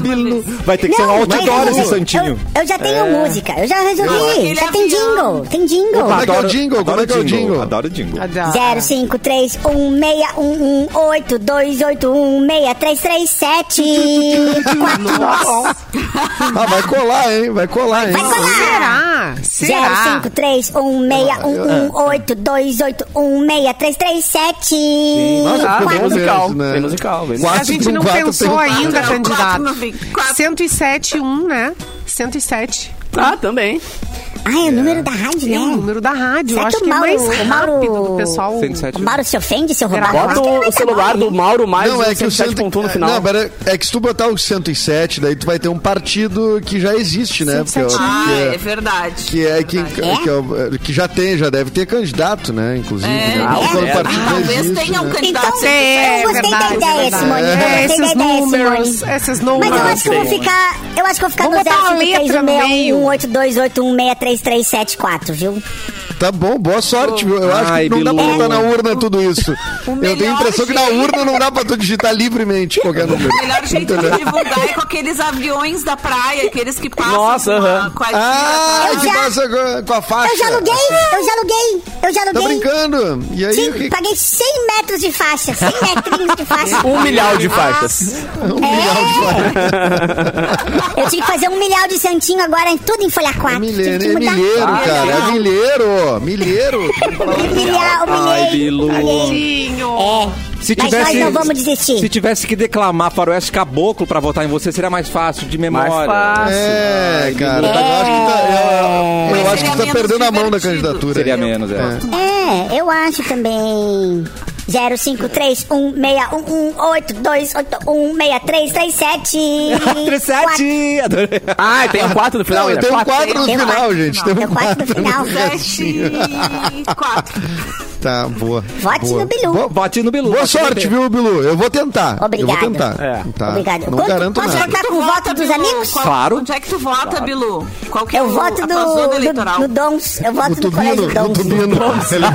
[SPEAKER 1] Vai ter que ser um
[SPEAKER 9] Não,
[SPEAKER 1] outdoor
[SPEAKER 9] mas
[SPEAKER 1] esse
[SPEAKER 9] eu-
[SPEAKER 1] santinho.
[SPEAKER 9] Eu, eu já tenho música, eu já resolvi.
[SPEAKER 2] aquele
[SPEAKER 9] Já tem
[SPEAKER 2] avião.
[SPEAKER 9] jingle, tem jingle.
[SPEAKER 5] Como é que é o jingle? Como
[SPEAKER 1] Adoro
[SPEAKER 5] é que é o jingle?
[SPEAKER 1] Adoro jingle.
[SPEAKER 6] Adoro.
[SPEAKER 9] 053168118281674.
[SPEAKER 5] Ah, vai colar, hein? Vai colar, hein?
[SPEAKER 9] Vai colar!
[SPEAKER 6] Será? Será?
[SPEAKER 9] 053168118281637.
[SPEAKER 5] Nossa,
[SPEAKER 4] Ah,
[SPEAKER 5] ficou
[SPEAKER 4] bem
[SPEAKER 5] bom
[SPEAKER 4] musical.
[SPEAKER 5] mesmo, né?
[SPEAKER 4] Bem musical. Bem musical.
[SPEAKER 5] Quatro
[SPEAKER 6] A gente
[SPEAKER 5] pro
[SPEAKER 6] não
[SPEAKER 5] quatro
[SPEAKER 6] pensou
[SPEAKER 5] tem-
[SPEAKER 6] ainda,
[SPEAKER 2] Não,
[SPEAKER 6] candidato.
[SPEAKER 2] um quatro no fim, quatro.
[SPEAKER 6] 107 1, né? 107
[SPEAKER 4] Ah, também.
[SPEAKER 9] Ah, é o número da rádio,
[SPEAKER 6] é o
[SPEAKER 9] né?
[SPEAKER 6] número da rádio. Eu
[SPEAKER 9] Será que
[SPEAKER 6] acho
[SPEAKER 9] o
[SPEAKER 6] que é mais
[SPEAKER 9] Mauro- o Mauro-
[SPEAKER 6] rápido do pessoal.
[SPEAKER 1] 107.
[SPEAKER 9] O Mauro se ofende se eu roubar Então,
[SPEAKER 6] Grava.
[SPEAKER 4] Bota
[SPEAKER 9] Acho que ele
[SPEAKER 4] o
[SPEAKER 9] vai
[SPEAKER 4] celular
[SPEAKER 9] acabar,
[SPEAKER 4] do Mauro mais
[SPEAKER 5] Não, é que o
[SPEAKER 4] 107
[SPEAKER 5] cento...
[SPEAKER 4] pontou no final.
[SPEAKER 5] Não, pera, é que se tu botar o 107, daí tu vai ter um partido que já existe, né? Porque,
[SPEAKER 6] 107.
[SPEAKER 2] Ah,
[SPEAKER 5] que
[SPEAKER 2] é
[SPEAKER 5] é,
[SPEAKER 2] verdade.
[SPEAKER 5] que, é, que,
[SPEAKER 9] É?
[SPEAKER 5] que é o- que já tem, já deve ter candidato, né? Inclusive. né?
[SPEAKER 4] Ah,
[SPEAKER 5] Quando o
[SPEAKER 4] é.
[SPEAKER 5] partido já
[SPEAKER 2] Talvez
[SPEAKER 5] existe,
[SPEAKER 2] tenha um
[SPEAKER 5] né?
[SPEAKER 2] candidato
[SPEAKER 9] Então,
[SPEAKER 6] É,
[SPEAKER 9] Eu gostei da
[SPEAKER 6] verdade,
[SPEAKER 9] ideia,
[SPEAKER 6] verdade.
[SPEAKER 9] Simone.
[SPEAKER 6] É,
[SPEAKER 9] Eu gostei
[SPEAKER 6] esses
[SPEAKER 9] da ideia,
[SPEAKER 6] números, é
[SPEAKER 9] Simone.
[SPEAKER 6] esses
[SPEAKER 9] Mas eu
[SPEAKER 6] números.
[SPEAKER 9] acho que é um eu vou ficar. Eu acho que eu vou ficar
[SPEAKER 6] Vamos botar uma letra no meio.
[SPEAKER 9] no 053168118281637, viu?
[SPEAKER 5] Tá bom, boa sorte, viu? Eu acho
[SPEAKER 1] Ai,
[SPEAKER 5] que não dá pra
[SPEAKER 1] Bilu.
[SPEAKER 5] botar na urna tudo isso. Eu tenho a impressão que na urna não dá pra tu digitar livremente qualquer número.
[SPEAKER 2] O melhor jeito de divulgar é com aqueles aviões da praia, aqueles que passam
[SPEAKER 4] Nossa,
[SPEAKER 2] com a-
[SPEAKER 4] aham.
[SPEAKER 2] com a tira,
[SPEAKER 5] Ah,
[SPEAKER 2] tá?
[SPEAKER 9] Eu
[SPEAKER 5] que
[SPEAKER 9] já-
[SPEAKER 5] massa com- com a faixa.
[SPEAKER 9] Eu já aluguei, eu já aluguei, eu já
[SPEAKER 5] Tá
[SPEAKER 9] aluguei.
[SPEAKER 5] brincando? E aí,
[SPEAKER 9] Sim,
[SPEAKER 5] o que...
[SPEAKER 9] paguei 100 metros de faixa, 100 metrinhos de faixa.
[SPEAKER 4] Um milhão de faixas.
[SPEAKER 5] um milhão de faixa.
[SPEAKER 9] Eu tive que fazer um milhão de santinho agora, em tudo em folha 4.
[SPEAKER 5] É milheiro,
[SPEAKER 9] tive
[SPEAKER 5] é
[SPEAKER 9] que mudar. Ah,
[SPEAKER 5] milheiro, cara. É milheiro. milheiro.
[SPEAKER 9] Humilhar,
[SPEAKER 1] Ai,
[SPEAKER 9] humilhei.
[SPEAKER 1] Bilu.
[SPEAKER 6] Tadinho.
[SPEAKER 1] Se
[SPEAKER 9] Mas nós não vamos desistir.
[SPEAKER 1] Se tivesse que declamar faroeste caboclo pra votar em você, seria mais fácil, de memória.
[SPEAKER 4] Mais fácil.
[SPEAKER 5] É, cara. Eu acho que tá, eu- eu- eu
[SPEAKER 2] Mas
[SPEAKER 5] acho que
[SPEAKER 2] seria
[SPEAKER 5] tá
[SPEAKER 2] menos
[SPEAKER 5] perdendo a mão da
[SPEAKER 2] divertido.
[SPEAKER 5] candidatura.
[SPEAKER 1] Seria
[SPEAKER 5] aí. né?
[SPEAKER 1] menos, é.
[SPEAKER 9] É, eu acho também. um 05316182816337.
[SPEAKER 1] 37! Adorei.
[SPEAKER 4] Ah, tem um 4 no final
[SPEAKER 5] Não,
[SPEAKER 4] ainda.
[SPEAKER 5] tem um
[SPEAKER 4] Quatro.
[SPEAKER 5] 4 no
[SPEAKER 9] Tem um
[SPEAKER 5] final,
[SPEAKER 9] quatro no
[SPEAKER 5] gente.
[SPEAKER 9] final.
[SPEAKER 5] Tem um
[SPEAKER 9] Tem um quatro no
[SPEAKER 5] 4
[SPEAKER 9] final.
[SPEAKER 2] Sete e quatro.
[SPEAKER 5] Tá, boa.
[SPEAKER 9] Vote
[SPEAKER 5] boa.
[SPEAKER 9] no Bilu.
[SPEAKER 5] Boa,
[SPEAKER 1] Vote no Bilu.
[SPEAKER 5] boa
[SPEAKER 1] vote no
[SPEAKER 5] sorte,
[SPEAKER 1] Bilu.
[SPEAKER 5] viu, Bilu? Eu vou tentar. Eu vou
[SPEAKER 9] Obrigada.
[SPEAKER 5] tentar.
[SPEAKER 4] É.
[SPEAKER 5] Tá.
[SPEAKER 9] Obrigada.
[SPEAKER 5] Não
[SPEAKER 9] Quanto-
[SPEAKER 5] garanto
[SPEAKER 2] é
[SPEAKER 9] posso
[SPEAKER 5] nada.
[SPEAKER 9] votar com o voto dos
[SPEAKER 2] Bilu?
[SPEAKER 9] amigos?
[SPEAKER 2] Qual-
[SPEAKER 1] Claro.
[SPEAKER 2] Onde é que tu vota, Bilu? Qual que é
[SPEAKER 9] Eu
[SPEAKER 2] o-
[SPEAKER 9] voto
[SPEAKER 2] a
[SPEAKER 9] do,
[SPEAKER 2] tua zona
[SPEAKER 9] do,
[SPEAKER 2] eleitoral?
[SPEAKER 9] do Dons. Eu voto
[SPEAKER 5] O
[SPEAKER 9] do
[SPEAKER 5] Tubino,
[SPEAKER 9] Colégio
[SPEAKER 5] o
[SPEAKER 9] Dons.
[SPEAKER 5] Tubino. Ele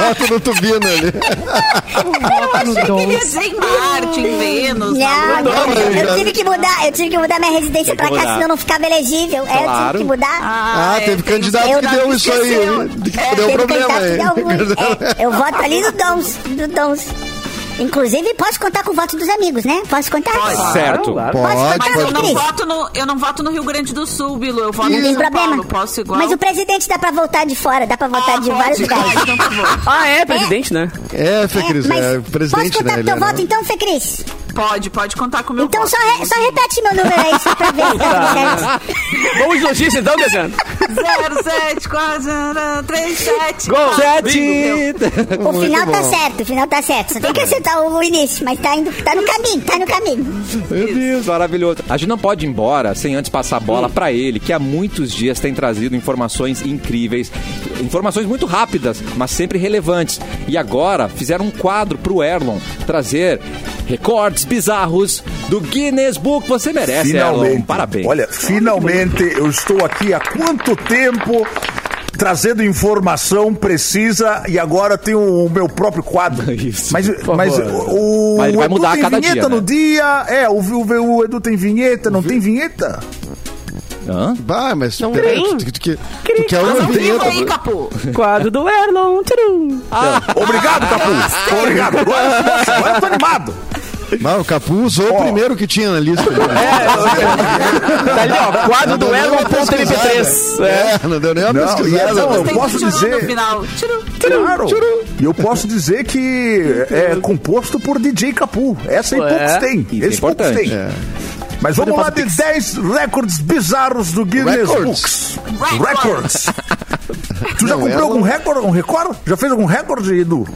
[SPEAKER 5] vota no Tubino ali.
[SPEAKER 2] Eu achei que ele ia dizer em Marte, em Vênus. na
[SPEAKER 9] Não,
[SPEAKER 2] Lua.
[SPEAKER 9] não, eu, eu tive que mudar, eu tive que mudar minha
[SPEAKER 1] Tem
[SPEAKER 9] residência
[SPEAKER 1] que
[SPEAKER 9] pra
[SPEAKER 1] mudar.
[SPEAKER 9] cá, senão eu não ficava elegível. É, eu
[SPEAKER 1] Claro.
[SPEAKER 9] tive que mudar.
[SPEAKER 5] Ah,
[SPEAKER 2] é,
[SPEAKER 5] teve
[SPEAKER 2] tem-
[SPEAKER 5] candidato
[SPEAKER 9] eu
[SPEAKER 5] que deu
[SPEAKER 9] não
[SPEAKER 5] isso aí.
[SPEAKER 9] esqueceu.
[SPEAKER 5] que
[SPEAKER 9] É,
[SPEAKER 5] deu
[SPEAKER 9] teve
[SPEAKER 5] problema
[SPEAKER 9] candidato que
[SPEAKER 5] aí.
[SPEAKER 9] deu ruim. É, eu voto ali no Dons, do Dons. Inclusive, posso contar com o voto dos amigos, né? Posso contar?
[SPEAKER 1] Certo.
[SPEAKER 4] Ah, Claro.
[SPEAKER 5] Pode,
[SPEAKER 2] Mas eu
[SPEAKER 5] pode.
[SPEAKER 2] não,
[SPEAKER 9] Cris.
[SPEAKER 2] voto no, eu não voto no Rio Grande do Sul, Bilu. Eu voto
[SPEAKER 9] Não
[SPEAKER 2] em
[SPEAKER 9] tem
[SPEAKER 2] São
[SPEAKER 9] problema.
[SPEAKER 2] Paulo. Posso igual?
[SPEAKER 9] Mas o presidente dá pra voltar de fora, dá pra voltar
[SPEAKER 2] Ah,
[SPEAKER 9] de
[SPEAKER 2] pode,
[SPEAKER 9] vários lugares.
[SPEAKER 2] então tá bom.
[SPEAKER 4] Ah, é, presidente, né?
[SPEAKER 5] É, Fê
[SPEAKER 9] É,
[SPEAKER 5] Cris,
[SPEAKER 9] mas
[SPEAKER 5] é presidente,
[SPEAKER 9] posso contar
[SPEAKER 5] né?
[SPEAKER 9] com
[SPEAKER 5] ele
[SPEAKER 9] teu
[SPEAKER 5] é,
[SPEAKER 9] voto
[SPEAKER 5] né?
[SPEAKER 9] então, Fê Cris?
[SPEAKER 2] Pode, pode contar com o meu
[SPEAKER 9] Então
[SPEAKER 2] voto.
[SPEAKER 9] só, re- só repete meu número aí, só pra ver se tá tudo certo.
[SPEAKER 4] Vamos de notícia então, Desenho.
[SPEAKER 2] 07, 4, 3, 7.
[SPEAKER 4] Gol.
[SPEAKER 1] Sete!
[SPEAKER 9] O final tá
[SPEAKER 5] bom.
[SPEAKER 9] certo, o final tá certo. Só tem que acertar o início, mas tá, indo, tá no caminho, tá no caminho.
[SPEAKER 1] Meu Deus, maravilhoso. A gente não pode ir embora sem antes passar a bola pra ele, que há muitos dias tem trazido informações incríveis, informações muito rápidas, mas sempre relevantes. E agora fizeram um quadro pro Erlon trazer recordes bizarros do Guinness Book. Você merece, Erlon. é Parabéns.
[SPEAKER 3] Olha, finalmente eu estou aqui há quanto tempo trazendo informação precisa e agora tenho o meu próprio quadro.
[SPEAKER 1] Isso,
[SPEAKER 3] mas
[SPEAKER 4] por
[SPEAKER 3] mas
[SPEAKER 4] favor.
[SPEAKER 3] o,
[SPEAKER 1] Mas ele vai
[SPEAKER 3] Edu
[SPEAKER 1] mudar a
[SPEAKER 3] tem
[SPEAKER 1] cada
[SPEAKER 3] vinheta
[SPEAKER 1] dia, né?
[SPEAKER 3] no dia. É, o, o, o Edu tem vinheta, não tem vinheta?
[SPEAKER 1] Hã?
[SPEAKER 5] Bah, mas
[SPEAKER 6] Não
[SPEAKER 5] peraí,
[SPEAKER 6] tem.
[SPEAKER 5] tu, tu, tu, que- é tu quer uma
[SPEAKER 2] Não vivo
[SPEAKER 5] vinheta?
[SPEAKER 2] aí, Capu.
[SPEAKER 4] Quadro do Erlon. Tcharam.
[SPEAKER 3] Obrigado, Capu. Obrigado. Agora, agora eu tô animado.
[SPEAKER 5] Bah, o Capu usou o primeiro que tinha na lista. né?
[SPEAKER 3] É,
[SPEAKER 4] Tá ali, ó. Quadro do Erlon.mp3. É.
[SPEAKER 5] É, não deu nem uma
[SPEAKER 3] Não, e é
[SPEAKER 5] pesquisada.
[SPEAKER 3] tão-
[SPEAKER 5] né?
[SPEAKER 3] Eu
[SPEAKER 2] Tem
[SPEAKER 3] posso
[SPEAKER 2] tchuru
[SPEAKER 3] dizer-
[SPEAKER 2] No final. Tchuru.
[SPEAKER 3] Claro. E eu posso dizer que é composto por DJ Capu. Essa aí
[SPEAKER 4] Ué,
[SPEAKER 3] poucos têm.
[SPEAKER 1] isso é
[SPEAKER 3] Esse poucos
[SPEAKER 1] importante.
[SPEAKER 3] têm. Mas vamos lá de 10 recordes bizarros do Guinness
[SPEAKER 5] Records.
[SPEAKER 3] Books. Records. tu já
[SPEAKER 5] Não,
[SPEAKER 3] cumpriu
[SPEAKER 5] ela-
[SPEAKER 3] algum recorde? Um recorde? Já fez algum recorde, Edu?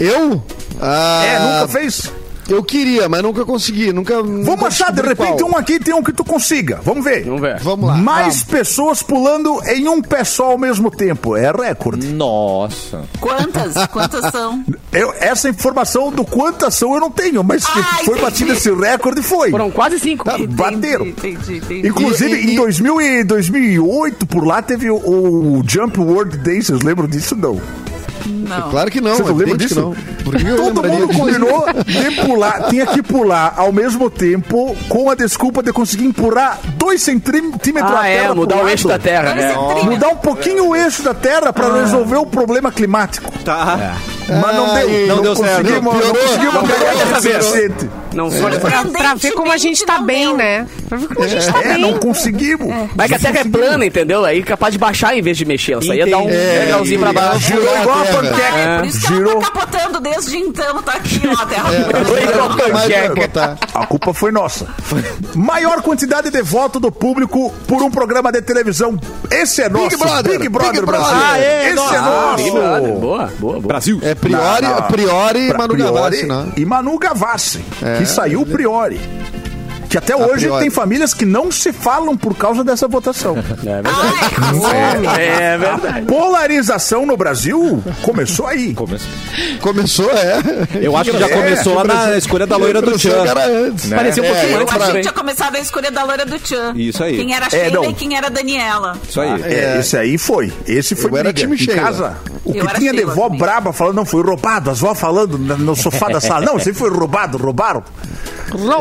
[SPEAKER 5] Eu? Ah,
[SPEAKER 3] É, nunca fez?
[SPEAKER 5] Eu queria, mas nunca consegui. Nunca.
[SPEAKER 3] Vamos
[SPEAKER 5] nunca
[SPEAKER 3] achar, de
[SPEAKER 5] descobri
[SPEAKER 3] repente,
[SPEAKER 5] qual.
[SPEAKER 3] um aqui tem um que tu consiga. Vamos ver.
[SPEAKER 4] Vamos ver.
[SPEAKER 5] Vamos lá.
[SPEAKER 3] Mais
[SPEAKER 5] Ah,
[SPEAKER 3] pessoas pulando em um pé só ao mesmo tempo. É recorde.
[SPEAKER 1] Nossa.
[SPEAKER 2] Quantas? Quantas são?
[SPEAKER 3] Eu- essa informação do quantas são eu não tenho, mas que
[SPEAKER 2] Ah,
[SPEAKER 3] foi
[SPEAKER 2] entendi.
[SPEAKER 3] batido esse recorde, foi.
[SPEAKER 4] Foram quase cinco.
[SPEAKER 3] Bateram.
[SPEAKER 2] Entendi, entendi.
[SPEAKER 3] Inclusive,
[SPEAKER 5] E- e-
[SPEAKER 3] em 2000 e 2008, por lá, teve o, o Jump World Day. Vocês lembram disso? Não.
[SPEAKER 2] Não.
[SPEAKER 5] Claro que não.
[SPEAKER 3] Vocês não
[SPEAKER 5] é
[SPEAKER 3] lembram
[SPEAKER 5] evidente que
[SPEAKER 3] disso?
[SPEAKER 5] Não. Por que eu
[SPEAKER 3] Todo
[SPEAKER 5] lembraria
[SPEAKER 3] mundo
[SPEAKER 5] disso?
[SPEAKER 3] combinou de pular, tinha que pular ao mesmo tempo com a desculpa de conseguir empurrar dois centímetros a
[SPEAKER 4] Ah,
[SPEAKER 3] terra
[SPEAKER 4] é.
[SPEAKER 3] pro
[SPEAKER 4] Mudar o
[SPEAKER 3] lado.
[SPEAKER 4] eixo da terra, né?
[SPEAKER 9] é
[SPEAKER 3] Mudar um pouquinho o eixo da terra pra
[SPEAKER 5] Ah.
[SPEAKER 3] resolver o problema climático.
[SPEAKER 1] Tá.
[SPEAKER 3] Mas não
[SPEAKER 5] Ai,
[SPEAKER 3] deu.
[SPEAKER 5] não deu certo.
[SPEAKER 3] conseguimos- Não
[SPEAKER 5] Piorou.
[SPEAKER 3] conseguimos
[SPEAKER 5] Não
[SPEAKER 3] uma
[SPEAKER 5] piorou
[SPEAKER 3] pegada
[SPEAKER 4] dessa vez.
[SPEAKER 3] suficiente.
[SPEAKER 4] Não foi.
[SPEAKER 2] é.
[SPEAKER 6] Pra, pra ver como a gente tá bem, né? Pra ver como a gente tá
[SPEAKER 3] É, não
[SPEAKER 6] bem.
[SPEAKER 3] conseguimos.
[SPEAKER 4] Mas que a terra é plana, entendeu? Aí capaz de baixar em vez de mexer. Ela só ia dar um
[SPEAKER 1] Entendi.
[SPEAKER 4] degrauzinho pra baixo.
[SPEAKER 5] Girou
[SPEAKER 3] Girou igual a
[SPEAKER 5] a terra.
[SPEAKER 3] panqueca.
[SPEAKER 2] É, por isso que
[SPEAKER 3] Girou.
[SPEAKER 2] ela tá capotando desde então, tá aqui, ó, a terra.
[SPEAKER 4] Foi igual a
[SPEAKER 5] Mais pra
[SPEAKER 4] panqueca.
[SPEAKER 5] botar.
[SPEAKER 3] A culpa foi nossa. Maior quantidade de voto do público por um programa de televisão. Esse é nosso.
[SPEAKER 5] Brother.
[SPEAKER 3] Big Brother,
[SPEAKER 5] Big
[SPEAKER 3] Brasil.
[SPEAKER 5] Brother. Ah,
[SPEAKER 3] Esse é nosso.
[SPEAKER 4] Big Brother. Boa, boa, boa.
[SPEAKER 1] Brasil.
[SPEAKER 5] É Priori,
[SPEAKER 3] Não, não.
[SPEAKER 5] priori e
[SPEAKER 3] Pra
[SPEAKER 5] Manu Gavassi, né?
[SPEAKER 3] E Manu Gavassi,
[SPEAKER 5] É,
[SPEAKER 3] que
[SPEAKER 5] Tá
[SPEAKER 3] saiu Priori. Que até hoje
[SPEAKER 5] priori.
[SPEAKER 3] tem famílias que não se falam por causa dessa votação.
[SPEAKER 4] É verdade.
[SPEAKER 3] Polarização no Brasil começou aí.
[SPEAKER 1] Começo.
[SPEAKER 5] Começou, é.
[SPEAKER 1] Eu acho que já
[SPEAKER 3] É,
[SPEAKER 1] começou lá na
[SPEAKER 5] Brasil-
[SPEAKER 1] escolha da loira do
[SPEAKER 5] Começou,
[SPEAKER 1] Chan.
[SPEAKER 5] cara, antes.
[SPEAKER 1] Né?
[SPEAKER 4] Parecia um
[SPEAKER 5] É,
[SPEAKER 4] pouquinho
[SPEAKER 5] eu
[SPEAKER 4] antes.
[SPEAKER 2] A gente
[SPEAKER 4] parabéns.
[SPEAKER 2] tinha começado a escolher da loira do Tchan.
[SPEAKER 1] Isso aí.
[SPEAKER 2] Quem era
[SPEAKER 3] não.
[SPEAKER 2] Sheila e quem era Daniela.
[SPEAKER 1] Isso aí.
[SPEAKER 3] É, esse aí foi. Esse foi
[SPEAKER 5] Eu era
[SPEAKER 3] briga.
[SPEAKER 5] time
[SPEAKER 3] em
[SPEAKER 5] Sheila.
[SPEAKER 3] casa. O
[SPEAKER 2] Eu
[SPEAKER 3] que
[SPEAKER 2] era
[SPEAKER 3] tinha de
[SPEAKER 2] Sheila
[SPEAKER 3] vó
[SPEAKER 2] também.
[SPEAKER 3] braba falando, não, foi roubado, as vó falando na- no sofá da sala. Não, você foi roubado, roubaram.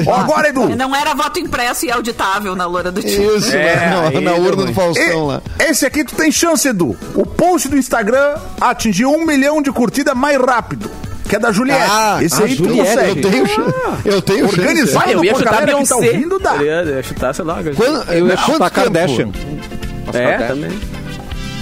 [SPEAKER 3] Ó, agora, Edu.
[SPEAKER 2] Não era voto impresso e auditável na loira do Tchan.
[SPEAKER 5] Isso, né?
[SPEAKER 4] É,
[SPEAKER 5] na- na,
[SPEAKER 4] aí
[SPEAKER 5] na
[SPEAKER 4] deu
[SPEAKER 5] urna
[SPEAKER 4] ruim.
[SPEAKER 5] do
[SPEAKER 3] e-
[SPEAKER 5] Faustão lá.
[SPEAKER 3] esse aqui tu tem chance, Edu. O post do Instagram atingiu um milhão de curtida mais rápido. Que é da Juliette.
[SPEAKER 5] Ah,
[SPEAKER 3] esse
[SPEAKER 1] a
[SPEAKER 3] aí
[SPEAKER 1] Juliette,
[SPEAKER 3] tu
[SPEAKER 5] Eu
[SPEAKER 3] consegue.
[SPEAKER 5] tenho chance. Eu tenho chance.
[SPEAKER 3] Organizado.
[SPEAKER 4] Eu ia
[SPEAKER 3] Pô,
[SPEAKER 4] chutar
[SPEAKER 3] galera que tá
[SPEAKER 4] Beyoncé.
[SPEAKER 3] ouvindo, dá.
[SPEAKER 4] Eu ia chutar, sei lá.
[SPEAKER 5] Quando-
[SPEAKER 4] eu ia
[SPEAKER 5] quanto
[SPEAKER 1] Tá
[SPEAKER 5] tempo?
[SPEAKER 1] Kardashian.
[SPEAKER 4] É, também.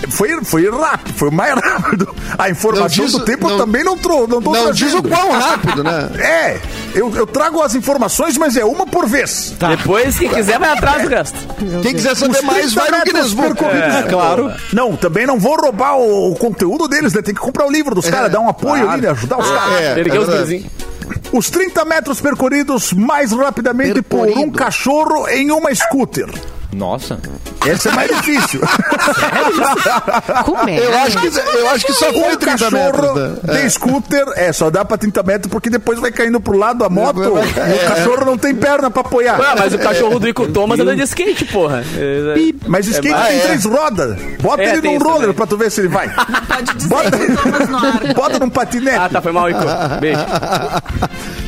[SPEAKER 3] Foi, foi rápido, foi o mais rápido. A informação
[SPEAKER 5] Não diz-
[SPEAKER 3] do tempo eu
[SPEAKER 5] não-
[SPEAKER 3] também não, trou, não tô
[SPEAKER 5] Não diz
[SPEAKER 3] trazendo.
[SPEAKER 5] o quão rápido, né?
[SPEAKER 3] É, eu, eu trago as informações, mas é uma por vez.
[SPEAKER 4] Depois, quem quiser, vai atrás do resto.
[SPEAKER 5] Quem quiser saber mais, vai no
[SPEAKER 3] 30 metros
[SPEAKER 5] Guinness Book. É.
[SPEAKER 3] percorridos.
[SPEAKER 1] claro.
[SPEAKER 3] Não, também não vou roubar o, o conteúdo deles, né? Tem que comprar o livro dos caras, dar um apoio ali, né? Ajudar os caras.
[SPEAKER 5] É,
[SPEAKER 4] Ergueu os
[SPEAKER 5] verdade.
[SPEAKER 4] pezinhos.
[SPEAKER 3] Os 30 metros percorridos mais rapidamente por um
[SPEAKER 5] Percorrido.
[SPEAKER 3] cachorro em uma scooter.
[SPEAKER 1] Nossa.
[SPEAKER 3] Esse é mais difícil.
[SPEAKER 9] tá.
[SPEAKER 6] Como é?
[SPEAKER 5] Eu acho que, eu acho que só foi
[SPEAKER 3] Um
[SPEAKER 5] 30
[SPEAKER 3] cachorro
[SPEAKER 5] metros. né?
[SPEAKER 3] de scooter, é, só dá pra 30 metros porque depois vai caindo pro lado a moto
[SPEAKER 5] é.
[SPEAKER 3] e o cachorro não tem perna pra apoiar.
[SPEAKER 4] Ué, Ah, mas o cachorro do Ico Thomas anda de skate, porra.
[SPEAKER 3] Mas skate
[SPEAKER 5] ah,
[SPEAKER 3] tem
[SPEAKER 5] é.
[SPEAKER 3] três rodas. Bota
[SPEAKER 4] É,
[SPEAKER 3] ele
[SPEAKER 4] tem
[SPEAKER 3] num
[SPEAKER 4] isso
[SPEAKER 3] roller
[SPEAKER 4] também.
[SPEAKER 3] pra tu ver se ele vai.
[SPEAKER 2] Pode dizer
[SPEAKER 3] Bota-
[SPEAKER 2] que Thomas no ar.
[SPEAKER 3] Bota num patinete.
[SPEAKER 4] Ah, tá, foi mal, Ico. Beijo.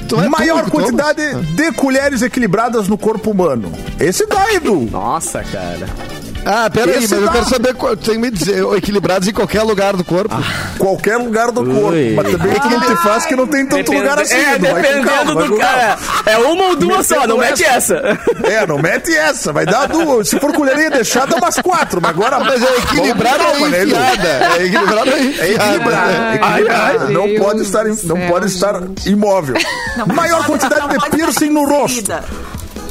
[SPEAKER 5] Tu é
[SPEAKER 3] Maior
[SPEAKER 5] turco,
[SPEAKER 3] quantidade de colheres equilibradas no corpo humano. Esse tá dá, Edu.
[SPEAKER 4] Nossa, cara.
[SPEAKER 5] Thomas? Ah, peraí, mas
[SPEAKER 3] Esse
[SPEAKER 5] eu
[SPEAKER 3] dá.
[SPEAKER 5] quero saber. qual- Tem que me dizer, equilibrados em qualquer lugar do corpo.
[SPEAKER 3] Qualquer lugar do corpo. Mas também que não te faz que não tem tanto
[SPEAKER 4] Depende-
[SPEAKER 3] lugar assim.
[SPEAKER 4] é,
[SPEAKER 3] Edu. Vai com
[SPEAKER 4] dependendo
[SPEAKER 3] calma, vai
[SPEAKER 4] do
[SPEAKER 3] com calma.
[SPEAKER 4] cara. É uma ou duas só, não mete essa.
[SPEAKER 3] É, não mete essa. Vai dar duas. Se for colherinha deixada, umas quatro. Mas agora.
[SPEAKER 5] Mas é equilibrado
[SPEAKER 3] Vamos com
[SPEAKER 5] ou
[SPEAKER 3] calma, né, Edu?
[SPEAKER 5] enfiada? É equilibrado ou
[SPEAKER 3] É
[SPEAKER 5] enfiada?
[SPEAKER 3] equilibrado.
[SPEAKER 6] Ai,
[SPEAKER 3] equilibrado.
[SPEAKER 6] meu
[SPEAKER 3] não
[SPEAKER 6] Deus
[SPEAKER 3] pode estar,
[SPEAKER 6] do
[SPEAKER 3] em- não
[SPEAKER 6] céu,
[SPEAKER 3] pôde estar imóvel.
[SPEAKER 2] Não, mas
[SPEAKER 3] Maior
[SPEAKER 2] não
[SPEAKER 3] quantidade
[SPEAKER 2] pode
[SPEAKER 3] de
[SPEAKER 2] estar
[SPEAKER 3] piercing no rosto.
[SPEAKER 2] envelhecida.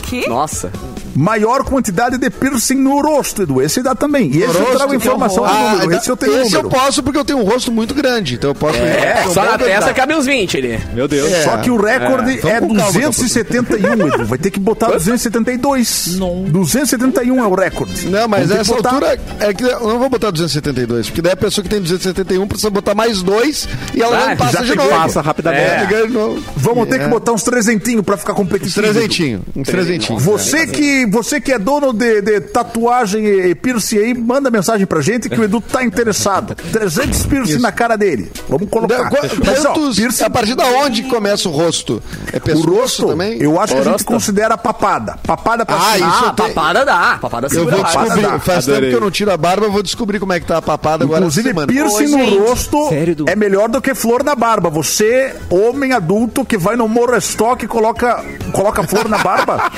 [SPEAKER 2] Que?
[SPEAKER 4] Nossa.
[SPEAKER 3] Maior quantidade de piercing no rosto, Edu. Esse dá também. E esse eu trago informação do
[SPEAKER 5] Ah,
[SPEAKER 3] número. Esse eu tenho
[SPEAKER 5] esse eu
[SPEAKER 3] número.
[SPEAKER 5] posso porque eu tenho um rosto muito grande. Então eu posso.
[SPEAKER 4] É,
[SPEAKER 5] eu
[SPEAKER 4] só
[SPEAKER 5] vou
[SPEAKER 4] na
[SPEAKER 5] tentar.
[SPEAKER 4] testa cabe uns 20 ali.
[SPEAKER 1] Meu Deus.
[SPEAKER 5] É.
[SPEAKER 3] Só que o recorde é,
[SPEAKER 5] Vamos com calma,
[SPEAKER 3] 271, Edu. Vai ter que botar 272. 271 é o recorde.
[SPEAKER 5] Não,
[SPEAKER 3] Vamos
[SPEAKER 5] mas
[SPEAKER 3] ter que
[SPEAKER 5] essa
[SPEAKER 3] botar-
[SPEAKER 5] altura é que eu não vou botar 272, porque daí a pessoa que tem 271 precisa bobotar mais dois e ela
[SPEAKER 4] Ah,
[SPEAKER 5] não passa
[SPEAKER 3] já
[SPEAKER 5] de
[SPEAKER 3] pegou.
[SPEAKER 5] novo.
[SPEAKER 1] Passa rapidamente.
[SPEAKER 5] É. Ganha de novo.
[SPEAKER 3] Vamos ter
[SPEAKER 5] É.
[SPEAKER 3] que botar uns trezentinhos pra ficar
[SPEAKER 5] Uns
[SPEAKER 3] competitivo. Edu.
[SPEAKER 5] Um trezentinho, uns trezentinho.
[SPEAKER 3] Você que, você que é dono de, de tatuagem e e piercing aí, manda mensagem pra gente que o Edu tá interessado. 300 piercing na cara dele. Vamos
[SPEAKER 5] Da-
[SPEAKER 3] colocar.
[SPEAKER 5] qua-
[SPEAKER 3] Mas, ó,
[SPEAKER 5] quantos-
[SPEAKER 3] piercing-
[SPEAKER 5] a partir da onde que começa o rosto? É
[SPEAKER 3] o
[SPEAKER 5] pescoço
[SPEAKER 3] rosto,
[SPEAKER 5] também?
[SPEAKER 3] eu acho que a gente
[SPEAKER 4] Rosto.
[SPEAKER 3] considera papada. Papada pra
[SPEAKER 5] Ah,
[SPEAKER 3] cima.
[SPEAKER 5] isso
[SPEAKER 4] Ah,
[SPEAKER 5] eu tenho-
[SPEAKER 4] papada dá. Papada
[SPEAKER 5] Eu
[SPEAKER 4] segura.
[SPEAKER 5] vou
[SPEAKER 4] lá.
[SPEAKER 5] descobrir.
[SPEAKER 3] dá.
[SPEAKER 5] Faz tempo
[SPEAKER 1] Adorei.
[SPEAKER 5] que eu não tiro a barba, eu vou descobrir como é que tá a papada agora.
[SPEAKER 3] Inclusive,
[SPEAKER 5] essa semana.
[SPEAKER 3] piercing
[SPEAKER 6] Ô,
[SPEAKER 3] no
[SPEAKER 6] gente.
[SPEAKER 3] rosto
[SPEAKER 1] Sério, Du?
[SPEAKER 3] é melhor do que flor na barba. Você, homem adulto, que vai no Morro Estoque e coloca, coloca flor na barba,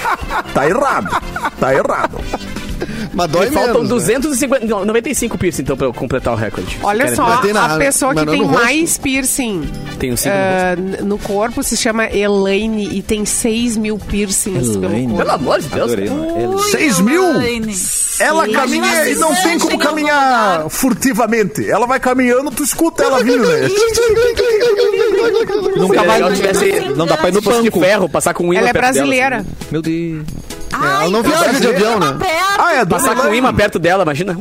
[SPEAKER 3] tá errado. Tá errado.
[SPEAKER 5] Mas dói
[SPEAKER 4] Me faltam
[SPEAKER 5] menos, né?
[SPEAKER 4] 250, não, 95 piercing, então, pra eu completar o recorde.
[SPEAKER 6] Olha
[SPEAKER 4] Quero-
[SPEAKER 6] só,
[SPEAKER 5] mas tem na-
[SPEAKER 6] a pessoa
[SPEAKER 5] mas
[SPEAKER 6] que
[SPEAKER 5] não
[SPEAKER 6] tem
[SPEAKER 5] no rosto.
[SPEAKER 6] mais piercing
[SPEAKER 4] Tenho cinco
[SPEAKER 6] ah, n- no corpo se chama Elaine e tem 6 mil piercings
[SPEAKER 1] Elaine.
[SPEAKER 4] Pelo
[SPEAKER 6] pelo corpo.
[SPEAKER 4] amor de Deus.
[SPEAKER 1] Adorei,
[SPEAKER 4] cara.
[SPEAKER 1] mano. Ele-
[SPEAKER 3] Seis mil?
[SPEAKER 2] Elaine.
[SPEAKER 3] Ela
[SPEAKER 6] Sim.
[SPEAKER 3] caminha
[SPEAKER 2] Imagina
[SPEAKER 3] e
[SPEAKER 2] se
[SPEAKER 3] não
[SPEAKER 2] Sanji
[SPEAKER 3] tem como
[SPEAKER 2] chega em algum
[SPEAKER 3] caminhar
[SPEAKER 2] lugar.
[SPEAKER 3] furtivamente. Ela vai caminhando, tu escuta ela vindo,
[SPEAKER 5] É.
[SPEAKER 3] né?
[SPEAKER 4] Nunca mais
[SPEAKER 1] Ela
[SPEAKER 4] eu É, tivesse
[SPEAKER 1] Não dá pra ir no
[SPEAKER 4] fosse de
[SPEAKER 1] banco.
[SPEAKER 4] ferro, passar com um imã
[SPEAKER 6] Ela é
[SPEAKER 4] perto dela,
[SPEAKER 6] brasileira.
[SPEAKER 4] assim.
[SPEAKER 1] Meu Deus.
[SPEAKER 5] É, Ela não viaja de avião,
[SPEAKER 2] tá
[SPEAKER 5] né?
[SPEAKER 3] Ah, é a dona
[SPEAKER 4] Passar com um imã
[SPEAKER 3] Elaine.
[SPEAKER 4] perto dela, imagina.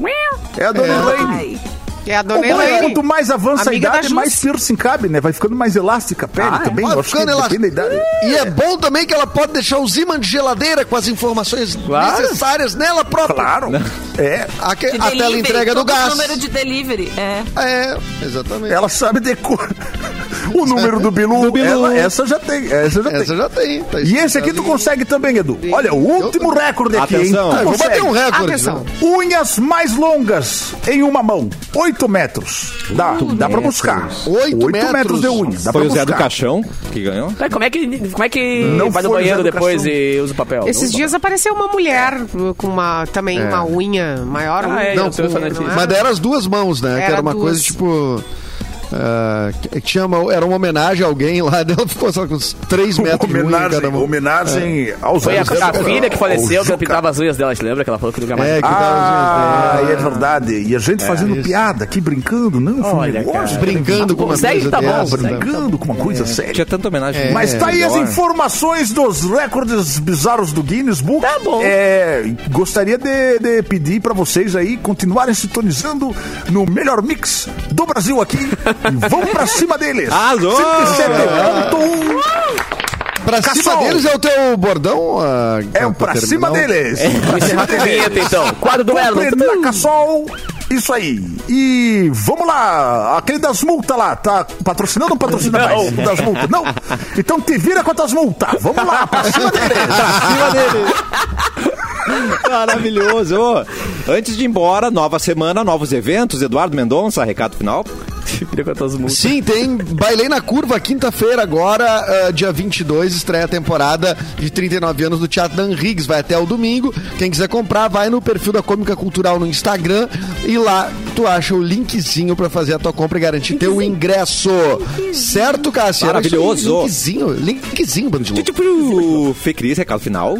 [SPEAKER 3] É a dona Elaine.
[SPEAKER 2] Ai,
[SPEAKER 6] É a
[SPEAKER 3] O
[SPEAKER 6] dona
[SPEAKER 3] bom é que
[SPEAKER 6] Elaine.
[SPEAKER 3] quanto mais avança a
[SPEAKER 6] Amiga da
[SPEAKER 3] idade,
[SPEAKER 6] Jussi.
[SPEAKER 3] mais piercing cabe, né? Vai ficando mais elástica a pele
[SPEAKER 4] Ah, é?
[SPEAKER 3] também.
[SPEAKER 5] Vai
[SPEAKER 3] Eu acho que
[SPEAKER 5] ficando
[SPEAKER 3] depende da idade.
[SPEAKER 5] E é bom também que ela pode deixar os ímãs de geladeira com as informações
[SPEAKER 4] Claro.
[SPEAKER 5] necessárias nela própria. Né?
[SPEAKER 3] Claro. É.
[SPEAKER 5] A, que-
[SPEAKER 2] de
[SPEAKER 5] até ela
[SPEAKER 2] delivery,
[SPEAKER 5] entrega do
[SPEAKER 2] todo
[SPEAKER 5] gás.
[SPEAKER 2] número de delivery. É.
[SPEAKER 5] É, exatamente.
[SPEAKER 3] Ela sabe de cor. O número do Bilu, ela- essa já tem. Essa já
[SPEAKER 5] Essa
[SPEAKER 3] tem.
[SPEAKER 5] já tem. tá
[SPEAKER 3] E esse aqui tu
[SPEAKER 5] explicado.
[SPEAKER 3] consegue também, Edu. Olha, o último recorde aqui, hein?
[SPEAKER 1] Atenção.
[SPEAKER 3] Tu
[SPEAKER 5] Ah, eu vou
[SPEAKER 3] consegue.
[SPEAKER 5] bater um recorde.
[SPEAKER 6] Atenção.
[SPEAKER 5] né?
[SPEAKER 3] Unhas mais longas em uma mão. 8 metros. Dá, dá pra buscar.
[SPEAKER 5] Oito
[SPEAKER 3] Oito
[SPEAKER 5] metros.
[SPEAKER 3] de unha. Dá
[SPEAKER 1] Foi
[SPEAKER 3] pra
[SPEAKER 1] o Zé do
[SPEAKER 3] buscar.
[SPEAKER 1] Caixão que ganhou?
[SPEAKER 4] Tá, como é que, como é que
[SPEAKER 3] Não
[SPEAKER 4] vai no
[SPEAKER 3] foi
[SPEAKER 4] banheiro
[SPEAKER 3] usado
[SPEAKER 4] depois
[SPEAKER 3] cartão.
[SPEAKER 4] e usa o papel?
[SPEAKER 6] Esses
[SPEAKER 4] Não,
[SPEAKER 6] dias apareceu uma mulher uh, com uma também uma unha maior.
[SPEAKER 4] Ah, é,
[SPEAKER 6] não,
[SPEAKER 4] eu sei, eu
[SPEAKER 6] com-
[SPEAKER 4] falei
[SPEAKER 6] não
[SPEAKER 4] disso.
[SPEAKER 6] é?
[SPEAKER 5] Mas deram as duas mãos, né? que
[SPEAKER 6] Era
[SPEAKER 5] era uma
[SPEAKER 6] duas.
[SPEAKER 5] coisa tipo. ah, que que tinha uma- era uma homenagem a alguém lá, né? ela ficou só com uns 3 metros de unha em
[SPEAKER 3] Homenagem,
[SPEAKER 5] cada mão. É.
[SPEAKER 3] homenagem aos
[SPEAKER 4] Foi a,
[SPEAKER 3] anos
[SPEAKER 4] a
[SPEAKER 3] dela.
[SPEAKER 4] filha
[SPEAKER 1] né?
[SPEAKER 4] que faleceu,
[SPEAKER 3] Ao
[SPEAKER 4] que ela
[SPEAKER 3] Juca.
[SPEAKER 4] pintava as unhas dela, te lembra? Que ela falou que nunca mais.
[SPEAKER 5] É, que
[SPEAKER 3] Ah,
[SPEAKER 5] tava
[SPEAKER 3] é verdade. E a gente
[SPEAKER 1] É.
[SPEAKER 3] fazendo piada aqui, brincando, não? Foi um
[SPEAKER 4] Olha,
[SPEAKER 3] negócio,
[SPEAKER 4] cara.
[SPEAKER 5] é, brincando com uma
[SPEAKER 4] Consegue,
[SPEAKER 5] mesa
[SPEAKER 4] tá
[SPEAKER 5] de
[SPEAKER 4] bom,
[SPEAKER 5] árvore, né?
[SPEAKER 3] brincando com uma coisa séria.
[SPEAKER 1] Tinha tanta homenagem.
[SPEAKER 3] Mas tá aí as
[SPEAKER 1] É, melhor.
[SPEAKER 3] informações dos recordes bizarros do Guinness Book.
[SPEAKER 4] Tá bom.
[SPEAKER 3] É, gostaria de, de pedir pra vocês aí continuarem sintonizando no melhor mix do Brasil aqui. e vão pra cima deles.
[SPEAKER 1] Arrasou!
[SPEAKER 3] 107.1
[SPEAKER 5] Pra cima
[SPEAKER 3] Caçol.
[SPEAKER 5] deles é o teu bordão? ah,
[SPEAKER 3] é o
[SPEAKER 5] pra
[SPEAKER 3] pra cima
[SPEAKER 5] terminar?
[SPEAKER 3] deles. Um
[SPEAKER 4] Vamos encerrar com a vinheta, então. Quadro do Elo.
[SPEAKER 3] Completar Cassol. Isso aí. E vamos lá. Aquele das multas lá. Tá patrocinando ou patrocina
[SPEAKER 4] Não.
[SPEAKER 3] mais? O Das multas. Não. Então te vira com as das multas. Vamos lá. Pra cima deles.
[SPEAKER 1] cima dele. Maravilhoso. Antes de ir embora, nova semana, novos eventos. Eduardo Mendonça, recado final.
[SPEAKER 4] que perigo com as tuas músicas.
[SPEAKER 5] Sim, tem Bailei na Curva, quinta-feira agora, ah, dia 22, estreia a temporada de 39 anos do Teatro Dan Riggs. Vai até o domingo. Quem quiser comprar, vai no perfil da Cômica Cultural no Instagram e lá tu acha o linkzinho pra fazer a tua compra e garantir teu ingresso. Certo, Cássio? Era isso aí,
[SPEAKER 1] Maravilhoso.
[SPEAKER 5] Linkzinho, linkzinho, Bruno de Lou.
[SPEAKER 1] Tipo, Fê Cris, recado final.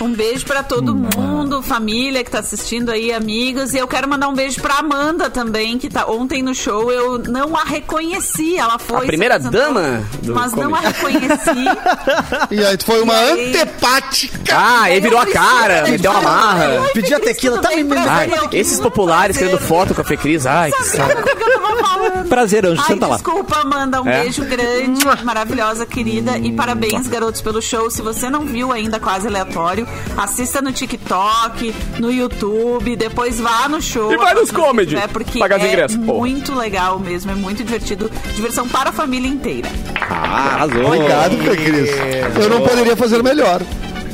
[SPEAKER 2] Um beijo pra todo
[SPEAKER 5] Hum, é.
[SPEAKER 2] mundo, família que tá assistindo aí, amigos. E eu quero mandar um beijo pra Amanda também, que tá ontem no show. Eu não a reconheci. Ela foi.
[SPEAKER 4] A primeira
[SPEAKER 2] se apresentou,
[SPEAKER 4] dama do
[SPEAKER 2] Mas não a
[SPEAKER 4] comedy.
[SPEAKER 2] reconheci.
[SPEAKER 5] E aí tu foi uma
[SPEAKER 2] E aí?
[SPEAKER 5] antepática.
[SPEAKER 4] Ah, ele virou a
[SPEAKER 2] Priscila,
[SPEAKER 4] cara, meteu uma marra.
[SPEAKER 3] Pedi a tequila, tá me
[SPEAKER 4] Ai, esses populares querendo foto com a Fê Cris. Ai, que saco.
[SPEAKER 2] Sabe do que eu tava falando?
[SPEAKER 1] Prazer, anjo,
[SPEAKER 2] Ai,
[SPEAKER 1] senta lá.
[SPEAKER 2] desculpa, Amanda. Um
[SPEAKER 4] É.
[SPEAKER 2] beijo grande, maravilhosa, querida. E parabéns, garotos, pelo show. Se você não viu ainda Quase Aleatório, assista no TikTok, no YouTube, depois vá no show.
[SPEAKER 4] E vai nos
[SPEAKER 2] Assista,
[SPEAKER 4] comedy.
[SPEAKER 2] né? Porque
[SPEAKER 4] Pagar os
[SPEAKER 2] é
[SPEAKER 4] ingressos, porra.
[SPEAKER 2] muito legal mesmo, é muito divertido. Diversão para a família inteira.
[SPEAKER 1] Ah, arrasou.
[SPEAKER 5] Obrigado, Fê Cris. Eu não poderia fazer melhor.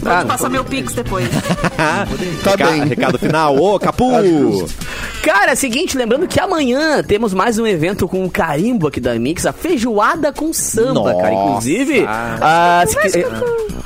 [SPEAKER 2] Vou
[SPEAKER 4] Ah,
[SPEAKER 2] te passar meu pix depois.
[SPEAKER 5] Tá
[SPEAKER 1] Reca-
[SPEAKER 5] bem.
[SPEAKER 1] Recado final. Ô, Capu!
[SPEAKER 4] Cara, é o seguinte, lembrando que amanhã temos mais um evento com o carimbo aqui da Mix, a feijoada com samba,
[SPEAKER 1] Nossa.
[SPEAKER 4] cara. Inclusive, ah, se que- eh,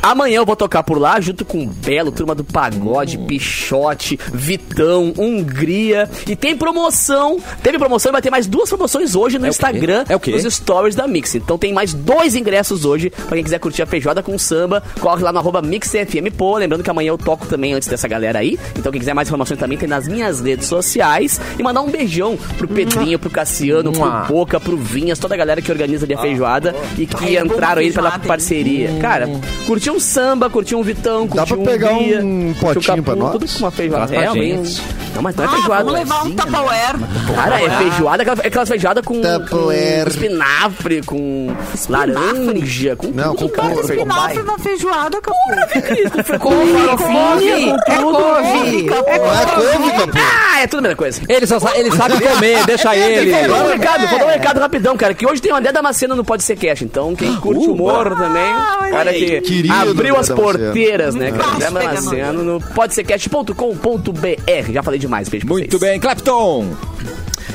[SPEAKER 4] amanhã eu vou tocar por lá junto com o Belo, turma do Pagode, Pichote, Vitão, Hungria. E tem promoção, teve promoção e vai ter mais duas promoções hoje no Instagram,
[SPEAKER 1] É o quê?
[SPEAKER 4] nos stories da Mix. Então tem mais dois ingressos hoje pra quem quiser curtir a feijoada com samba, corre lá no arroba MixFMPô. Lembrando que amanhã eu toco também antes dessa galera aí. Então quem quiser mais informações também tem nas minhas redes sociais. E mandar um beijão pro Pedrinho, pro Cassiano, pro Boca, pro Vinhas, toda a galera que organiza
[SPEAKER 5] Ah,
[SPEAKER 4] ali a feijoada e que
[SPEAKER 2] Ai, é bom
[SPEAKER 4] entraram aí
[SPEAKER 2] feijoada,
[SPEAKER 4] pela
[SPEAKER 2] hein? Hum.
[SPEAKER 4] parceria. Cara, curtiu um samba, curtiu um Vitão,
[SPEAKER 5] Dá
[SPEAKER 4] curtiu
[SPEAKER 5] pra pegar
[SPEAKER 4] Hungria,
[SPEAKER 5] um
[SPEAKER 4] curtiu
[SPEAKER 5] potinho
[SPEAKER 4] Capu,
[SPEAKER 5] pra nós?
[SPEAKER 4] Tudo com uma feijoada.
[SPEAKER 1] Traz pra
[SPEAKER 4] É,
[SPEAKER 1] gente.
[SPEAKER 4] bem. Não, mas não é
[SPEAKER 2] Ah,
[SPEAKER 4] feijoada.
[SPEAKER 2] vamos levar um Tupperware.
[SPEAKER 4] Cara, é
[SPEAKER 6] Ah.
[SPEAKER 4] feijoada, aquela- aquelas feijoadas com, com
[SPEAKER 5] Tupperware.
[SPEAKER 4] espinafre, com laranja, com
[SPEAKER 5] Não,
[SPEAKER 4] tudo,
[SPEAKER 5] com
[SPEAKER 4] cara.
[SPEAKER 5] couve.
[SPEAKER 2] Espinafre na feijoada, capô.
[SPEAKER 4] É
[SPEAKER 6] Couve, é couve. É
[SPEAKER 5] Não é couve, Capu.
[SPEAKER 4] Ah, é tudo a mesma coisa.
[SPEAKER 1] Ele, só sa- ele sabe comer, deixa ele.
[SPEAKER 4] Vou dar um recado, vou dar um recado rapidão, cara, que hoje tem uma André Damasceno no Pode Ser Cash, então
[SPEAKER 5] Ah,
[SPEAKER 4] quem curte
[SPEAKER 1] uh,
[SPEAKER 4] humor também, cara que
[SPEAKER 5] Querido Ah.
[SPEAKER 4] abriu
[SPEAKER 5] André
[SPEAKER 4] as
[SPEAKER 5] Damasceno.
[SPEAKER 4] porteiras, né, cara,
[SPEAKER 2] Fácil
[SPEAKER 4] André
[SPEAKER 2] pegar
[SPEAKER 4] Damasceno no podsercast.com.br, já falei demais, beijo pra
[SPEAKER 1] Muito
[SPEAKER 4] vocês.
[SPEAKER 1] bem, Clapton!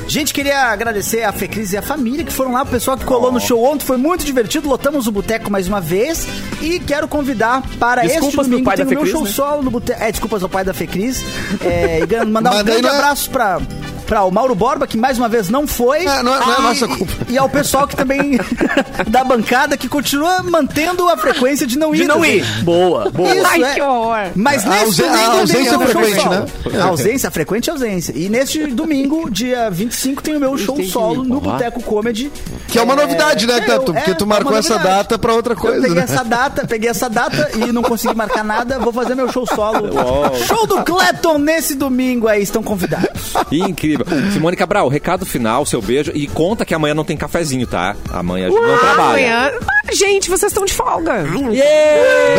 [SPEAKER 3] Gente, queria agradecer a Fecris e a família que foram lá, o pessoal que colou no show ontem, foi muito divertido, lotamos o boteco mais uma vez e quero convidar para
[SPEAKER 4] Desculpas
[SPEAKER 3] este
[SPEAKER 4] pro
[SPEAKER 3] domingo
[SPEAKER 4] pai
[SPEAKER 3] tem
[SPEAKER 4] da
[SPEAKER 3] o meu
[SPEAKER 4] Fecris,
[SPEAKER 3] show
[SPEAKER 4] né?
[SPEAKER 3] solo no boteco. É, desculpas ao pai da Fecris. É, e gan- mandar um
[SPEAKER 5] Mas daí
[SPEAKER 3] grande
[SPEAKER 5] não é-
[SPEAKER 3] abraço para para o Mauro Borba, que mais uma vez não foi.
[SPEAKER 5] É, não é- não é
[SPEAKER 3] E-
[SPEAKER 5] nossa culpa.
[SPEAKER 3] E ao pessoal que também da bancada que continua mantendo a frequência de não ir.
[SPEAKER 4] De não
[SPEAKER 3] também.
[SPEAKER 4] ir. Boa, boa.
[SPEAKER 3] Isso,
[SPEAKER 6] Ai,
[SPEAKER 3] é.
[SPEAKER 6] que horror.
[SPEAKER 3] Mas
[SPEAKER 5] A
[SPEAKER 3] neste
[SPEAKER 5] ausen- a
[SPEAKER 3] domingo
[SPEAKER 5] ausência
[SPEAKER 3] tem o meu
[SPEAKER 5] frequente,
[SPEAKER 3] show
[SPEAKER 5] né?
[SPEAKER 3] solo. A ausência frequente é ausência. E neste domingo, dia 25, tem o meu show solo no Boteco Comedy.
[SPEAKER 5] Que é uma novidade, né,
[SPEAKER 3] eu-
[SPEAKER 5] Tato? Porque
[SPEAKER 3] é,
[SPEAKER 5] tu
[SPEAKER 3] é
[SPEAKER 5] marcou
[SPEAKER 3] uma
[SPEAKER 5] essa
[SPEAKER 3] novidade.
[SPEAKER 5] data pra outra
[SPEAKER 3] Eu
[SPEAKER 5] coisa,
[SPEAKER 3] peguei
[SPEAKER 5] né?
[SPEAKER 3] essa data, peguei essa data e não consegui marcar nada. Vou fazer meu show solo.
[SPEAKER 1] Uou.
[SPEAKER 3] Show do Clapton nesse domingo aí, estão convidados.
[SPEAKER 1] Incrível. Simone Cabral, recado final, seu beijo. E conta que amanhã não tem cafezinho, tá? Amanhã a gente não trabalha.
[SPEAKER 6] Amanhã. Ah, gente, vocês estão de folga.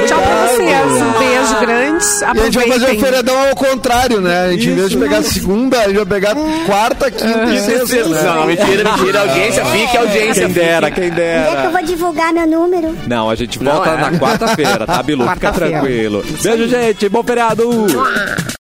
[SPEAKER 6] Tchau pra
[SPEAKER 5] Obrigado.
[SPEAKER 6] vocês. Um beijo grande.
[SPEAKER 5] E a gente vai fazer o
[SPEAKER 6] Aproveitem.
[SPEAKER 5] feriadão ao contrário, né? A gente, em vez de pegar segunda, a gente vai pegar quarta, quinta e sexta.
[SPEAKER 4] Não,
[SPEAKER 5] Né?
[SPEAKER 4] mentira, mentira, audiência, fique, audiência,
[SPEAKER 1] Quem
[SPEAKER 4] fique.
[SPEAKER 1] dera, quem
[SPEAKER 9] Onde é que eu
[SPEAKER 1] dera.
[SPEAKER 9] vou divulgar meu número?
[SPEAKER 1] Não, a gente volta
[SPEAKER 4] Não, é.
[SPEAKER 1] na quarta-feira, tá, Bilu? Fica
[SPEAKER 6] Quarta-feira.
[SPEAKER 1] tranquilo. Beijo, gente. Bom feriado.